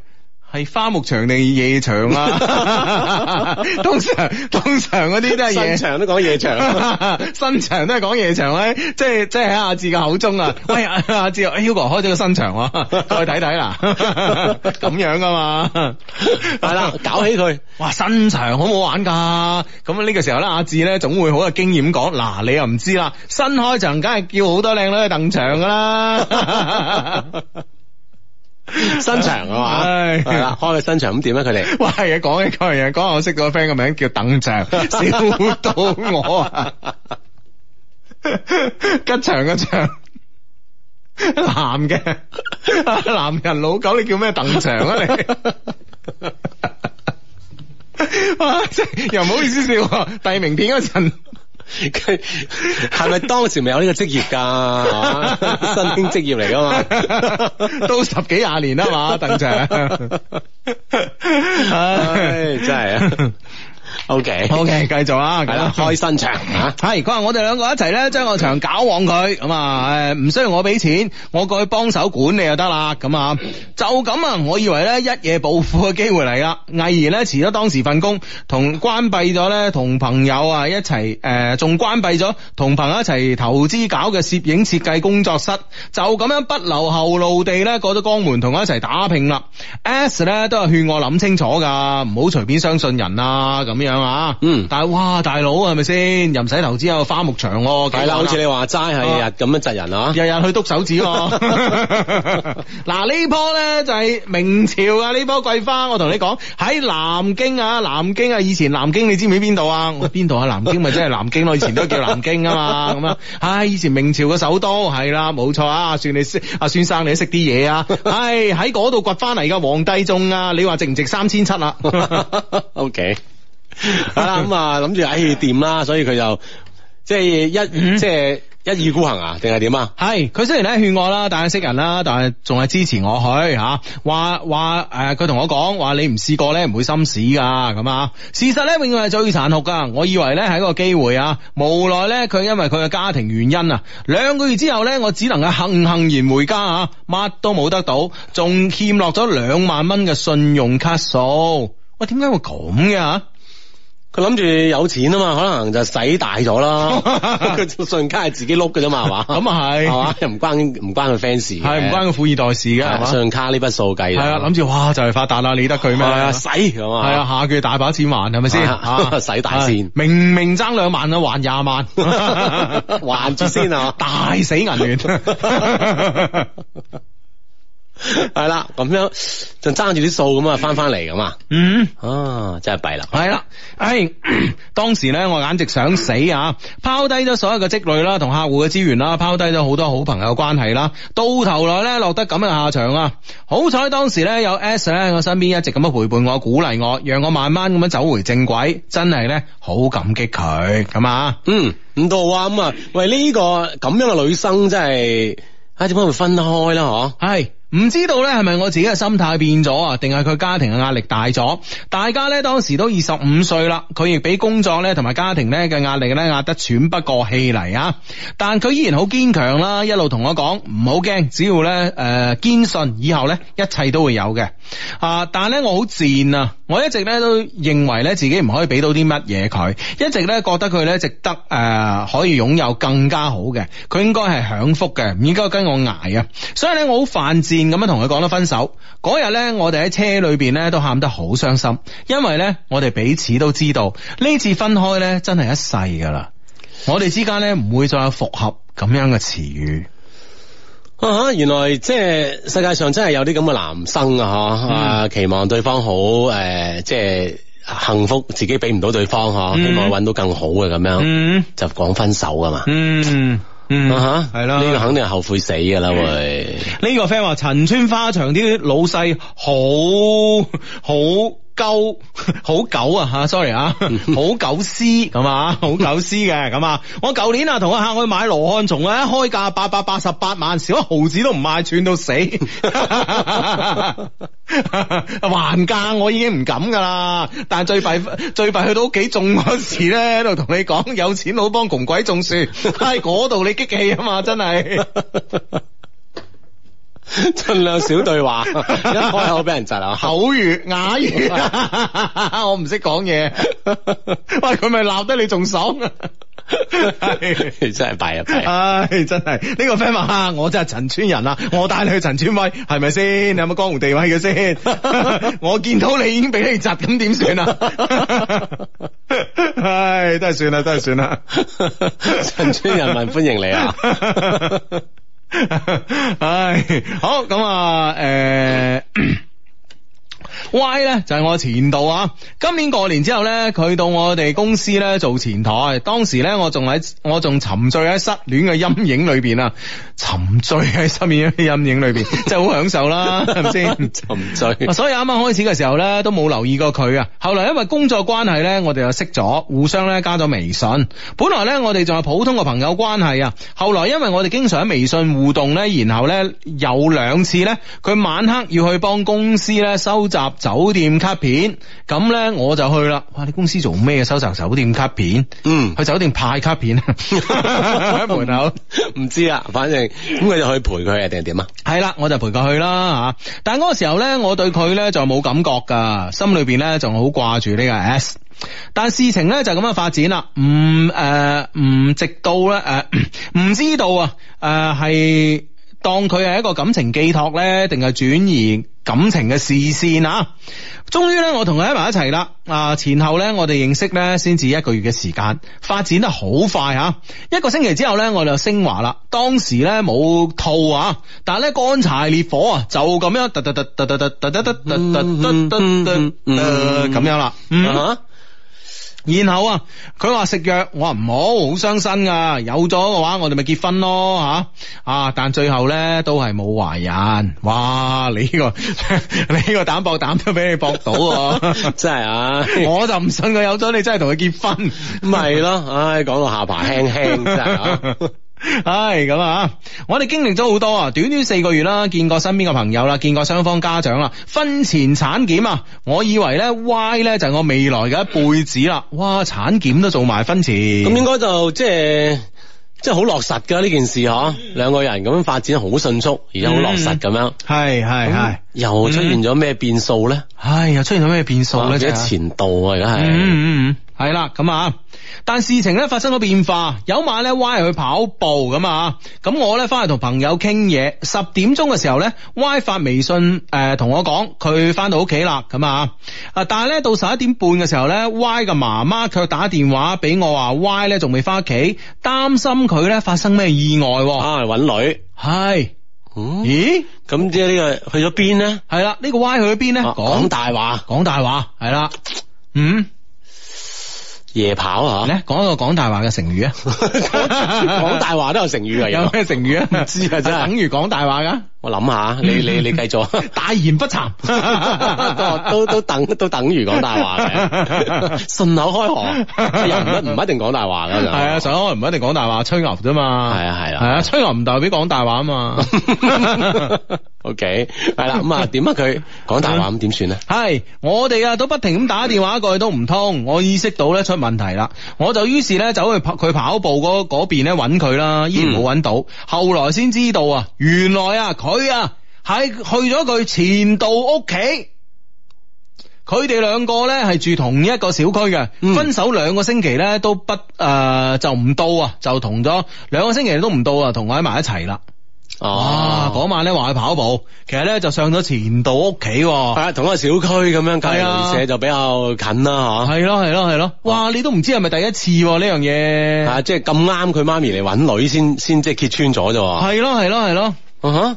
[SPEAKER 1] 係花木場定夜場 啊？通常通常嗰啲都係夜
[SPEAKER 3] 新場都講夜場，
[SPEAKER 1] 新場都係講夜場咧，即係即係喺阿志嘅口中啊！喂，阿阿志啊，Hugo 開咗個新場喎，再睇睇啦， 咁樣噶嘛，
[SPEAKER 3] 係 啦，搞起佢。
[SPEAKER 1] 哇，新場好唔好玩㗎？咁呢個時候咧，阿志咧總會好有經驗講，嗱，你又唔知啦，新 開場梗係叫好多靚女去蹬場㗎啦。
[SPEAKER 3] 新場啊嘛，
[SPEAKER 1] 唉
[SPEAKER 3] 係啦，開個新場咁點咧？佢哋
[SPEAKER 1] 哇，係啊，講起嗰樣嘢，講下我識個 friend 個名叫鄧翔，笑到我啊！吉祥嘅祥，男嘅，男人老狗，你叫咩鄧翔啊 你？哇！真係又唔好意思笑啊，遞名片嗰陣。
[SPEAKER 3] 佢係咪當時未有呢個職業 㗎？係嘛新興職業嚟㗎嘛？
[SPEAKER 1] 都十幾廿年啦嘛，鄧翔。
[SPEAKER 3] 唉，真 係啊！OK
[SPEAKER 1] OK，繼續啊，
[SPEAKER 3] 係啦，開新場啊！
[SPEAKER 1] 係，佢話我哋兩個一齊咧，將個場搞旺佢，咁啊，誒，唔需要我俾錢，我過去幫手管理就得啦，咁啊，就咁啊，我以為咧一夜暴富嘅機會嚟啦，毅然咧辭咗當時份工，同關閉咗咧，同朋友啊一齊，誒、仲關閉咗同朋友一齊投資搞嘅攝影設計工作室，就咁樣不留後路地咧過咗江門，同我一齊打拼啦。S 咧都係勸我諗清楚噶，唔好隨便相信人啊，咁樣啊，
[SPEAKER 3] 嗯
[SPEAKER 1] 但係哇，大佬啊係咪先？又唔使投資有花木場喎、啊
[SPEAKER 3] 係啦，好似你話齋係日咁樣窒人啊！
[SPEAKER 1] 日日去篤手指喎、 嗱呢棵咧就係明朝啊，呢棵桂花，我同你講喺南京啊，南京啊，以前南京你知唔知邊度啊？我 邊度啊？南京咪真係南京咯，以前都叫南京啊 嘛，咁啊，唉，以前明朝嘅首都係啦，冇錯啊，算你識阿孫生你識啲嘢啊，唉，喺嗰度掘翻嚟嘅皇帝種啊，你話值唔值三千七啊？
[SPEAKER 3] O K，係啦，咁啊諗住唉掂啦，所以佢就即係
[SPEAKER 1] 嗯
[SPEAKER 3] 一即係一意孤行啊，定係點啊？
[SPEAKER 1] 係，佢雖然咧勸我啦，但係識人啦，但係仲係支持我去吓，話話誒，佢同我講話你唔試過咧唔會心死噶咁啊。事實咧永遠係最殘酷噶，我以為咧係一個機會啊，無奈咧佢因為佢嘅家庭原因啊，兩個月之後咧我只能夠悻悻然回家啊，乜都冇得到，仲欠落咗兩萬蚊嘅信用卡 數。喂，點解會咁嘅吓？
[SPEAKER 3] 佢諗住有錢啊嘛，可能就使大咗啦。 佢信用卡係自己碌嘅啫嘛，係嘛？
[SPEAKER 1] 咁啊係
[SPEAKER 3] 係嘛？又唔關唔關佢 fans 事嘅，
[SPEAKER 1] 係唔關個富二代事嘅，係
[SPEAKER 3] 係
[SPEAKER 1] 嘛
[SPEAKER 3] 信用卡呢筆數計
[SPEAKER 1] 係啊，諗住哇就係發達啦，理得佢咩？
[SPEAKER 3] 係啊，使咁啊，
[SPEAKER 1] 系啊，，下個月大把錢還係咪先？
[SPEAKER 3] 啊
[SPEAKER 1] 啊
[SPEAKER 3] 使大先，
[SPEAKER 1] 啊明明爭兩萬啊，還廿萬
[SPEAKER 3] 還住先啊
[SPEAKER 1] 大死銀聯。
[SPEAKER 3] 係啦，咁樣就爭住啲數咁啊，翻翻嚟咁啊，
[SPEAKER 1] 嗯。
[SPEAKER 3] 啊，真係弊啦。
[SPEAKER 1] 係啦，唉， 當時咧我簡直想死啊！拋低咗所有嘅積累啦，同客戶嘅資源啦，拋低咗好多好朋友關係啦，到頭來咧落得咁嘅下場啊！好彩當時咧有 S 咧喺我身邊一直咁樣陪伴我、鼓勵我，讓我慢慢咁樣走回正軌，真係咧好感激佢咁啊！
[SPEAKER 3] 嗯，唔到啊，咁啊，喂，呢、個咁樣嘅女生真係，啊，點解會分開啦？嗬，
[SPEAKER 1] 系。唔知道咧，係咪我自己嘅心態變咗啊？定係佢家庭嘅壓力大咗？大家咧當時都二十五歲啦，佢亦俾工作咧同埋家庭咧嘅壓力咧壓得喘不過氣嚟啊！但佢依然好堅強啦，一路同我講唔好驚，只要咧誒堅信，以後咧一切都會有嘅啊！但係咧我好賤啊！我一直咧都認為咧自己唔可以俾到啲乜嘢佢，一直咧覺得佢咧值得誒、呃可以擁有更加好嘅，佢應該係享福嘅，唔應該跟我捱啊！所以咧我好犯賤咁樣同佢講咗分手。嗰日咧我哋喺車裏邊咧都喊得好傷心，因為咧我哋彼此都知道呢次分開咧真係一世噶啦，我哋之間咧唔會再有復合咁樣嘅詞語。
[SPEAKER 3] 啊哈，原來即係世界上真係有啲咁嘅男生啊，嗬、
[SPEAKER 1] 嗯
[SPEAKER 3] 啊，期望對方好，誒、即係幸福，自己俾唔到對方，嗬、
[SPEAKER 1] 嗯
[SPEAKER 3] 希望揾到更好嘅咁樣，
[SPEAKER 1] 嗯
[SPEAKER 3] 就講分手噶嘛。
[SPEAKER 1] 嗯嗯
[SPEAKER 3] 啊哈，
[SPEAKER 1] 係啦嗯
[SPEAKER 3] 呢個肯定係後悔死噶啦，會
[SPEAKER 1] 呢個 friend 話陳村花場啲老細好好鳩 好狗啊吓，sorry 啊，好狗絲咁啊，好狗絲嘅咁啊。我舊年啊同個客去買羅漢松啊，開價八百八十八萬，少一毫子都唔賣，串到死。 還價我已經唔敢噶啦，但係最弊最弊去到屋企種嗰時咧，喺度同你講有錢佬幫窮鬼種樹， 喺嗰度你激氣啊嘛，真係。
[SPEAKER 3] 盡量少對話， 一開口俾人窒啊。
[SPEAKER 1] 口語哑語， 我唔識講嘢。喂，佢咪鬧得你仲爽啊！
[SPEAKER 3] 真係弊啊弊 啊！
[SPEAKER 1] 唉，真係呢、個 friend 話啊我真係陳村人啊，我帶你去陳村威，係咪先？你有冇江湖地位嘅先？ 我見到你已經俾你窒，咁點算啊？ 唉，都係算啦，都係算啦。
[SPEAKER 3] 啊陳村人民歡迎你啊！
[SPEAKER 1] 唉，好咁啊，诶、Y 咧就係我前度啊！今年過年之後咧，佢到我哋公司咧做前台，當時咧我仲喺我仲沉醉喺失戀嘅陰影裏邊啊，沉醉喺失戀嘅陰影裏邊，真係好享受啦，係咪先？
[SPEAKER 3] 沉醉
[SPEAKER 1] 啊所以啱啱開始嘅時候咧，都冇留意過佢啊。後來因為工作關係咧，我哋又識咗，互相咧加咗微信。本來咧我哋仲係普通嘅朋友關係啊。後來因為我哋經常喺微信互動咧，然後咧有兩次咧，佢晚黑要去幫公司咧收集酒店卡片，咁咧我就去啦。哇！你公司做咩啊收集酒店卡片？
[SPEAKER 3] 嗯
[SPEAKER 1] 去酒店派卡片啊 喺門口。
[SPEAKER 3] 唔知啊，反正咁佢就去陪佢啊，定係點啊？
[SPEAKER 1] 系啦，我就陪佢去啦吓。但系嗰个时候咧，我对佢咧就冇感覺噶，心裏边咧仲好掛住呢個 S。但事情咧就咁樣發展啦，唔诶唔直到咧诶 唔知道啊诶係當佢係一個感情寄託咧，定係轉移感情嘅視線啊？終於咧，我同佢喺埋一齊啦。啊，前後咧，我哋認識咧先至一個月嘅時間，發展得好快啊！一個星期之後咧，我哋就升華啦。當時咧冇套啊，但係咧乾柴烈火啊，就咁樣突突突突突突突突突突突突咁樣啦。嗯
[SPEAKER 3] 啊
[SPEAKER 1] 然後啊，佢話食藥，我話唔好，好傷身噶。有咗嘅話，我哋咪結婚咯吓啊！但最後咧都係冇懷孕。哇！你呢、個 你呢個膽博膽都俾你博到、
[SPEAKER 3] 哈
[SPEAKER 1] 喎。
[SPEAKER 3] 真係啊！
[SPEAKER 1] 我就唔信佢有咗你真係同佢結婚。
[SPEAKER 3] 咪係咯，唉，講到下巴 輕輕真係啊！
[SPEAKER 1] 唉，咁啊，我哋經歷咗好多啊，短短四個月啦，見過身邊嘅朋友啦，見過雙方家長啦，婚前產檢啊，我以為咧 Y 咧就係我未來嘅一輩子啦，哇，產檢都做埋婚前，
[SPEAKER 3] 咁
[SPEAKER 1] 咁
[SPEAKER 3] 應該就即係即係好落實㗎呢件事嗬，
[SPEAKER 1] 嗯
[SPEAKER 3] 兩個人咁樣發展好迅速，而且好落實咁樣。
[SPEAKER 1] 係嗯係係，
[SPEAKER 3] 又出現咗咩變數咧？
[SPEAKER 1] 唉，又出現咗咩變數
[SPEAKER 3] 或
[SPEAKER 1] 咧？
[SPEAKER 3] 者
[SPEAKER 1] 真係
[SPEAKER 3] 前度啊，而家係
[SPEAKER 1] 嗯嗯嗯，系啦，咁啊，但事情咧發生咗變化，有晚咧 Y 去跑步咁啊，咁我咧翻去同朋友傾嘢，十點鐘嘅時候咧，Y 發微信诶同、我講佢翻到屋企啦，咁啊，啊但係咧到十一點半嘅時候咧，Y 嘅媽媽卻打電話俾我話 Y 咧仲未翻屋企，擔心佢咧發生咩意外喎，
[SPEAKER 3] 啊揾女，
[SPEAKER 1] 係、
[SPEAKER 3] 嗯，
[SPEAKER 1] 咦，
[SPEAKER 3] 咁即係呢個去咗邊咧？
[SPEAKER 1] 係啦，呢、個 Y 去咗邊咧？
[SPEAKER 3] 啊講大話，
[SPEAKER 1] 講大話，係啦，嗯。
[SPEAKER 3] 夜跑啊！
[SPEAKER 1] 咧講一個講大話嘅成語啊，
[SPEAKER 3] 講大話都有成語啊！
[SPEAKER 1] 有
[SPEAKER 3] 有
[SPEAKER 1] 咩成語啊？
[SPEAKER 3] 唔知啊真係
[SPEAKER 1] 等於講大話 噶，
[SPEAKER 3] 我諗下，你你你繼續，。
[SPEAKER 1] 大言不慚
[SPEAKER 3] 都都等都等於講大話嘅，順口開河，又唔一唔一定講大話㗎
[SPEAKER 1] 係
[SPEAKER 3] 就
[SPEAKER 1] 啊，上海唔一定講大話，吹牛啫嘛。
[SPEAKER 3] 係啊係啦
[SPEAKER 1] 係啊，吹牛唔代表講大話啊嘛。
[SPEAKER 3] O K，係啦，咁啊點啊佢講大話咁點算咧？
[SPEAKER 1] 係，我哋啊都不停咁打電話過去都唔通，我意識到咧出問題啦，我就於是咧走去跑佢跑步嗰嗰邊咧揾佢啦，依然冇揾到，後來先知道啊，原來啊佢啊喺去咗佢前度屋企。佢哋兩個咧係住同一個小區嘅，
[SPEAKER 3] 嗯
[SPEAKER 1] 分手兩個星期咧都不誒、呃就唔到啊，就同咗兩個星期都唔到啊，同我喺埋一齊啦。
[SPEAKER 3] 哦
[SPEAKER 1] 哇！嗰晚咧話去跑步，其實咧就上咗前度屋企喎。
[SPEAKER 3] 係啊，同一個小區咁樣，隔
[SPEAKER 1] 係
[SPEAKER 3] 離
[SPEAKER 1] 啊
[SPEAKER 3] 社就比較近啦，
[SPEAKER 1] 系咯系咯系咯，哇！你都唔知系咪第一次喎呢樣
[SPEAKER 3] 嚇。啊，
[SPEAKER 1] 嘢，
[SPEAKER 3] 即啊係咁啱佢媽咪嚟揾女先，先即係揭穿咗啫喎。
[SPEAKER 1] 係咯係咯係咯，
[SPEAKER 3] 啊哈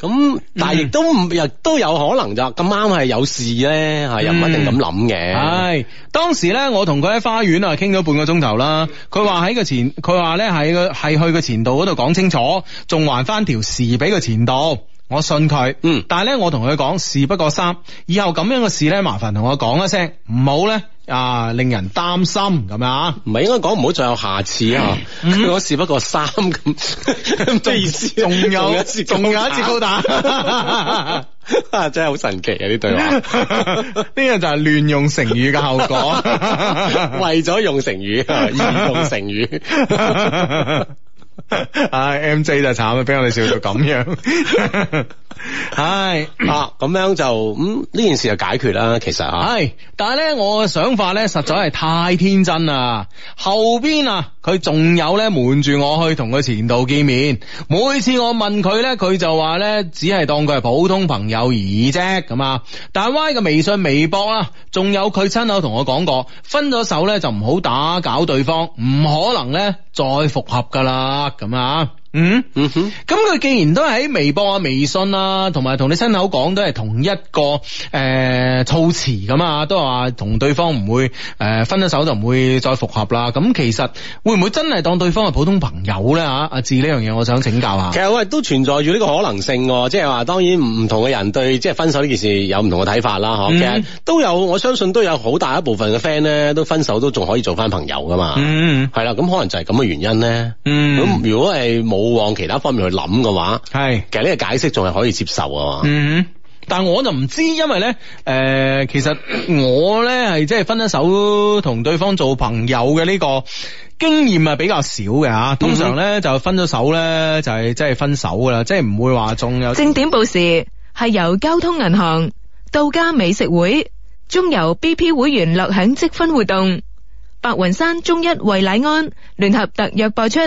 [SPEAKER 3] 咁但係亦都唔亦都有可能就咁啱係有事咧嚇，又唔一定咁諗嘅。
[SPEAKER 1] 係當時咧，我同佢喺花園啊傾咗半個鐘頭啦。佢話喺個前，佢話咧喺個係去個前度嗰度講清楚，仲還翻條匙俾個前度。我信佢，
[SPEAKER 3] 嗯
[SPEAKER 1] 但係咧，我同佢講事不過三，以後咁樣嘅事咧，麻煩同我講一聲，唔好咧啊，令人擔心咁樣 啊。
[SPEAKER 3] 唔係應該講唔好再有下次啊！
[SPEAKER 1] 嗯
[SPEAKER 3] 佢講事不過三 咁，即係意 思
[SPEAKER 1] 仲有
[SPEAKER 3] 一次
[SPEAKER 1] 仲有一次高打
[SPEAKER 3] 啊！真係好神奇啊！呢對話。
[SPEAKER 1] 呢個就係亂用成語嘅後果。
[SPEAKER 3] 為咗用成語，而用成 語，
[SPEAKER 1] 唉，M J 就慘啊啦，俾我哋笑到咁樣。唉。
[SPEAKER 3] 啊，咁樣就咁呢件事就解決啦。其實啊，
[SPEAKER 1] 係，但係咧，我嘅想法咧，實在係太天真啦。後邊啊，佢仲有咧瞞住我去同佢前度見面。每次我問佢咧，佢就話咧，只係當佢係普通朋友而已啫咁啊。但係 Y 嘅微信、微博啦，仲有佢親口同我講過，分咗手咧就唔好打攪對方，唔可能咧再復合噶啦咁啊。嗯。
[SPEAKER 3] 嗯哼，
[SPEAKER 1] 咁佢既然都係喺微博啊、微信啊，同埋同你親口講都係同一個诶、呃措辭噶嘛，都話同對方唔會诶、呃分咗手就唔會再復合啦。咁其實會唔會真係當對方係普通朋友咧吓？阿志呢樣嘢我想請教下
[SPEAKER 3] 其。實喂都存在住呢個可能性喎，即係話當然唔同嘅人對即係分手呢件事有唔同嘅睇法啦，嗬、
[SPEAKER 1] 嗯
[SPEAKER 3] 其實都有，我相信都有好大一部分嘅 friend 咧，都分手都仲可以做翻朋友噶嘛。
[SPEAKER 1] 嗯
[SPEAKER 3] 係啦，咁可能就係咁嘅原因咧。咁、
[SPEAKER 1] 嗯，
[SPEAKER 3] 如果係冇往其他方面去諗嘅話，
[SPEAKER 1] 係。
[SPEAKER 3] 其實呢個解釋仲係可以接受啊嘛。
[SPEAKER 1] 嗯。但我就唔知，因為咧，诶、其實我咧係即係分咗手同對方做朋友嘅呢、個經驗啊係比較少嘅吓。通常咧就分咗手咧就係即係分手噶啦，即係唔會話仲有
[SPEAKER 4] 正點報時係由交通銀行、道家美食會、中油 BP 會員樂享積分活動、白雲山中一惠乃安聯合特約播出。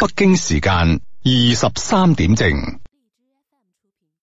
[SPEAKER 5] 北京時間二十三點正。